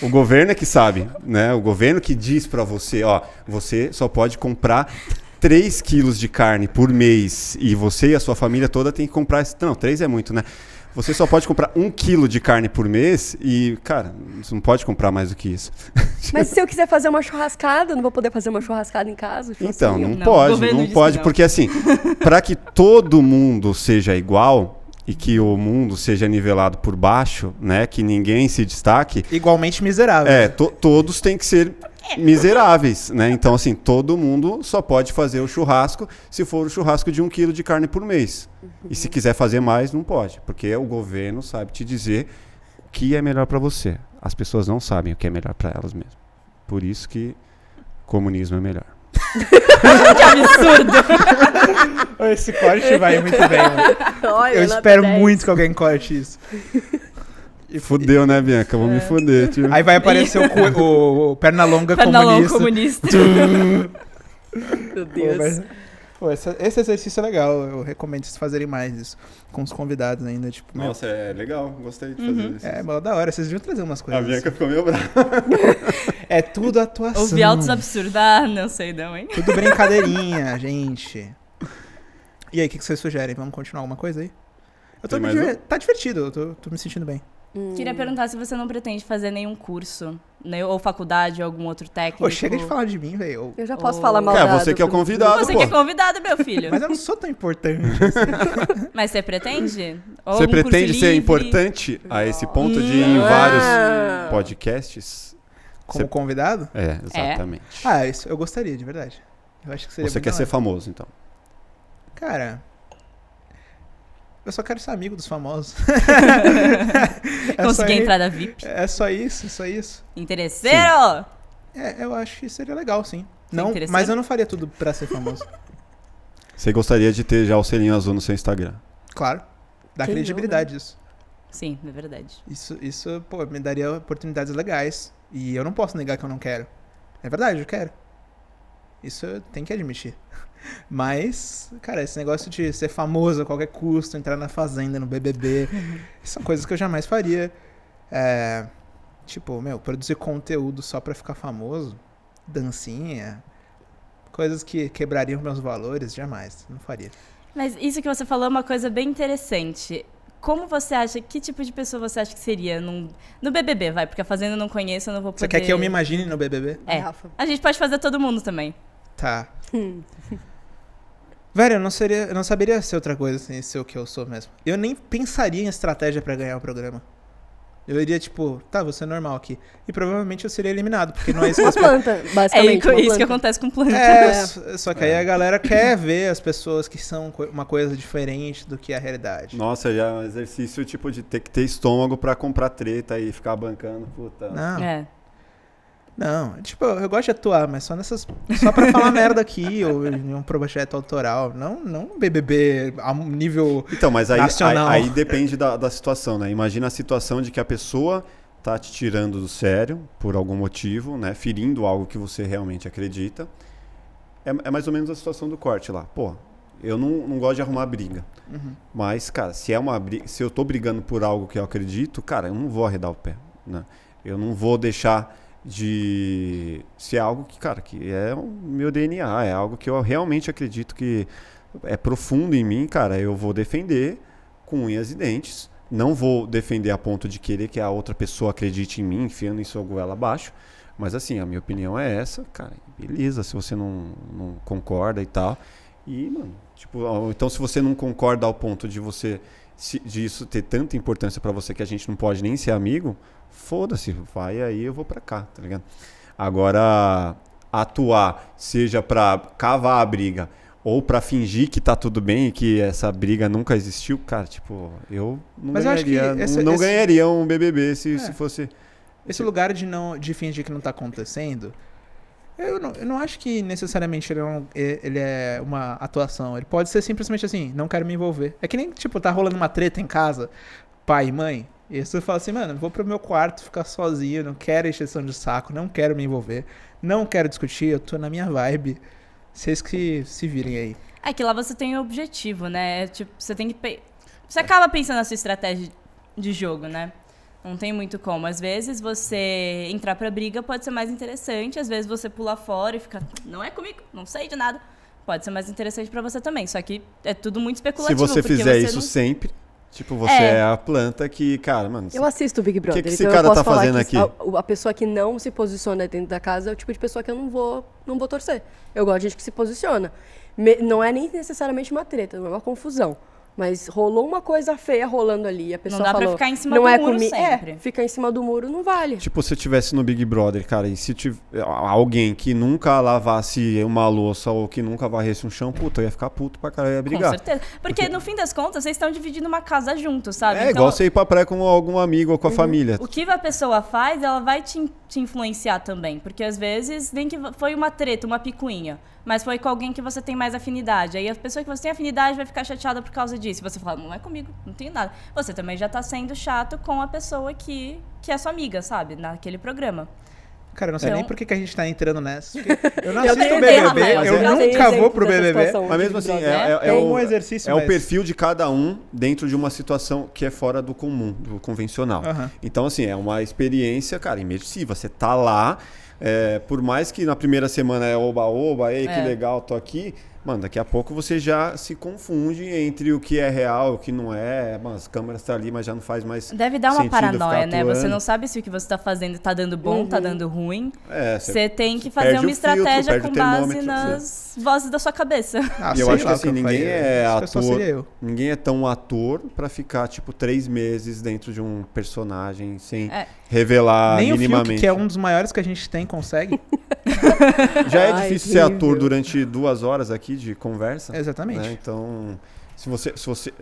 O governo é que sabe, né? O governo que diz pra você, ó, você só pode comprar 3 quilos de carne por mês e você e a sua família toda tem que comprar... esse- Não, 3 é muito, né? Você só pode comprar 1 quilo de carne por mês e, cara, você não pode comprar mais do que isso.
Mas se eu quiser fazer uma churrascada, eu não vou poder fazer uma churrascada em casa? Tipo
Então,
assim,
não,
Não, o
pode,
governo
não
diz
pode,
que não.
porque assim, para que todo mundo seja igual e que o mundo seja nivelado por baixo, né, que ninguém se destaque,
Igualmente miserável.
é, to- todos têm que ser miseráveis, né? Então, assim, todo mundo só pode fazer o churrasco se for o churrasco de um quilo de carne por mês. E se quiser fazer mais, não pode, porque o governo sabe te dizer o que é melhor para você. As pessoas não sabem o que é melhor para elas mesmas. Por isso que comunismo é melhor.
Que absurdo!
Esse corte vai
(laughs)
muito bem. mano.
Olha,
Eu
nota
espero
10.
muito que alguém corte isso. E
Fudeu, né, Bianca?
É.
Vou me fuder. tio.
Aí vai aparecer o, cu-
(laughs)
o, o Pernalonga
Pernalão
comunista.
um
(laughs)
comunista.
Meu
Pô,
Deus.
mas- pô, essa- esse exercício é legal. Eu recomendo vocês fazerem mais isso. Com os convidados ainda. Tipo, meu,
Nossa, é legal. Gostei de
Uhum.
fazer isso.
é, mó da hora. Vocês deviam trazer umas
A
coisas.
Bianca ficou meio brava.
assim. É tudo atuação.
Ouvir altos absurdos. Ah, não sei não, hein?
Tudo brincadeirinha, (laughs) gente. E aí, o que, que vocês sugerem? Vamos continuar alguma coisa aí? Eu tô
Tem
me
mais um?
diver- Tá divertido, eu tô, tô me sentindo bem.
Queria perguntar se você não pretende fazer nenhum curso, né? ou faculdade, ou algum outro técnico.
Pô, chega de falar de mim, velho.
Eu já posso
Ô.
falar mal
É, você que é o convidado,
Você
pô.
que é convidado,
(laughs)
meu filho.
Mas é- eu não sou tão importante.
(laughs)
Mas você pretende? Ou
Você
algum um curso
pretende ser
livre? é.
importante a esse ponto de ir em
Não.
vários podcasts?
Como
Cê-
convidado?
É, exatamente.
Ah, isso eu gostaria, de verdade. Eu acho que seria
Você
muito
quer
da
ser
hora.
famoso, então.
Cara. Eu só quero ser amigo
(laughs)
dos famosos. é, só
Conseguir
i-
a entrada VIP?
é só isso, é só isso.
Interesseiro!
É, eu acho que seria legal, sim.
Você é
Não,
interessante?
mas eu não faria tudo pra ser famoso.
Você gostaria de ter já o selinho azul no seu Instagram.
claro.
Quem não,
Dá
né?
credibilidade isso.
Sim, é verdade.
Isso, isso, pô, me daria oportunidades legais. E eu não posso negar que eu não quero. É verdade, eu quero. Isso eu tenho que admitir. (laughs) Mas, cara, esse negócio de ser famoso a qualquer custo, entrar na fazenda, no BBB, são coisas que eu jamais faria. É, tipo, meu, produzir conteúdo só pra ficar famoso, dancinha, coisas que quebrariam meus valores, jamais, não faria.
Mas isso que você falou é uma coisa bem interessante. Como você acha, que tipo de pessoa você acha que seria num, no BBB, vai? Porque a Fazenda eu não conheço, eu não vou poder...
Você quer que eu me imagine no BBB?
É.
Rafa.
A gente pode fazer todo mundo também.
Tá. (laughs) Velho, eu não, seria, eu não saberia ser outra coisa sem ser o que eu sou mesmo. Eu nem pensaria em estratégia pra ganhar o programa. Eu iria, tipo, tá, você é normal aqui. E provavelmente eu seria eliminado, porque não é
(laughs)
isso que
Uma
as pessoas.
planta,
É
basicamente. uma
isso que
planta.
acontece com o planeta.
É, s- só que aí a galera quer ver as pessoas que são co- uma coisa diferente do que é a realidade.
Nossa, já é um exercício tipo de ter que ter estômago pra comprar treta e ficar bancando, puta.
Não,
É.
não. Tipo, eu eu gosto de atuar, mas só nessas. Só pra falar merda aqui, ou em um projeto autoral. Não, não BBB a um nível.
Então, mas aí,
Nacional.
aí, aí depende da, da situação, né? Imagina a situação de que a pessoa tá te tirando do sério por algum motivo, né? Ferindo algo que você realmente acredita. É, é mais ou menos a situação do corte lá. Pô, eu não, não gosto de arrumar briga. Mas, cara, se é uma briga, se eu tô brigando por algo que eu acredito, cara, eu não vou arredar o pé, né? Eu não vou deixar de se é algo que, cara, que é o meu DNA, é algo que eu realmente acredito que é profundo em mim, cara, eu vou defender com unhas e dentes. Não vou defender a ponto de querer que a outra pessoa acredite em mim, enfiando isso a goela abaixo. Mas assim, a minha opinião é essa, cara. Beleza, se você não, não concorda e tal. E, mano, tipo, ou então se você não concorda ao ponto de você se, de isso ter tanta importância pra você que a gente não pode nem ser amigo, foda-se, vai aí, eu vou pra cá, tá ligado? Agora, atuar, seja pra cavar a briga ou pra fingir que tá tudo bem e que essa briga nunca existiu, cara, tipo, eu não
Mas eu acho que
ganharia, não-
esse-
não
esse-
ganharia um BBB se,
É.
se fosse
Esse lugar de não de fingir que não tá acontecendo, eu não, eu não acho que necessariamente ele é, um- e- ele é uma atuação. Ele pode ser simplesmente assim, não quero me envolver. É que nem, tipo, tá rolando uma treta em casa, pai e mãe, e você fala assim, mano, vou pro meu quarto ficar sozinho, não quero encheção de saco, não quero me envolver, não quero discutir, eu tô na minha vibe. Vocês que se virem aí.
É que lá você tem o objetivo, né? É Tipo, você tem que. pe- Você acaba pensando na sua estratégia de jogo, né? Não tem muito como. Às vezes você entrar pra briga pode ser mais interessante, às vezes você pular fora e ficar, não é comigo, não sei de nada. Pode ser mais interessante pra você também. Só que é tudo muito
se
especulativo.
você
porque
fizer
você
isso
não-
sempre, tipo, você é.
É.
a planta que, cara, mano,
Eu assisto o Big Brother.
que esse
então
cara
eu posso
tá
falar
fazendo
que
aqui?
A, a pessoa que não se posiciona dentro da casa é o tipo de pessoa que eu não vou, não vou torcer. Eu gosto de gente que se posiciona. Me- não é nem necessariamente uma treta, não é uma confusão. Mas rolou uma coisa feia rolando ali. A pessoa
dá pra
falou,
ficar em cima
não
do
é
muro
comi-
sempre.
É, ficar em cima do muro não vale.
Tipo, se eu tivesse no Big Brother, cara, e se tiv... alguém que nunca lavasse uma louça ou que nunca varresse um chão, puta, eu ia ficar puto pra caralho, eu ia
Com
brigar.
certeza. Porque no fim das contas, vocês estão dividindo uma casa juntos, sabe? Então,
É igual você ir pra praia com algum amigo ou
Uhum.
com a família.
O que a pessoa faz, ela vai te, in- te influenciar também. Porque às vezes nem que foi uma treta, uma picuinha. Mas foi com alguém que você tem mais afinidade. Aí a pessoa que você tem afinidade vai ficar chateada por causa disso. E você fala, não é comigo, não tenho nada. Você também já tá sendo chato com a pessoa que, que é sua amiga, sabe? Naquele programa.
Cara, eu não sei
Então-
nem por que, que a gente tá entrando nessa. (laughs) porque Eu não
Eu
assisto
tenho
o
exemplo,
BBB,
mas
eu,
eu
tenho
nunca vou
exemplos
pro
dessa
BBB.
situação.
Mas mesmo assim, é,
Brother.
é- é
É
o,
um exercício,
é o
mas-
perfil de cada um dentro de uma situação que é fora do comum, do convencional.
Aham.
Então, assim, é uma experiência, cara, imersiva. Você tá lá, É, por mais que na primeira semana é oba-oba, ei, que
É.
legal, tô aqui. Mano, daqui a pouco você já se confunde entre o que é real, o que não é. Mano, as câmeras tá ali, mas já não faz mais.
Deve dar uma
sentido ficar
paranoia, né? Você
atuando.
não sabe se o que você tá fazendo tá dando bom, tá dando ruim.
É, você-
Você tem que fazer
perde
uma
o filtro,
estratégia
perde o
com base
termômetro,
nas vozes da sua cabeça.
Ah,
E eu
sei
acho
lá
que
o
assim,
eu
ninguém
faria.
é
Essa pessoa
ator.
seria eu.
Ninguém é tão ator pra ficar, tipo, três meses dentro de um personagem sem
É.
revelar
Nem o Fiuk,
ah, minimamente. Né?
que é um dos maiores que a gente
(laughs)
tem, consegue.
Já
(laughs)
é
Ai,
difícil ser
terrível.
ator durante duas horas aqui de conversa.
Exatamente.
né? Então, se você, se você.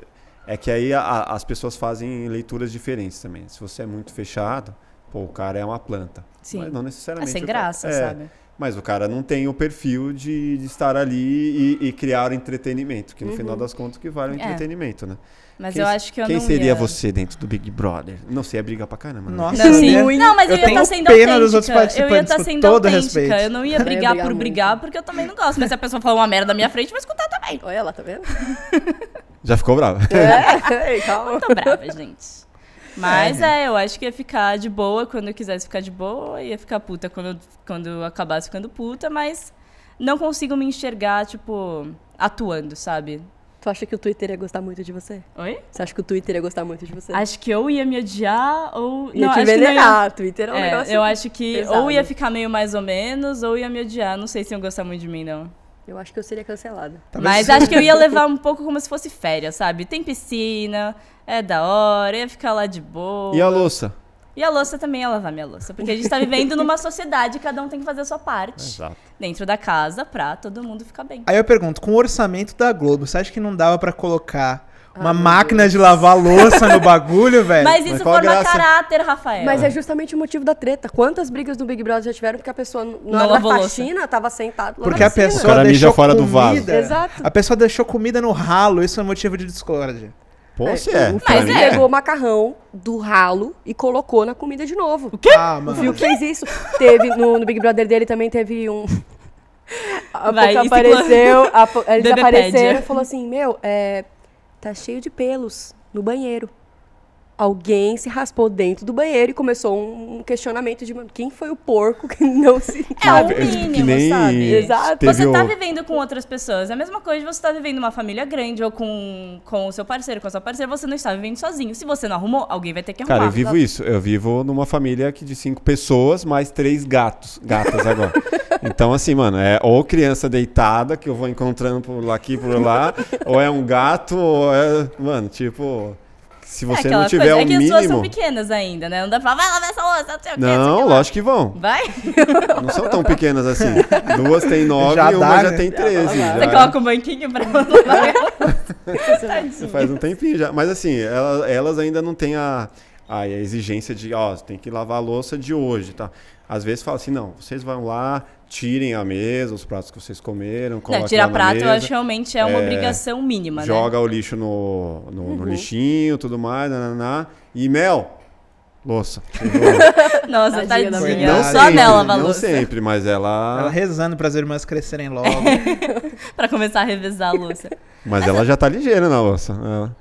É que aí a- a- as pessoas fazem leituras diferentes também. Se você é muito fechado, pô, o cara é uma planta.
Sim.
Mas não
É
necessariamente.
sem
o cara-
graça,
é,
sabe?
Mas o cara não tem o perfil de, de estar ali e, e criar entretenimento, que no final das contas o que vale é o
É.
entretenimento, né?
Mas
Quem-
eu acho que eu
Quem
não
seria
ia-
você dentro do Big Brother? Não sei, é briga pra caramba. né?
Nossa,
Não,
né?
sim. não, mas eu, ia
Eu
estar
tenho
sendo
pena
autêntica.
dos outros
eu ia estar
participantes, com
sendo
todo
autêntica.
respeito.
Eu não ia
Eu ia
brigar
brigar
por
muito.
brigar, porque eu também não gosto. Mas se a pessoa falar uma merda na minha frente, eu vou escutar também.
é.
Olha lá, tá vendo? (laughs)
Já ficou bravo.
É, ei, calma.
Tô brava, (laughs) gente. Mas é, eu acho que ia ficar de boa quando eu quisesse ficar de boa, ia ficar puta quando, eu- quando eu acabasse ficando puta, mas não consigo me enxergar, tipo, atuando, sabe?
Tu acha que o Twitter ia gostar muito de você?
Oi?
Você acha que o Twitter ia gostar muito de você?
Acho que ou ia me odiar ou.
ia
não,
te
acho que não ia-
venerar. Twitter é um
É,
negócio.
eu acho que ou
pesado.
ia ficar meio mais ou menos, ou ia me odiar. Não sei se iam gostar muito de mim, não.
Eu acho que eu seria cancelada.
Talvez-
Mas acho que eu ia levar
(laughs)
um pouco como se fosse férias, sabe? Tem piscina, é da hora, ia ficar lá de boa.
E a louça?
E a louça também ia lavar minha louça. Porque a gente tá
(laughs)
vivendo numa sociedade, cada um tem que fazer a sua parte. Dentro da casa, pra todo mundo ficar bem.
Aí eu pergunto, com o orçamento da Globo, você acha que não dava pra colocar
Ah,
uma máquina de lavar louça no bagulho, velho?
Mas
É, mas
isso
qual a
forma
graça?
caráter, Rafael.
Mas é justamente o motivo da treta. Quantas brigas no Big Brother já tiveram porque a pessoa n- na hora da
lavou louça.
faxina tava sentada lá
Porque
na
a
piscina?
O
pessoa
cara mija
deixou
fora do vaso.
comida.
assim? Exato.
A pessoa deixou comida no ralo, isso é motivo de discórdia.
Pô, você é.
O
pra
Fiuk
mim
é.
pegou o macarrão do ralo e colocou na comida de novo.
Ah,
O
mano.
Fiuk fez isso. Teve no, no Big Brother dele também teve um. (laughs) A
Vai,
pouco
isso
apareceu, a po- eles
Bebepédia.
apareceram e falou assim: Meu, é, tá cheio de pelos no banheiro. Alguém se raspou dentro do banheiro e começou um um questionamento de mano, quem foi o porco que não se.
É o
É, tipo,
mínimo,
que nem-
sabe?
Exato.
Teve
você tá
o-
vivendo com outras pessoas. É a mesma coisa de você tá vivendo uma família grande ou com, com o seu parceiro, com a sua parceira. Você não está vivendo sozinho. Se você não arrumou, alguém vai ter que arrumar.
Cara, eu vivo isso. Eu vivo numa família aqui de cinco pessoas, mais três gatos. Gatas
(laughs)
agora. então, assim, mano, é ou criança deitada que eu vou encontrando por lá, aqui, por lá, ou é um gato, ou é. Mano, tipo. Se você
é
não
aquela
tiver
coisa.
o
é que as suas são
mínimo.
pequenas ainda, né? Não dá pra falar, vai tá, lavar essa louça, não sei o quê, sei o
Não,
que lá.
lógico que vão.
Vai?
Não são tão pequenas assim. Duas tem nove
Já
e uma
dá,
já
né?
tem treze.
Você
já-
coloca o banquinho pra ela
(laughs)
lavar. Tadinho.
É. Faz um tempinho já. Mas assim, ela- elas ainda não têm a, a exigência de, ó, tem que lavar a louça de hoje, tá? Às vezes fala assim, não, vocês vão lá, tirem a mesa, os pratos que vocês comeram,
Não,
coloquem lá
tirar
na
prato eu
mesa,
acho que realmente é uma
É,
obrigação mínima, né?
joga o lixo no, no,
Uhum.
no lixinho, tudo mais, nananá. E mel, louça.
(laughs) Nossa, tadinha.
Tadinha da
(laughs) Não
Só
sempre,
dela, Valu.
Não sempre, mas
Ela
ela...
rezando pras irmãs crescerem logo.
É.
Pra começar a revezar a louça.
Mas ela já tá ligeira na louça. Ela-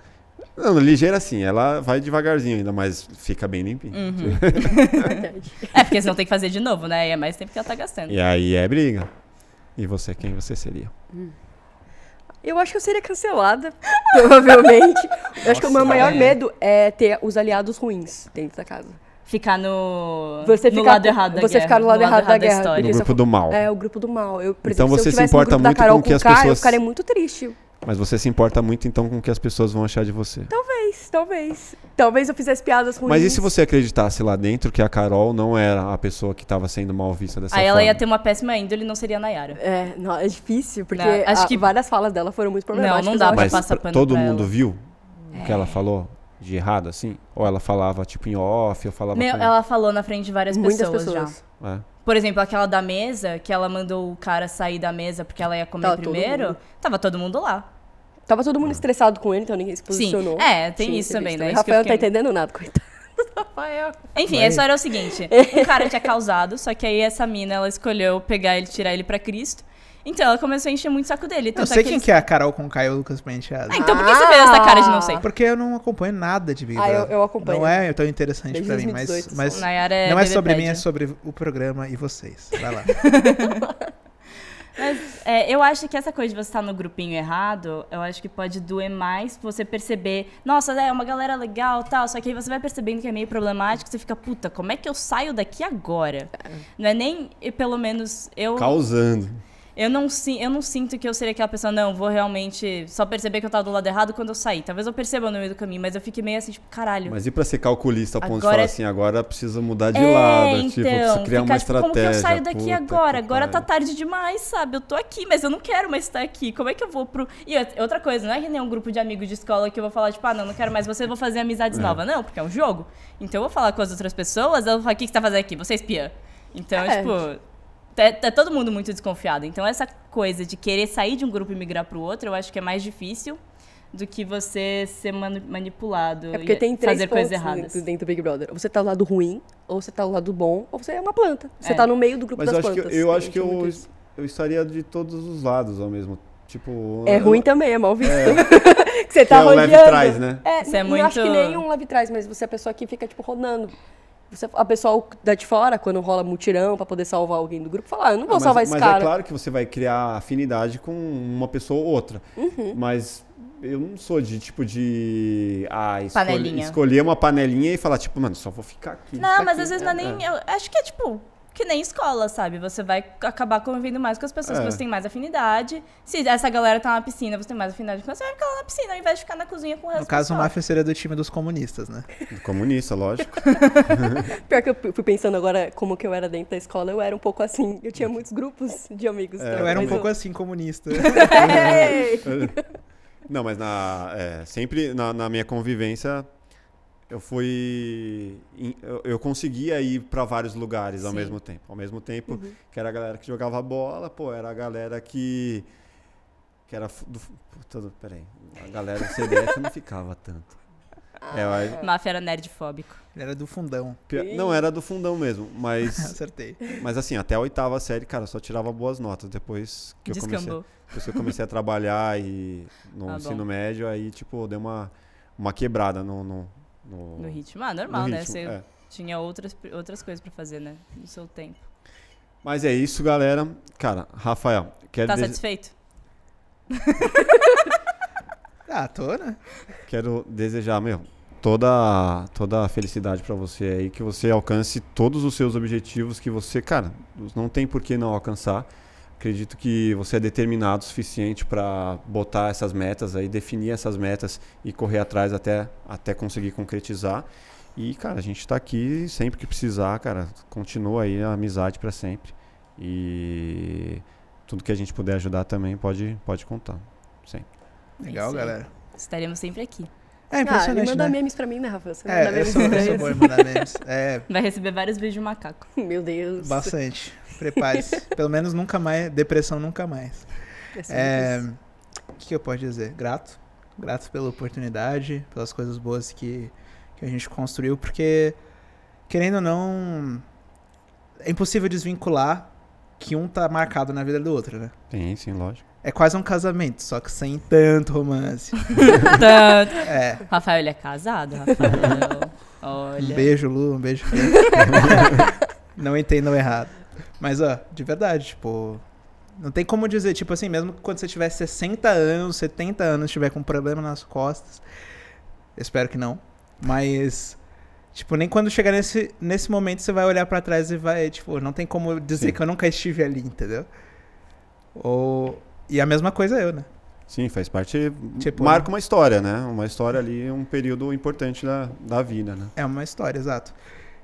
Não, ligeira assim, ela vai devagarzinho ainda, mas fica bem limpinha.
Uhum. É, porque senão tem que fazer de novo, né? E é mais tempo que ela tá gastando.
E aí é briga. E você, é quem você seria?
Eu acho que eu
(laughs)
seria cancelada, provavelmente. Eu acho que o meu
Nossa,
maior
é.
medo é ter os aliados ruins dentro da casa.
Ficar no,
Você
no
ficar-
lado errado da
você
guerra.
ficar no lado errado da guerra.
No
história.
Porque se eu
grupo do
for-
mal.
É, o grupo do mal. Eu, por
Então
exemplo, se
você
eu
se
tivesse no
importa
grupo da
muito
Carol
com o que as
Conká, Eu
pessoas-
ficaria muito triste.
Mas você se importa muito então com o que as pessoas vão achar de você.
Talvez, talvez. Talvez eu fizesse piadas ruins.
Mas e se você acreditasse lá dentro que a Carol não era a pessoa que estava sendo mal vista dessa
Aí
forma?
ela ia ter uma péssima índole e não seria a Nayara.
É, não, é difícil, porque
Não, acho
a-
que-
várias falas dela foram muito problemáticas.
Não, não dá
eu
pra
Mas
acho.
um passar
pr-
pano
todo
pra
mundo
ela. É.
viu o que ela falou de errado assim? Ou ela falava tipo em off, eu falava
Meu,
com-
ela falou na frente de várias
Muitas
pessoas, já.
pessoas.
É.
Por exemplo, aquela da mesa, que ela mandou o cara sair da mesa porque ela ia comer
Tava todo
primeiro.
mundo.
Tava todo mundo lá.
Tava todo mundo estressado com ele, então ninguém se posicionou.
Sim. É, tem
Tinha
isso
esse
também,
vídeo
né? Isso que eu
Rafael não tá
fiquei-
entendendo
(laughs)
nada, coitado. Rafael.
Enfim, a história é o
(laughs)
seguinte: um cara tinha causado, só que aí essa mina ela escolheu pegar ele, tirar ele pra Cristo. Então, ela começou a encher muito o saco dele.
Eu
Então,
tanto
tá
sei
que
quem
eles-
que é a Carol com Caio Lucas Penteado.
Ah, então por que você veio essa cara de não sei?
Ah.
Porque eu não acompanho nada de Big
Ah, eu-
Brother.
eu acompanho.
Não é tão interessante
Desde
pra mim, mas,
2018
mas
Nayara é
não é sobre mim,
bebepédia.
é sobre o programa e vocês.
(laughs)
Vai lá.
Mas é, eu acho que essa coisa de você estar no grupinho errado, eu acho que pode doer mais você perceber, nossa, é uma galera legal tal, só que aí você vai percebendo que é meio problemático, você fica, puta, como é que eu saio daqui agora? Não é nem, e pelo menos, eu,
Causando.
eu, não, si- eu não sinto que eu seria aquela pessoa, não, vou realmente só perceber que eu tava do lado errado quando eu sair. Talvez eu perceba no meio do caminho, mas eu fiquei meio assim, tipo, caralho.
Mas e pra ser calculista ao ponto de
Agora-
falar assim, agora precisa mudar de
é,
lado,
então,
tipo, preciso criar uma
ficar, tipo, como que eu
estratégia.
saio daqui
puta
agora?
que
Agora tá
pariu.
tarde demais, sabe? Eu tô aqui, mas eu não quero mais estar aqui. Como é que eu vou pro. E outra- outra coisa, não é que nem um grupo de amigos de escola que eu vou falar, tipo, ah, não, não quero mais você, vou fazer amizades novas. Não, porque é um jogo. Então eu vou falar com as outras pessoas, eu vou falar, o que que você tá fazendo aqui? Você é espiã. Então,
É.
tipo. É, é todo mundo muito desconfiado. Então, essa coisa de querer sair de um grupo e migrar pro outro, eu acho que é mais difícil do que você ser manu- manipulado
É porque
e
tem três
fazer
pontos né,
coisas erradas.
dentro, dentro do Big Brother. Ou você tá do lado ruim, ou você tá do lado bom, ou você é uma planta. Você
É.
tá no meio do grupo
Mas eu
das
acho que eu,
plantas.
eu, acho que
Tem um muito
eu,
isso.
eu estaria de todos os lados ao mesmo Tipo.
É
eu-
ruim também, é mal visto. (laughs) que você tá
é o
rodeando.
leve trás, né?
É,
Isso é
não acho que
muito-
nem um leve trás, mas você é a pessoa que fica, tipo, rodando. Você, a pessoa da de fora, quando rola mutirão pra poder salvar alguém do grupo, fala, ah, eu não vou
mas,
salvar esse
mas
cara.
é claro que você vai criar afinidade com uma pessoa ou outra. Mas eu não sou de tipo de. Ah, escolhe-
Panelinha.
escolher uma panelinha e falar, tipo, mano, só vou ficar aqui.
Não,
ficar
mas
aqui.
às vezes não é nem. Eu acho que é tipo. Que nem escola, sabe? Você vai acabar convivendo mais com as pessoas
É.
que você tem mais afinidade. Se essa galera tá na piscina, você tem mais afinidade com ela, você, vai ficar lá na piscina, ao invés de ficar na cozinha com o resto
No
do
caso, o
pessoal.
Máfia seria do time dos comunistas, né?
é, Comunista, lógico.
Pior que eu fui pensando agora como que eu era dentro da escola, eu era um pouco assim. Eu tinha muitos grupos de amigos.
Uhum. É,
né?
Eu era um
Mas
pouco
(laughs)
assim, comunista.
Ei!
Não, mas na, é, sempre na, na minha convivência eu fui. em- Eu, eu conseguia ir para vários lugares ao mesmo tempo. Ao mesmo tempo que era a galera que jogava bola, pô, era a galera que. Que era. fu- Do, puta, do- peraí. A galera do CDF não ficava tanto. É, mas-
Máfia era nerdfóbico.
Ele era
(laughs)
do fundão.
pior- não, era do fundão mesmo. Mas,
Acertei.
mas assim, até a oitava série, cara, eu só tirava boas notas. Depois que eu comecei.
Descambou.
Depois que eu comecei a trabalhar e no
Ah, bom.
ensino médio, aí, tipo, deu uma, uma quebrada no, no, no,
No
no
ritmo. Ah, normal, né?
ritmo,
Você
é.
tinha outras, outras coisas pra fazer, né? No seu tempo.
Mas é isso, galera. Cara, Rafael, quero,
Tá
dese-
satisfeito?
Ah, tô, né?
quero desejar, meu, toda, toda a felicidade pra você aí, que você alcance todos os seus objetivos que você, cara, não tem por que não alcançar. Acredito que você é determinado o suficiente pra botar essas metas aí, definir essas metas e correr atrás até, até conseguir concretizar. E, cara, a gente tá aqui sempre que precisar, cara. Continua aí a amizade pra sempre. E tudo que a gente puder ajudar também pode, pode contar. Sempre.
Legal,
Isso aí.
galera.
Estaremos sempre aqui.
É
Ah, ele
impressionante,
manda
né?
memes pra mim, né, Rafa? Você manda
É, eu
memes
sou,
pra
eu sou
mim?
bom em mandar memes.
(laughs)
É,
Vai receber vários vídeos de macaco. (laughs)
Meu Deus.
bastante. Prepare-se. Pelo menos nunca mais, depressão nunca mais.
Essa
É, o que, que eu posso dizer? Grato. Grato pela oportunidade, pelas coisas boas que, que a gente construiu, porque, querendo ou não, é impossível desvincular que um tá marcado na vida do outro, né?
Sim, sim, lógico.
É quase um casamento, só que sem tanto romance.
Tanto.
É.
Rafael, ele é casado,
(laughs)
Rafael. Olha.
Um beijo, Lu, um beijo. Fê. não entendam errado. Mas, ó, de verdade, tipo. Não tem como dizer, tipo assim, mesmo que quando você tiver 60 anos, 70 anos, tiver com um problema nas costas. Espero que não. Mas. Tipo, nem quando chegar nesse, nesse momento você vai olhar pra trás e vai, tipo, não tem como dizer
Sim.
que eu nunca estive ali, entendeu? Ou. E a mesma coisa eu, né?
Sim, faz parte.
Tipo,
marca uma história, né? Uma história ali, um período importante da, da vida, né?
É uma história, exato.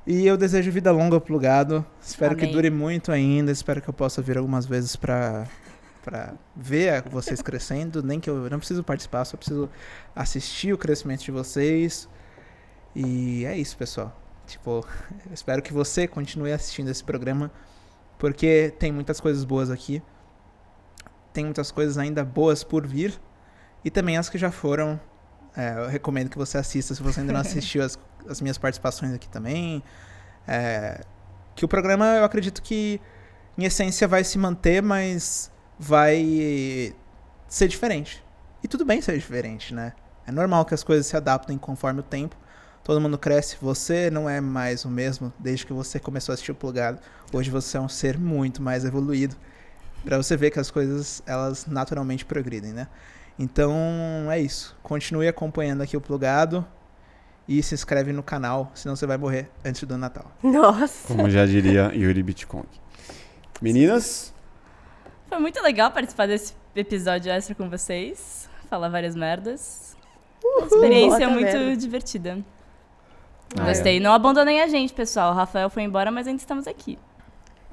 E eu desejo vida longa ao plugado. Espero que
Amém.
dure muito ainda. Espero que eu possa vir algumas vezes pra, pra ver a- vocês crescendo. Nem que eu não preciso participar, só preciso assistir o crescimento de vocês. E é isso, pessoal. Tipo, (laughs) eu espero que você continue assistindo esse programa. Porque tem muitas coisas boas aqui. Tem muitas coisas ainda boas por vir. E também as que já foram. É, eu recomendo que você assista se você ainda não assistiu as, as minhas participações aqui também. É, que o programa, eu acredito que, em essência, vai se manter, mas vai ser diferente. E tudo bem ser diferente, né? É normal que as coisas se adaptem conforme o tempo. Todo mundo cresce, você não é mais o mesmo desde que você começou a assistir o plugado. Hoje você é um ser muito mais evoluído. Pra você ver que as coisas, elas naturalmente progridem, né? Então, é isso. Continue acompanhando aqui o plugado e se inscreve no canal, senão você vai morrer antes do Natal.
Nossa.
Como já
(laughs)
diria Yuri Bitcoin. Meninas,
Foi muito legal participar desse episódio extra com vocês. Falar várias merdas. Uma experiência é
Bota
muito
merda.
divertida.
Ah, é.
Gostei. Não abandonem a gente, pessoal. O Rafael foi embora, mas ainda estamos aqui.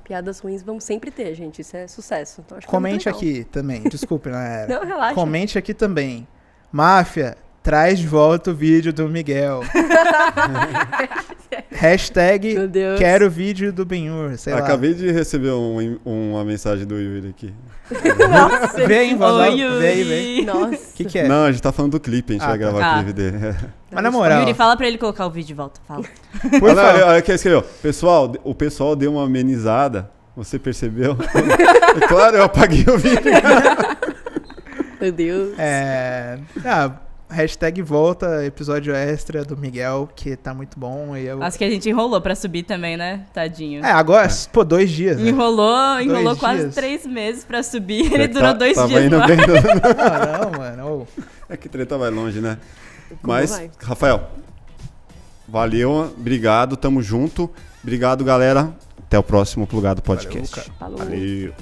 Piadas ruins vão sempre ter, gente. Isso é sucesso. Então, acho que é muito
Comente
legal.
aqui também. Desculpe, galera.
(laughs) Não, relaxa.
Comente aqui também. Máfia, traz de volta o vídeo
(laughs)
do Miguel.
Meu
Hashtag
Deus.
quero vídeo do Benhur, sei
acabei de receber um- um- uma mensagem do Yuri aqui.
lá. Vem, vazou.
Oi, Yuri.
Vem, vem.
Nossa.
O que, que é?
Não, a gente tá falando do clipe, a gente
Ah,
vai
tá.
gravar
Ah.
o clipe dele.
Mas na moral,
Yuri, fala pra ele colocar o vídeo de volta. Fala.
por
olha,
favor.
olha, olha quem escreveu. Pessoal, o pessoal deu uma amenizada. Você
(laughs)
percebeu? É claro, eu apaguei o vídeo.
Meu Deus.
É. Ah, hashtag volta, episódio extra do Miguel, que tá muito bom. E eu...
Acho que a gente enrolou pra subir também, né? Tadinho.
É, agora, pô, dois dias. Né?
Enrolou, enrolou quase
dias.
três meses pra subir. (laughs) Ele durou
Tá-
dois
tava
dias é?
indo
no ar.
bem no-
Não, não, mano. ô.
(laughs) É que treta vai longe, né? Mas,
vai?
Rafael, valeu, obrigado, tamo junto. Obrigado, galera. Até o próximo Plugado Podcast.
cara.
Falou.
valeu.